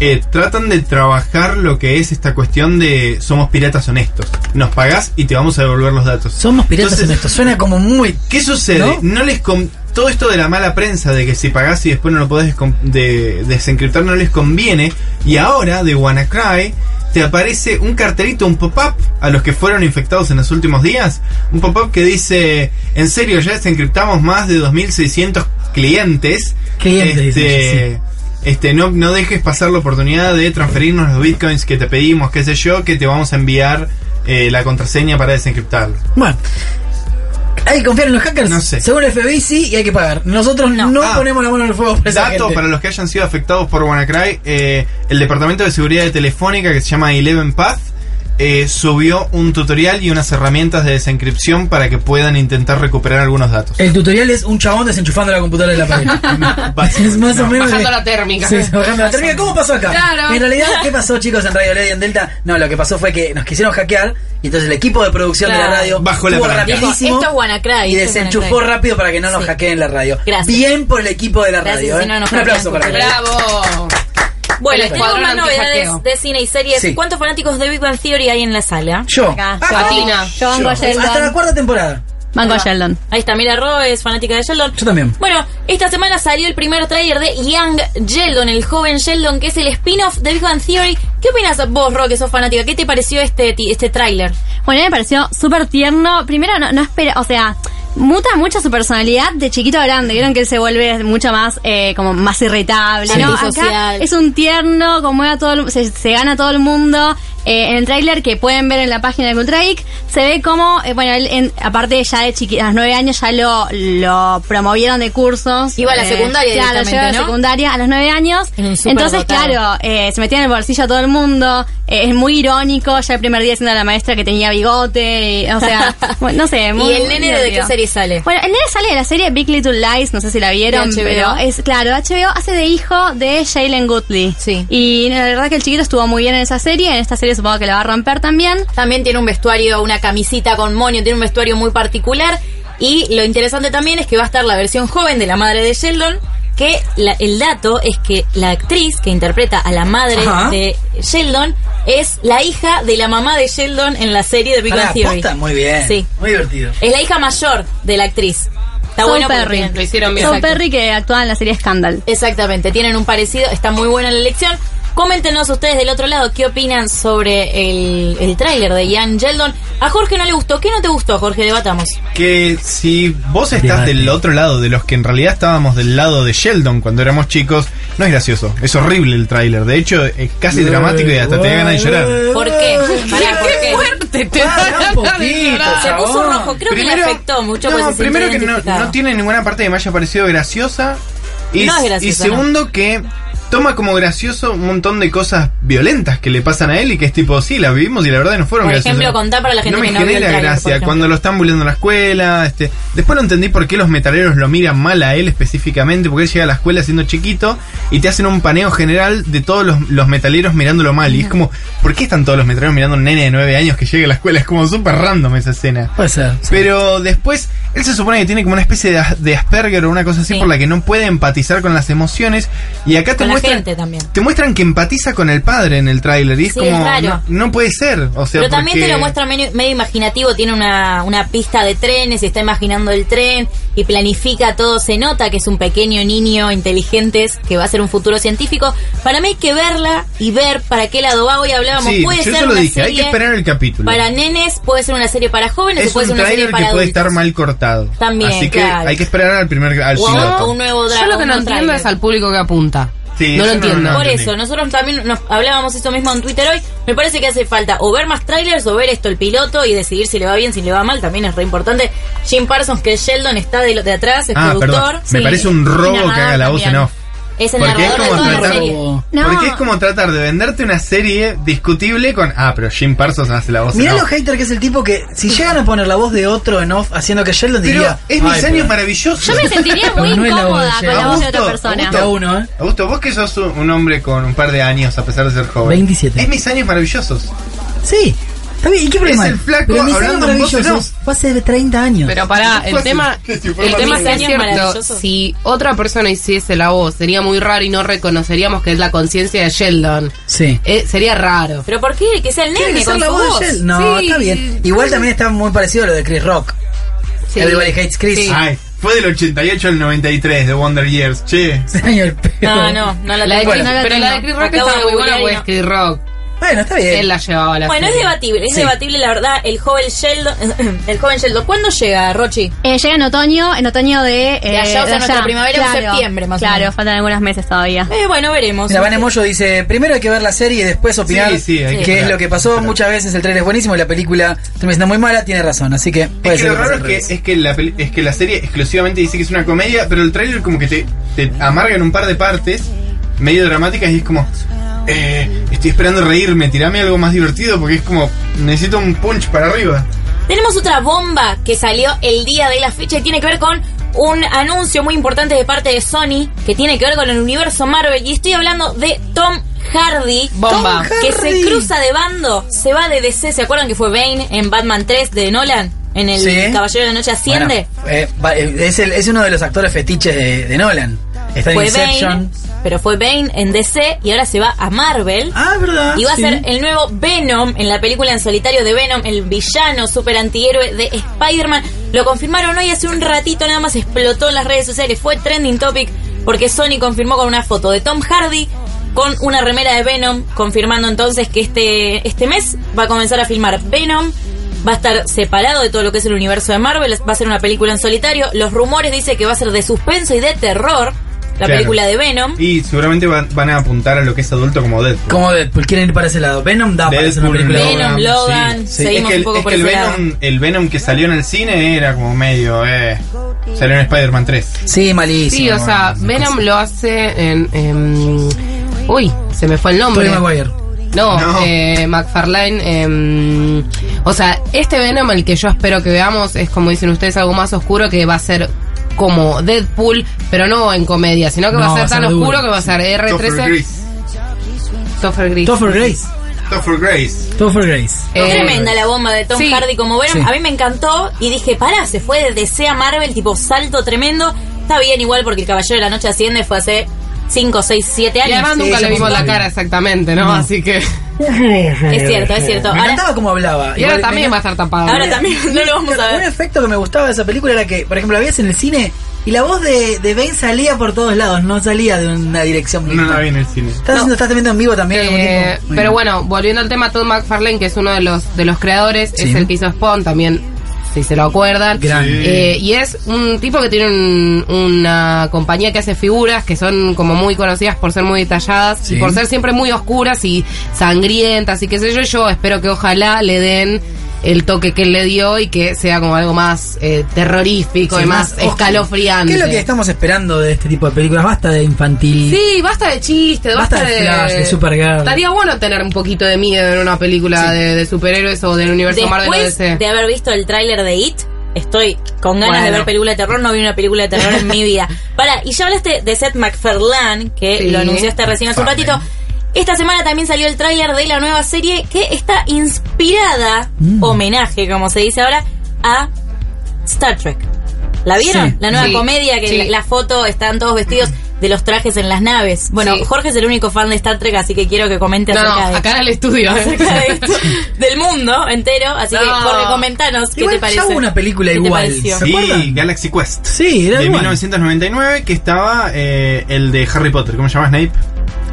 C: eh, tratan de trabajar lo que es esta cuestión de somos piratas honestos. Nos pagás y te vamos a devolver los datos.
B: Somos piratas honestos. Suena como muy.
C: ¿Qué sucede?
B: ¿No?
C: ¿No? les con- todo esto de la mala prensa de que si pagás y después no lo podés descom- de- desencriptar no les conviene y ahora de WannaCry te aparece un cartelito, un pop-up a los que fueron infectados en los últimos días, un pop-up que dice, en serio, ya desencriptamos más de 2600 clientes.
B: Clientes, dice,
C: Este, este, no, no dejes pasar la oportunidad de transferirnos los bitcoins que te pedimos, qué sé yo, que te vamos a enviar eh, la contraseña para desencriptarlo.
B: Bueno. ¿Hay que confiar en los hackers?
C: No sé.
B: Según el FBI sí y hay que pagar. Nosotros no,
C: Ah.
B: ponemos la mano en el fuego por esa
C: Dato
B: gente.
C: para los que hayan sido afectados por WannaCry, eh, el departamento de seguridad de Telefónica que se llama Eleven Path eh, subió un tutorial y unas herramientas de desencripción para que puedan intentar recuperar algunos datos.
B: El tutorial es un chabón desenchufando la computadora de la pared. es más o menos.
D: Bajando
B: de-
D: la térmica.
B: Sí, bajando la térmica. ¿Cómo pasó acá?
D: Claro.
B: En realidad, ¿qué pasó, chicos, en Radio Lady en Delta? No, lo que pasó fue que nos quisieron hackear y entonces el equipo de producción de
E: Claro.
B: la radio
C: Bajó la
B: estuvo
C: palanca.
E: Dijo,
B: rapidísimo
E: esto es WannaCry,
B: y
E: esto es
B: desenchufó
E: WannaCry.
B: rápiden para que no nos
E: Sí.
B: hackeen la radio.
E: Gracias.
B: Bien por el equipo de la
E: Gracias,
B: radio.
E: si
B: ¿eh?
E: no nos
B: Un aplauso
E: hackean
B: para
E: completo.
B: ellos.
D: ¡Bravo!
E: Bueno,
D: El
E: tenemos
D: escuadrón
E: más
D: antihackeo.
E: novedades de cine y series.
B: Sí.
E: ¿Cuántos fanáticos de Big Bang Theory hay en la sala?
B: Yo.
F: Acá,
B: Ah,
D: Patina.
F: Yo banco a Sheldon.
B: Hasta la cuarta temporada.
F: Banco a Sheldon.
E: Ahí está, mira, Ro es fanática de Sheldon.
B: Yo también.
E: Bueno, esta semana salió el primer tráiler de Young Sheldon, el joven Sheldon, que es el spin-off de Big Bang Theory. ¿Qué opinas vos, Ro, que sos fanática? ¿Qué te pareció este, ti- este tráiler?
F: Bueno, a mí me pareció súper tierno. Primero, no, no espera, o sea, muta mucho su personalidad de chiquito a grande. Vieron que él se vuelve mucho más, eh, como más irritable,
E: Sí.
F: ¿no? Acá
E: Antisocial.
F: es un tierno, conmueve a todo el- se, se gana a todo el mundo. Eh, en el tráiler que pueden ver en la página de Cultraic, se ve como, eh, bueno, él, en- aparte ya de chiqui, a los nueve años ya lo, lo promovieron de cursos.
E: Iba a la
F: Eh,
E: secundaria
F: Claro,
E: directamente,
F: llegó a la
E: ¿no?
F: secundaria a los nueve años.
E: Es un
F: Entonces,
E: superdotado.
F: claro, eh, se metía en el bolsillo a todo el mundo, eh, es muy irónico, ya el primer día siendo la maestra que tenía bigote, y, o sea, bueno, no sé, muy
E: ¿Y el nene de qué
F: divertido.
E: serie sale?
F: Bueno, el nene sale de la serie Big Little Lies, no sé si la vieron,
E: De HBO.
F: pero es claro, HBO hace de hijo de Jalen Goodley.
E: Sí.
F: Y la verdad que el chiquito estuvo muy bien en esa serie, en esta serie supongo que la va a romper también.
E: También tiene un vestuario, una camisita con moño, tiene un vestuario muy particular. Y lo interesante también es que va a estar la versión joven de la madre de Sheldon. Que la- el dato es que la actriz que interpreta a la madre
B: Ajá.
E: de Sheldon es la hija de la mamá de Sheldon en la serie de Big
B: Pará,
E: Bang Theory.
B: posta, muy bien.
E: Sí.
B: Muy divertido.
E: Es la hija mayor de la actriz. Está
F: Son
E: bueno porque
F: Perry.
E: tienen-
D: Lo hicieron bien.
F: Son
E: Exacto.
F: Perry que actúa en la serie Scandal.
E: Exactamente, tienen un parecido, está muy buena la elección. Coméntenos ustedes del otro lado qué opinan sobre el, el tráiler de Ian Sheldon. A Jorge no le gustó. ¿Qué no te gustó, Jorge? Debatamos.
C: Que si vos estás
B: Debate.
C: del otro lado, de los que en realidad estábamos del lado de Sheldon cuando éramos chicos, no es gracioso. Es horrible el tráiler. De hecho, es casi dramático y hasta te da ganas de llorar.
E: ¿Por qué? Pará, ¿por qué?
D: fuerte! Te
B: Pará
D: van a
B: un poquito,
D: llorar.
E: Se puso
B: chabón.
E: rojo, creo que le afectó mucho.
C: no,
E: pues, se sintió
C: primero que no,
E: identificado.
C: no tiene ninguna parte que me haya parecido graciosa. Y,
E: No es
C: y
E: graciosa,
C: segundo que toma como gracioso un montón de cosas violentas que le pasan a él y que es tipo, sí, las vivimos y la verdad no fueron
E: Por
C: graciosas.
E: ejemplo, contá para la gente
C: no
E: que
C: me
E: no vio el
C: genera
E: tráiler, por
C: gracia
E: ejemplo.
C: cuando lo están bulleando en la escuela. Este, después no entendí por qué los metaleros lo miran mal a él específicamente, porque él llega a la escuela siendo chiquito y te hacen un paneo general de todos los, los metaleros mirándolo mal. Y es como, ¿por qué están todos los metaleros mirando a un nene de 9 años que llega a la escuela? Es como súper random esa escena.
B: Puede ser.
C: Pero después, él se supone que tiene como una especie de, de Asperger o una cosa así por la que no puede empatizar con las emociones. Y acá te
E: Con la
C: muestran,
E: gente también.
C: te muestran que empatiza con el padre en el tráiler. Y es
E: Sí,
C: como,
E: es raro.
C: no, no puede ser. O sea,
E: Pero también
C: porque-
E: te lo muestra medio, medio imaginativo, tiene una, una pista de trenes, y está imaginando el tren y planifica todo, se nota que es un pequeño niño inteligente que va a ser un futuro científico. Para mí hay que verla y ver para qué lado va, hoy hablábamos,
C: Sí,
E: puede
C: yo
E: ser
C: eso lo
E: una
C: dije, hay que
E: serie
C: esperar el capítulo.
E: para nenes, puede ser una serie para jóvenes, o
C: es
E: puede
C: un
E: ser una serie
C: tráiler que
E: para
C: puede
E: adultos.
C: estar mal cortado.
E: También,
C: Así que
E: claro.
C: hay que esperar al primer al
E: O
C: piloto.
E: un nuevo
D: Yo lo que no
E: un
D: entiendo
E: tráiler.
D: es al público que apunta.
C: Sí,
D: no lo
C: eso no,
D: entiendo.
C: no, no
E: Por
C: entendí.
E: eso, nosotros también nos hablábamos esto mismo en Twitter hoy. Me parece que hace falta o ver más trailers o ver esto el piloto y decidir si le va bien, si le va mal. También es re importante. Jim Parsons, que es Sheldon, está de, lo- de atrás, es
C: Ah,
E: productor.
C: perdón. Me parece un robo que haga la voz en off.
E: Es el
C: Porque es,
E: narrador de
C: como
E: toda la
C: tratar,
E: serie.
C: porque es como tratar de venderte una serie discutible con. Ah, pero Jim Parsons hace la voz.
B: Mirá
C: en
B: lo
C: off.
B: hater que es el tipo que si llegan a poner la voz de otro en off haciendo que Sheldon
C: Pero
B: diría.
C: es mis años maravillosos.
F: Yo me sentiría muy
B: Pero no es la voz de
F: incómoda con la voz de otra
C: Augusto,
F: persona.
C: Augusto,
B: ¿eh?
C: Augusto, vos que sos un un hombre con un par de años, a pesar de ser joven.
B: 27.
C: Es mis años maravillosos.
B: Sí. Está bien, ¿y qué problema?
C: Es
B: hay?
C: el flaco
B: Pero mis años
C: hablando en voz en
B: maravillosos fue hace 30 años.
D: Pero pará, el tema, el tema es que es
E: años
D: cierto,
E: maravillosos.
D: si otra persona hiciese la voz, sería muy raro y no reconoceríamos que es la conciencia de Sheldon.
B: Sí.
D: Eh, sería raro.
E: Pero ¿por qué? Que sea el
B: Tiene
E: nene
B: que
E: con
B: ser la
E: su
B: voz,
E: voz.
B: de Sheldon. No,
E: Sí.
B: está bien. Igual también está muy parecido a lo de Chris Rock.
D: Sí.
B: Everybody hates Chris. Ah.
D: Sí.
C: Ay, fue del 88 al 93 de Wonder Years. Che.
B: Año el pedo.
E: No, no, no la
D: La de
E: tengo.
D: Chris- pero la de Chris Rock
E: Acabo
D: estaba
E: de
D: muy buena
E: googlear y
D: porque
E: no.
D: es Chris Rock.
B: Bueno, está
D: Él
B: bien.
D: la llevaba a la
E: Bueno, es
D: serie.
E: debatible, es
B: Sí.
E: debatible la verdad. El joven Sheldon, el joven Sheldon, ¿cuándo llega, Rochi?
F: Eh, llega en otoño, en otoño de... eh,
E: De allá, o sea, nuestra primavera, en septiembre, más o
F: Claro,
E: menos.
F: faltan algunos meses todavía.
E: Eh, bueno, veremos.
B: Mira, Van Moyo dice, primero hay que ver la serie y después opinar
C: Sí, sí, hay
B: qué
C: que
B: es
C: esperar,
B: lo que pasó.
C: esperar.
B: Muchas veces el trailer es buenísimo y la película termina siendo muy mala, tiene razón. Así que puede
C: Es
B: ser
C: que lo
B: que
C: raro
B: pase
C: es
B: al
C: que,
B: revés.
C: es, que la peli- es que la serie exclusivamente dice que es una comedia, pero el tráiler como que te, te amarga en un par de partes, medio dramáticas, y es como, eh, estoy esperando reírme, tirame algo más divertido, porque es como, necesito un punch para arriba.
E: Tenemos otra bomba que salió el día de la fecha y tiene que ver con un anuncio muy importante de parte de Sony que tiene que ver con el universo Marvel. Y estoy hablando de Tom Hardy.
D: Bomba.
B: Tom
E: Que
B: Hardy.
E: se cruza de bando, se va de DC. ¿Se acuerdan que fue Bane en Batman 3 de Nolan? En el
B: Sí.
E: Caballero de la Noche Asciende.
B: Bueno, eh, va- eh, es, el- es uno de los actores fetiches de, de Nolan. Está en
E: fue Bane,
B: Inception.
E: pero fue Bane en DC y ahora se va a Marvel.
B: Ah, ¿verdad?
E: Y va a
B: Sí.
E: ser el nuevo Venom en la película en solitario de Venom, el villano super antihéroe de Spider-Man. Lo confirmaron hoy hace un ratito, nada más explotó en las redes sociales. Fue trending topic porque Sony confirmó con una foto de Tom Hardy con una remera de Venom, confirmando entonces que este, este mes va a comenzar a filmar Venom. Va a estar separado de todo lo que es el universo de Marvel, va a ser una película en solitario. Los rumores dicen que va a ser de suspenso y de terror, la
C: Claro.
E: película de Venom.
C: Y seguramente van, van a apuntar a lo que es adulto como Deadpool.
B: Como Deadpool, quieren ir para ese lado. Venom da para hacer una
C: Deadpool,
B: película. de
E: Venom,
B: Venom.
E: Logan,
C: Sí,
E: seguimos
C: es que, el,
E: un poco
C: es
E: por
C: que el
E: ese lado.
C: Venom, el Venom que salió en el cine era como medio, eh, salió en Spider-Man 3.
B: Sí, malísimo.
D: Sí, o sea, Venom lo hace en... em, uy, se me fue el nombre.
B: Tobey Maguire.
D: No,
C: No.
D: eh, McFarlane. em, o sea, este Venom, el que yo espero que veamos, es como dicen ustedes, algo más oscuro que va a ser como Deadpool, pero no en comedia, sino que va
B: No,
D: a ser tan
B: duro.
D: oscuro que va a ser
C: Topher
D: R13.
C: Grace.
D: Topher Gris.
B: Topher Grace.
C: Topher Grace.
B: Topher Grace.
D: Eh,
E: Tremenda la bomba de Tom
D: Sí.
E: Hardy como Venom.
B: Sí.
E: A mí me encantó y dije, pará, se fue de DC a Marvel, tipo salto tremendo. Está bien igual porque el Caballero de la Noche Asciende fue hace 5, 6, 7
D: Y además
E: años.
D: nunca
B: Sí,
D: le
B: yo
D: vimos la
B: también.
D: cara exactamente, ¿no? Así que.
E: Es cierto, es cierto.
B: Me
E: Ahora,
B: encantaba cómo hablaba.
D: Y ahora
B: Igual,
D: también
B: me
D: va a estar tapado.
E: ahora también no lo vamos a
B: Un
E: ver.
B: efecto que me gustaba de esa película era que, por ejemplo, la veías en el cine y la voz de, de Bane salía por todos lados, no salía de una dirección.
C: No la
B: fija.
C: vi en el cine.
B: Estás, haciendo- estás viendo en vivo también. al mismo
D: Eh,
B: tiempo. Muy
D: pero
B: bien.
D: bueno, volviendo al tema, Todd McFarlane, que es uno de los, de los creadores,
B: Sí.
D: es el que hizo Spawn también, si se lo acuerdan.
B: Gran.
D: Eh, y es un tipo que tiene un- una compañía que hace figuras que son como muy conocidas por ser muy detalladas
B: Sí.
D: y por ser siempre muy oscuras y sangrientas y qué sé yo. Yo espero que ojalá le den el toque que él le dio y que sea como algo más eh, terrorífico
B: Sí,
D: y más,
B: oscuro.
D: escalofriante.
B: ¿Qué es lo que estamos esperando de este tipo de películas? Basta de infantil.
D: Sí, basta de chistes, basta,
B: Basta de Flash, de Supergirl.
D: Estaría bueno tener un poquito de miedo en una película de, de superhéroes o del universo Marvel o
E: Después
D: DC.
E: de haber visto el tráiler de It, estoy con ganas de
D: Bueno.
E: ver película de terror. No vi una película de terror en mi vida. Para, y ya hablaste de Seth MacFarlane, que
D: Sí.
E: lo anunciaste recién hace un
D: MacFarlane.
E: ratito. Esta semana también salió el tráiler de la nueva serie que está inspirada,
D: Mm.
E: homenaje, como se dice ahora, a Star Trek. ¿La vieron?
D: Sí.
E: La nueva
D: Sí.
E: comedia que
D: Sí.
E: la, la foto están todos vestidos de los trajes en las naves. Bueno,
D: Sí.
E: Jorge es el único fan de Star Trek, así que quiero que comente
D: No,
E: acerca de
D: acá en el estudio. ¿eh?
E: Acerca de esto. del mundo entero. Así que,
D: No.
E: Jorge, comentanos qué
B: Igual
E: te parece.
B: ya hubo una película
E: ¿Qué te
B: igual.
E: pareció?
B: ¿Se
C: Sí,
B: acuerdan?
C: Galaxy Quest.
B: Sí, era
C: De
B: igual.
C: 1999 que estaba eh, el de Harry Potter. ¿Cómo se llama Snape?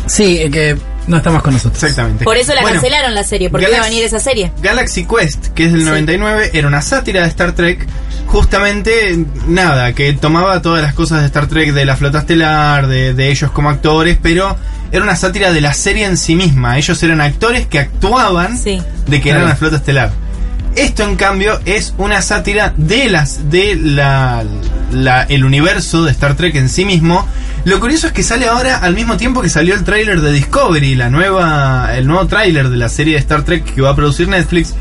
B: Sí, eh, que no está más con nosotros.
C: Exactamente.
E: Por eso la
C: Bueno,
E: cancelaron la serie, porque iba a
C: Galaxy-
E: venir esa serie.
C: Galaxy Quest, que es del 99, era una sátira de Star Trek. Justamente, nada, que tomaba todas las cosas de Star Trek, de la flota estelar, de, de ellos como actores, pero era una sátira de la serie en sí misma. Ellos eran actores que actuaban
E: Sí.
C: de que
B: Claro.
C: eran la flota estelar. Esto, en cambio, es una sátira de las de la, la- el universo de Star Trek en sí mismo. Lo curioso es que sale ahora al mismo tiempo que salió el tráiler de Discovery, la nueva, el nuevo tráiler de la serie de Star Trek que va a producir Netflix.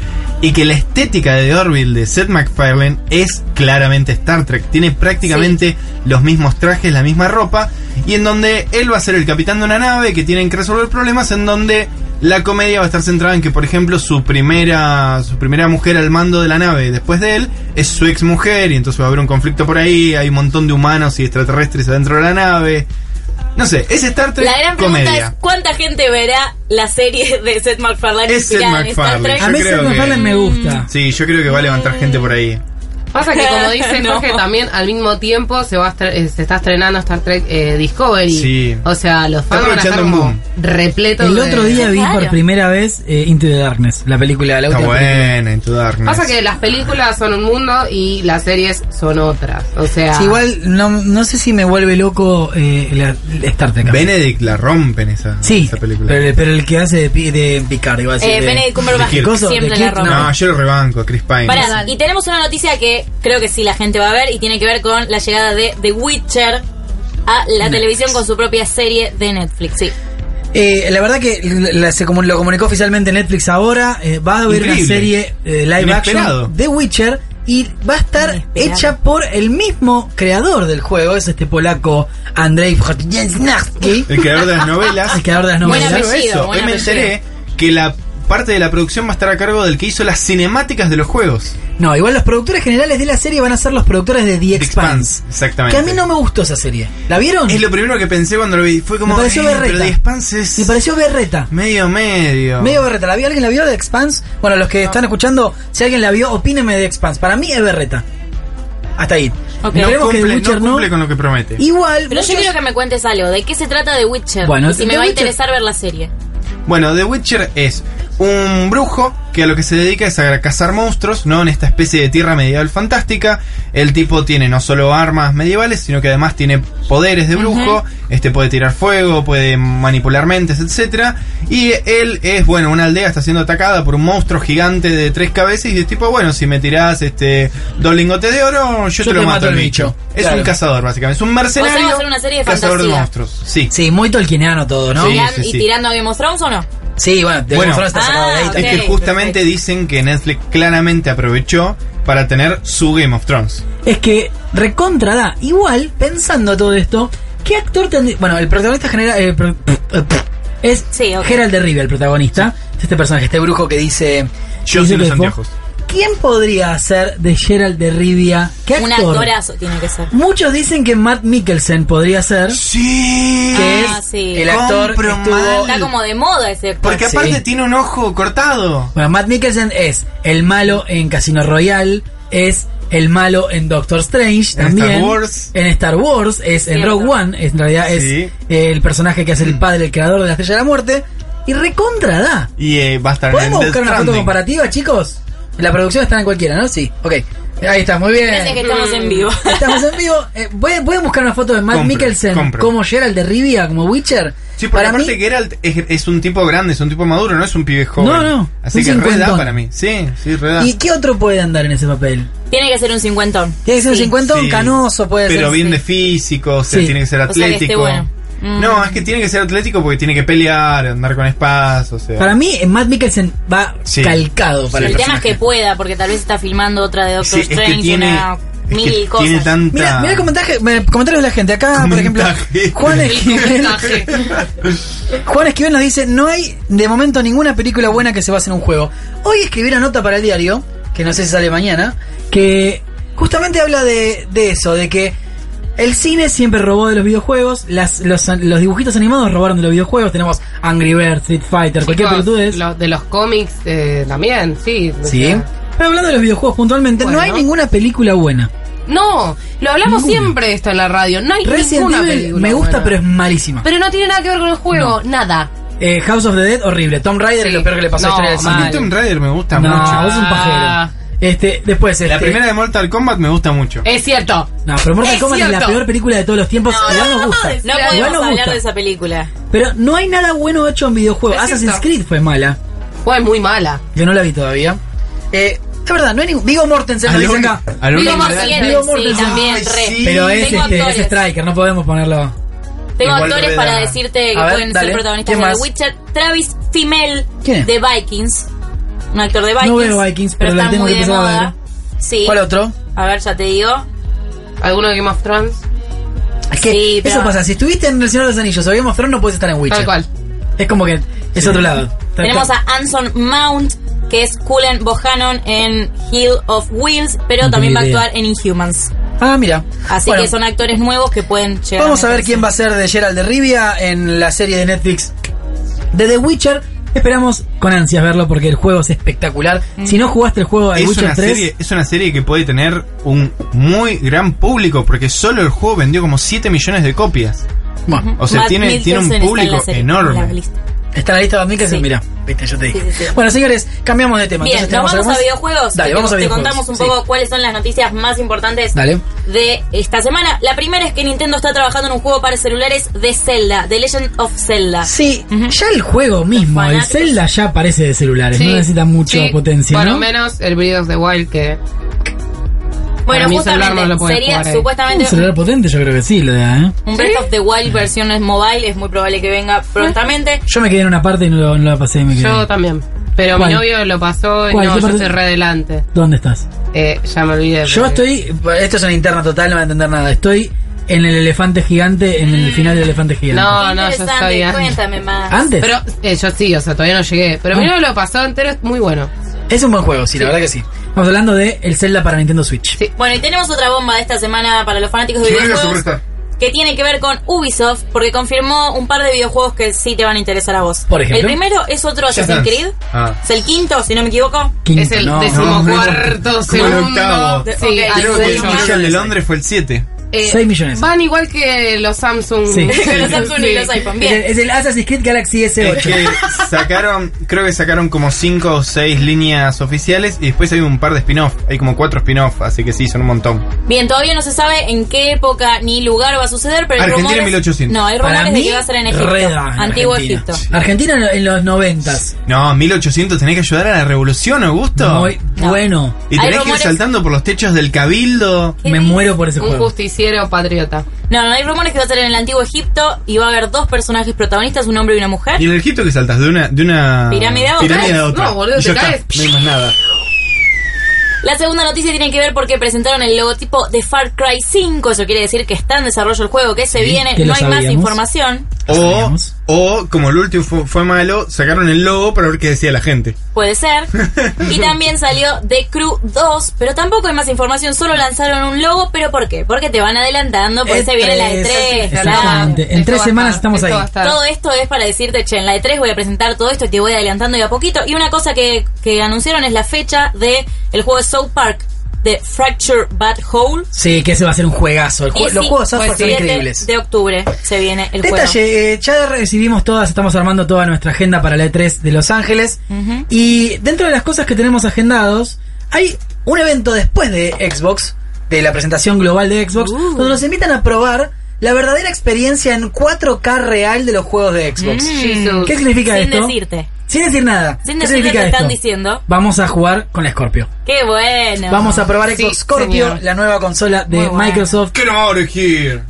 C: Y que la estética de Orville de Seth MacFarlane es claramente Star Trek. Tiene prácticamente los mismos trajes, la misma ropa. Y en donde él va a ser el capitán de una nave que tienen que resolver problemas. En donde la comedia va a estar centrada en que, por ejemplo, su primera, su primera mujer al mando de la nave después de él es su ex mujer. Y entonces va a haber un conflicto por ahí. Hay un montón de humanos y extraterrestres adentro de la nave. No sé, es Star Trek
E: La gran pregunta
C: comedia.
E: es: ¿cuánta gente verá la serie de Seth MacFarlane
C: Es Seth
E: inspirada en Star
C: MacFarlane.
E: Trek?
B: A mí
C: Yo creo
B: Seth
C: que-
B: MacFarlane me gusta.
C: Sí, yo creo que va a levantar gente por ahí.
D: Pasa que como dice
E: No.
D: Jorge también, al mismo tiempo se va a estre- eh, se está estrenando Star Trek eh, Discovery.
C: Sí.
D: O sea, los fans van a estar
C: aprovechando un
D: como
C: boom.
D: repletos
B: El
D: de-
B: otro día vi por
E: Claro.
B: primera vez eh, Into the Darkness, la película. La
C: Está
B: última película.
C: buena, en tu Darkness.
D: Pasa que las películas son un mundo y las series son otras. O sea,
B: Sí, igual no, no sé si me vuelve loco eh, la, la Star Trek.
C: Benedict la rompen esa,
B: sí,
C: esa película.
B: Pero, pero el que hace de, pi- de Picard, iba a decir. de-
E: Eh, Benedict
C: de Kirk.
E: Cumberbatch
B: Coso,
E: siempre
B: de
E: la
B: Kirk,
E: rompe.
C: no, yo lo rebanco, Chris Pine.
E: Pará, y tenemos una noticia que creo que sí la gente va a ver y tiene que ver con la llegada de The Witcher a la televisión con su propia serie de Netflix. Sí.
B: Eh, la verdad que la- la- se comun- lo comunicó oficialmente Netflix ahora. eh, va a haber
C: Increíble.
B: una serie eh, live
C: Inesperado.
B: action de Witcher y va a estar
E: Inesperado.
B: hecha por el mismo creador del juego. Es este polaco Andrzej Wojnarowski,
C: El creador de las novelas.
B: el creador de las
C: No
E: Buen
B: novelas.
C: solo
E: apellido,
C: eso,
E: buen
C: hoy me
E: apellido.
C: enteré que la parte de la producción va a estar a cargo del que hizo las cinemáticas de los juegos.
B: No, igual los productores generales de la serie van a ser los productores de The
C: The
B: Expanse.
C: exactamente.
B: Que a mí no me gustó esa serie. ¿La vieron?
C: Es lo primero que pensé cuando lo vi. Fue como.
B: Ah. Me pareció
C: eh,
B: berreta.
C: pero The Expanse es.
B: Me pareció berreta.
C: Medio, medio.
B: Medio berreta. ¿La vio alguien? ¿La vio de Expanse? Bueno, los que están escuchando, si alguien la vio, opíneme de Expanse. Para mí es berreta. Hasta ahí.
E: Ok.
C: No
B: Esperemos que
C: cumple,
B: Witcher
C: no cumple con lo que promete.
B: Igual.
E: Pero yo
B: muchos-
E: quiero que me cuentes algo. ¿De qué se trata The Witcher?
B: Bueno,
E: y si
B: The
E: me va a
B: Witcher-
E: interesar ver la serie.
C: Bueno, The Witcher es un brujo que a lo que se dedica es a cazar monstruos, ¿no? En esta especie de tierra medieval fantástica. El tipo tiene no solo armas medievales, sino que además tiene poderes de brujo. Este puede tirar fuego, puede manipular mentes, etc. Y él es, bueno, una aldea está siendo atacada por un monstruo gigante de tres cabezas. Y es tipo, bueno, si me tirás este, dos lingotes de oro, yo, te lo mato, al bicho. Es
B: Claro.
C: un cazador, básicamente. Es un mercenario.
E: O sea, va a ser una serie de
C: cazador de
E: fantasía.
C: monstruos. Sí.
B: Sí, muy tolkieniano todo, ¿no?
C: Sí,
E: Tiran-
C: sí, sí.
E: ¿Y tirando a Game of Thrones o no?
B: Sí, bueno, de
C: Bueno.
B: alguna forma está sacado de ahí.
E: Ah,
C: Es que
E: Ok,
C: justamente
E: perfecto.
C: dicen que Netflix claramente aprovechó para tener su Game of Thrones.
B: Es que recontra da. Igual, pensando todo esto, ¿qué actor tendría. Bueno, el protagonista genera. eh, pro- es
E: Sí, ok.
B: Gerald de Rivia, el protagonista. Es este personaje, este brujo que dice.
C: Yo
B: que dice
C: sin los
B: Beppo.
C: anteojos.
B: ¿Quién podría hacer de Gerald de Rivia? ¿Qué
E: Un
B: actor?
E: actorazo tiene que ser.
B: Muchos dicen que Matt Mikkelsen podría ser,
C: Sí.
B: que
E: Ah,
B: ¿Ah? es
E: sí.
B: el actor que
C: Compro
B: estuvo-
E: Está como de moda ese actor.
C: Porque
B: Sí.
C: aparte tiene un ojo cortado.
B: Bueno, Matt Mikkelsen es el malo en Casino Royale, es el malo en Doctor Strange
C: En
B: también.
C: Star Wars.
B: En Star Wars, es en
E: Cierto.
B: Rogue One, es- en realidad es
C: Sí. Mm.
B: el personaje que hace el padre, el creador de la Estrella de la Muerte. Y recontra da.
C: Y eh, va a estar en el
B: ¿Podemos
C: Death
B: buscar una foto
C: Stranding.
B: comparativa, chicos? La producción está en cualquiera, ¿no? Sí, ok. Ahí está, muy bien.
E: Parece que estamos en vivo.
B: Estamos en vivo. Eh, voy, voy a buscar una foto de Matt
C: Compro,
B: Mikkelsen
C: compro.
B: como Gerald de Rivia, como Witcher.
C: Sí, porque
B: Para
C: aparte
B: mí-
C: Geralt es, es un tipo grande, es un tipo maduro, no es un pibe joven.
B: No, no,
C: Así
B: un
C: que reda
B: cincuentón.
C: para mí. Sí, sí, reda.
B: ¿Y qué otro puede andar en ese papel?
E: Tiene que ser un cincuentón.
B: Tiene que ser un cincuentón canoso, puede ser.
C: Pero bien de físico, o sea,
B: Sí.
C: tiene que ser
B: O sea, que esté
C: atlético.
B: bueno. Mm.
C: No, es que tiene que ser atlético porque tiene que pelear, andar con espadas, o sea.
B: Para mí, en Matt Mikkelsen va
C: Sí.
B: calcado para
E: el
C: Sí,
E: tema es que pueda, porque tal vez está filmando otra de Doctor
C: Sí, es que
E: Strange,
C: tiene-
E: una mil
C: tiene
E: cosas.
C: tanta-
B: Mira, mira comentaje- me- comentarios de la gente. Acá, por ejemplo, Juan Esquivel, Juan Esquivel nos dice: No hay de momento ninguna película buena que se base en un juego. Hoy escribí una nota para el diario, que no sé si sale mañana, que justamente habla de, de eso, de que el cine siempre robó de los videojuegos, las, los, los dibujitos animados robaron de los videojuegos. Tenemos Angry Birds, Street Fighter, cualquier
D: Chicos,
B: pelotudez.
D: los- de los cómics eh, también, sí. o
B: Sí.
D: sea.
B: Pero hablando de los videojuegos puntualmente, no hay ninguna película buena.
D: No, lo hablamos siempre esto en la radio. No hay
B: Resident
D: ninguna
B: Evil
D: película.
B: me gusta,
D: buena.
B: pero es malísima.
D: Pero no tiene nada que ver con el juego, nada.
B: Eh, House of the Dead, horrible. Tom Raider
D: Sí.
B: es lo peor que le pasó
D: No,
B: a la historia del
D: mal. A
B: cine.
D: mí Tomb
C: Raider me gusta
B: no,
C: mucho.
B: vos sos un
D: Ah.
B: pajero. Este, después,
C: La
B: este-
C: primera de Mortal Kombat me gusta mucho.
D: Es cierto.
B: No, pero Mortal
D: Es
B: Kombat es la
D: cierto.
B: peor película de todos los tiempos. Igual nos gusta.
E: No
B: Igual
E: podemos
B: nos
E: hablar
B: gusta.
E: de esa película.
B: Pero no hay nada bueno hecho en videojuegos.
D: Es
B: Assassin's
D: cierto.
B: Creed fue mala.
D: Fue muy mala.
B: Yo no la vi todavía. Eh, es verdad, no hay ningún. Vigo Mortensen lo
C: Alone-
B: dice acá.
C: Alone
E: Viggo
C: in the Dark.
E: Mortensen,
B: Viggo
E: sí,
B: Mortensen.
E: también,
B: Ay,
E: re.
B: sí. Pero es,
E: Tengo
B: este, es
E: actores.
B: Striker, no podemos ponerlo.
E: Tengo
B: Igual
E: actores
B: Rueda.
E: para decirte que
B: A ver,
E: pueden
B: dale.
E: ser protagonistas
B: ¿Quién
E: de
B: más?
E: The Witcher. Travis Fimmel
B: ¿Quién es?
E: de Vikings. Un actor de Vikings.
B: No veo Vikings, pero la
E: está
B: tengo
E: muy
B: que
E: de
B: empezar a
E: moda. Sí.
B: ¿Cuál otro?
E: A ver, ya te digo.
D: ¿Alguno de Game of Thrones?
B: Es que
E: Sí,
B: eso
E: pero-
B: pasa. Si estuviste en El Señor de los Anillos o Game of Thrones, no puedes estar en Witcher.
D: Tal cual.
B: Es como que es otro lado. Tal
E: Tenemos
B: cual.
E: a Anson Mount, que es Cullen Bohannon en Hill of Wheels, pero
B: No
E: también va a
B: tenía idea.
E: actuar en Inhumans.
B: Ah, mira.
E: Así
B: Bueno,
E: que son actores nuevos que pueden llegar.
B: Vamos a ver quién va a ser de Gerald de Rivia en la serie de Netflix de The Witcher. Esperamos con ansias verlo porque el juego es espectacular.
E: Mm.
B: Si no jugaste el juego de
C: Es
B: Witcher
C: una,
B: 3,
C: serie, es una serie que puede tener un muy gran público porque solo el juego vendió como 7 millones de copias.
B: bueno,
C: O sea,
E: Matt
C: tiene, tiene
E: Mikkelsen está
C: un
E: en la
C: público
E: serie, en la
C: enorme.
E: lista.
B: está en la lista de Mikkelsen, mira, viste, yo te dije.
E: Sí, sí, sí.
B: Bueno, señores, cambiamos de tema.
E: Bien,
B: Entonces, ¿tenemos
E: nos vamos
B: algo
E: a
B: más?
E: videojuegos.
B: Dale,
E: Te-
B: vamos a
E: Te
B: videojuegos.
E: contamos un
B: sí.
E: poco cuáles son las noticias más importantes
B: Dale.
E: de esta semana. La primera es que Nintendo está trabajando en un juego para celulares de Zelda, The Legend of Zelda.
B: Sí, ya el juego mismo, el
E: Ah. fanáticos.
B: Zelda ya parece de celulares,
D: Sí,
B: no necesita mucha
D: sí.
B: potencia,
D: Por lo
B: ¿no?
D: menos el Breath of the Wild que... Para
E: Bueno,
D: mí el celular no
E: justamente
D: lo puedes
E: sería
D: jugar ahí.
B: Un
E: supuestamente
B: celular potente yo creo que sí lo da, ¿eh?
E: un Breath of the Wild versión es mobile, es muy probable que venga prontamente.
B: Yo me quedé en una parte y no, lo- no la pasé, me quedé.
D: Yo también. Pero
B: ¿Cuál?
D: mi novio lo pasó y
B: ¿Cuál?
D: no,
B: ¿Qué
D: yo
B: parte?
D: estoy re adelante.
B: ¿Dónde estás?
D: Eh, ya me olvidé.
B: Yo
D: porque-
B: estoy. Esto es una interna total, no va a entender nada. Estoy en el elefante gigante, en el final del elefante gigante.
D: No, no, yo
E: Interesante,
D: estoy antes.
E: cuéntame más.
B: ¿Antes?
D: Pero eh, yo sí, o sea, todavía no llegué. Pero mi
B: Ah.
D: novio lo pasó entero, es muy bueno.
B: Es un buen juego, sí, la verdad que sí. Estamos hablando de el Zelda para Nintendo Switch.
D: Sí.
E: Bueno, y tenemos otra bomba de esta semana para los fanáticos de
C: Yo creo que
E: videojuegos
C: Superstar.
E: que tiene que ver con Ubisoft porque confirmó un par de videojuegos que sí te van a interesar a vos.
B: Por ejemplo.
E: el primero es otro
C: Ya
E: Assassin's
C: sabes.
E: Creed,
C: Ah.
E: es el quinto, si no me equivoco.
B: Quinto,
D: es el
B: no.
D: decimocuarto
C: no. Como el
D: segundo.
C: octavo.
D: Sí,
E: Ok,
D: al
C: Creo que el
D: seis
E: millones.
C: Michel de Londres fue el 7.
D: Eh,
B: Seis millones.
D: Van igual que los Samsung.
B: Sí.
E: los Samsung y los iPhone.
B: Es el,
E: Bien.
B: es el Assassin's Creed Galaxy
C: Es
B: S8.
C: que sacaron, creo que sacaron como 5 o 6 líneas oficiales y después hay un par de spin-off. Hay como 4 spin-off, así que sí, son un montón.
E: Bien, todavía no se sabe en qué época ni lugar va a suceder, pero hay
C: Argentina
E: rumores,
C: 1800.
E: No, hay
B: Para
E: rumores de
B: mí,
E: que va a ser en Egipto,
B: reda en
E: antiguo
B: Argentina.
E: Egipto.
B: Argentina en- en los noventas.
C: No, 1800 tenés que ayudar a la revolución, Augusto.
B: Muy
E: No.
B: bueno.
C: y
E: Hay
C: tenés que ir
E: rumores-
C: saltando por los techos del cabildo.
E: ¿Qué
B: Me
E: dices?
B: muero por ese
D: Un
B: juego.
D: justiciero patriota.
E: No, no hay rumores que va a ser en el antiguo Egipto y va a haber dos personajes protagonistas, un hombre y una mujer.
C: ¿Y en el Egipto que saltas? ¿De una, de una
E: Pirámide a otra.
C: a otra?
D: No, boludo,
C: Y ya
D: te
C: está,
D: caes.
C: No hay más nada.
E: La segunda noticia tiene que ver porque presentaron el logotipo de Far Cry 5, eso quiere decir que está en desarrollo el juego, que se
B: Sí,
E: viene,
B: que lo
E: no hay más
B: sabíamos.
E: información.
C: O,
B: Sabíamos.
C: o, como el último fue, fue malo, sacaron el logo para ver qué decía la gente.
E: Puede ser. Y también salió The Crew 2, pero tampoco hay más información, solo lanzaron un logo, pero ¿por qué? Porque te van adelantando, porque se E viene la E3,
D: Exactamente.
E: claro.
B: Eh, Este Exactamente. En
D: Esto
B: tres
D: va a
B: semanas
D: estar,
B: estamos
D: esto
B: ahí.
D: va a estar.
E: Todo esto es para decirte, che, en la E3 voy a presentar todo esto y te voy adelantando de a poquito. Y una cosa que, que anunciaron es la fecha de el juego de South Park, de Fracture Bad Hole.
B: Sí, que ese va a ser un juegazo. El jue-
E: Y
B: los
E: sí, pues
B: juegos South Park son
E: 7
B: increíbles.
E: De octubre se viene el juego.
B: Detalle, eh, ya recibimos todas, estamos armando toda nuestra agenda para la E3 de Los Ángeles.
E: Ujú.
B: Y dentro de las cosas que tenemos agendados, hay un evento después de Xbox, de la presentación global de Xbox,
E: Uh.
B: donde nos invitan a probar la verdadera experiencia en 4K real de los juegos de Xbox.
E: Mm. Jesus.
B: ¿Qué significa
E: Sin
B: esto?
E: decirte.
B: Sin decir nada.
E: Sin
B: ¿Qué
E: decir lo
B: significa
E: que están
B: esto?
E: diciendo.
B: Vamos a jugar con la Scorpio.
E: ¡Qué bueno!
B: Vamos a probar
E: Sí,
B: Xbox Scorpio,
E: señor.
B: la nueva consola de
E: Muy buena.
B: Microsoft. ¿Qué no elegir?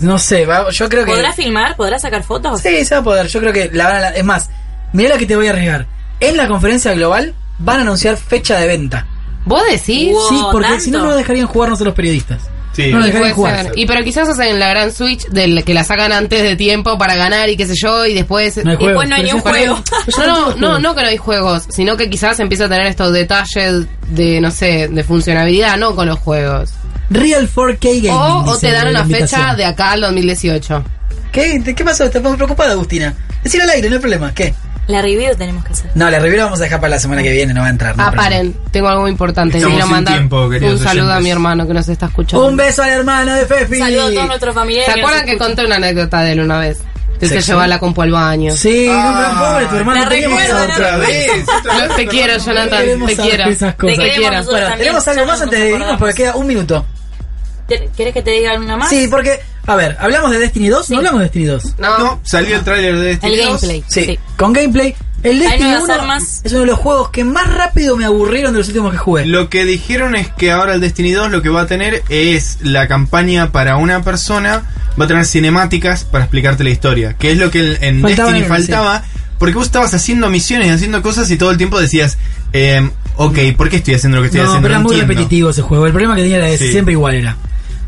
B: No sé, va- yo creo que.
E: ¿Podrá filmar? ¿Podrá sacar fotos?
B: Sí, se va a poder. Yo creo que la van a- Es más, mirá la que te voy a arriesgar. En la conferencia global van a anunciar fecha de venta.
D: ¿Vos decís?
B: sí, porque si no, no lo dejarían jugar nosotros los periodistas.
C: Sí.
B: No lo
D: Y
B: dejarían
D: puede
B: jugar.
D: ser. Y pero quizás hacen la gran Switch del que la sacan antes de tiempo para ganar y qué sé yo y después
B: No hay juego.
D: después no hay
B: Pero
D: ni un
B: ya está.
D: juego.
B: Pero ya no
D: No, no,
B: hay
D: no,
B: juegos.
D: no que no hay juegos, sino que quizás empieza a tener estos detalles de no sé, de funcionabilidad, no con los juegos.
B: Real 4K Gaming.
D: O, o
B: dice
D: te dan
B: la
D: una fecha
B: invitación.
D: de acá al 2018.
B: ¿Qué? ¿De ¿Qué pasó? Estás preocupada, Agustina. Decir al aire, no hay problema. ¿Qué?
E: La review tenemos que hacer.
B: No, la review la vamos a dejar para la semana que viene, no va a entrar. no hay
D: Ah, paren, tengo algo importante.
B: Estamos
D: Quiero
B: sin
D: mandar
B: tiempo,
D: un
B: queridos
D: saludo a
B: oyentes.
D: mi hermano que nos está escuchando.
B: problema. Un beso al hermano de Fefi.
E: Saludos a todos nuestros familiares.
D: ¿Se acuerdan que conté una anécdota de él una vez? Que se
B: ¿Sexo?
D: llevó a la compu al baño.
B: Sí, no, pero
E: Ah,
B: pobre tu hermano.
D: La
B: teníamos que
D: recuerdan
B: saber.
D: otra vez, otra vez, Te quiero,
B: No
D: Jonathan,
B: queremos
D: te
B: saber
D: quiero.
B: esas
D: Te
B: cosas.
D: queremos nosotros
B: Bueno,
D: también,
B: tenemos algo más antes de irnos porque queda un minuto.
E: ¿Quer- ¿Querés que te diga alguna más?
B: Sí, porque, a ver, ¿hablamos de Destiny 2? No hablamos de Destiny 2.
D: No.
C: Salió el tráiler de Destiny
E: El
C: 2.
E: gameplay,
B: Sí,
E: sí.
B: con gameplay. El
E: Hay
B: Destiny
E: nuevas
B: 1
E: armas.
B: es uno de los juegos que más rápido me aburrieron de los últimos que jugué.
C: Lo que dijeron es que ahora el Destiny 2 lo que va a tener es la campaña para una persona, va a tener cinemáticas para explicarte la historia, que es lo que en- en
B: Faltaba
C: Destiny
B: en el-
C: faltaba, porque vos estabas haciendo misiones, haciendo cosas y todo el tiempo decías, eh, ok, ¿por qué estoy haciendo lo que estoy
B: no,
C: haciendo?
B: pero era muy
C: entiendo".
B: repetitivo ese juego. El problema que tenía era que
C: Sí.
B: siempre igual era.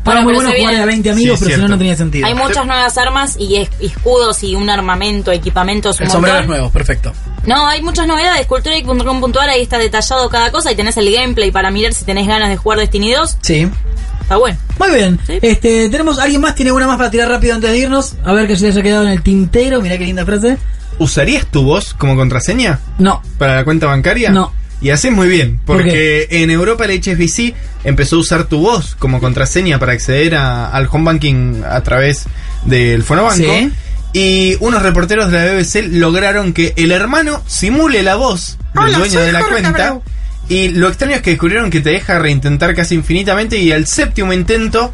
B: Era
E: Bueno,
B: muy
E: pero
B: bueno
E: se
B: jugar
E: viene.
B: a 20 amigos, pero
C: Sí,
B: si no,
C: cierto.
B: no tenía sentido.
E: Hay muchas nuevas armas y es- y escudos y un armamento, equipamientos, un
B: El sombrero
E: montón.
B: es nuevo, perfecto.
E: No, hay muchas novedades. Culturic.com.ar, ahí está detallado cada cosa y tenés el gameplay para mirar si tenés ganas de jugar Destiny 2.
B: Sí.
E: Está bueno.
B: Muy bien. Este, tenemos alguien más tiene una más para tirar rápido antes de irnos, a ver que se le haya quedado en el tintero, mirá qué linda frase.
C: ¿Usarías tu voz como contraseña?
B: No.
C: ¿Para la cuenta bancaria?
B: No.
C: Y haces muy bien,
B: ¿Por
C: porque en Europa el HSBC empezó a usar tu voz como contraseña para acceder a- al home banking a través del fonobanco.
B: Sí.
C: Y unos reporteros de la BBC lograron que el hermano simule la voz del
B: Hola,
C: dueño
B: soy
C: de la
B: Jorge
C: cuenta.
B: Abreu.
C: Y lo extraño es que descubrieron que te deja reintentar casi infinitamente y al séptimo intento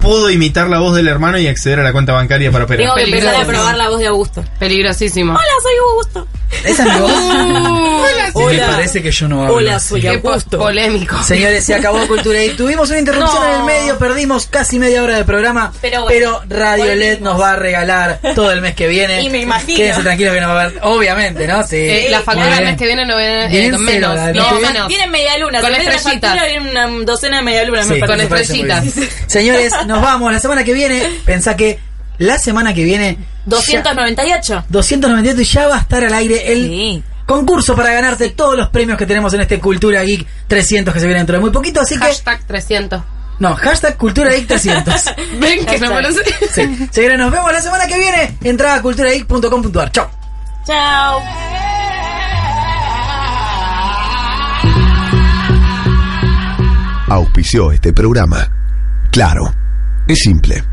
C: pudo imitar la voz del hermano y acceder a la cuenta bancaria para operar.
E: Tengo que empezar a
D: peligroso.
E: probar la voz de Augusto.
D: Peligrosísimo.
E: Hola, soy Augusto.
B: Esa es mi voz.
D: Hola,
B: Y me parece que yo no hablo.
E: Hola,
B: así.
E: soy
D: Qué po-
E: Augusto.
D: polémico.
B: Señores, se acabó Cultura y tuvimos una interrupción
E: No.
B: en el medio, perdimos casi media hora del programa,
E: Pero
B: pero,
E: bueno,
B: Radio LED nos va a regalar todo el mes que viene.
E: Y me imagino.
B: Quédense tranquilos que nos va a ver, obviamente, ¿no? Sí.
D: Eh, la
B: Muy
D: factura el
B: bien.
D: mes que viene no viene eh,
B: Bien
D: con
B: cero,
D: menos.
B: Dani.
D: No,
B: Bien.
D: menos.
E: Tienen media luna.
D: Con
E: si en vez de la
D: estrellitas.
E: factura, vienen una docena de media luna.
B: Sí,
D: Con
B: me parece muy
D: estrellitas.
B: bien. Señores, nos vamos. La semana que viene, pensá que la semana que viene. ya-
E: 298.
B: 298 y ya va a estar al aire el
E: Sí.
B: concurso para ganarte todos los premios que tenemos en este Cultura Geek 300 que se viene dentro de muy poquito. Así que.
D: Hashtag 300.
B: No, hashtag Cultura Geek 300.
D: Ven que no me lo sé.
B: Sí. Señores, nos vemos la semana que viene. Entrada a culturageek.com.ar. Chao.
E: Chao.
A: Auspició este programa. Claro, es simple.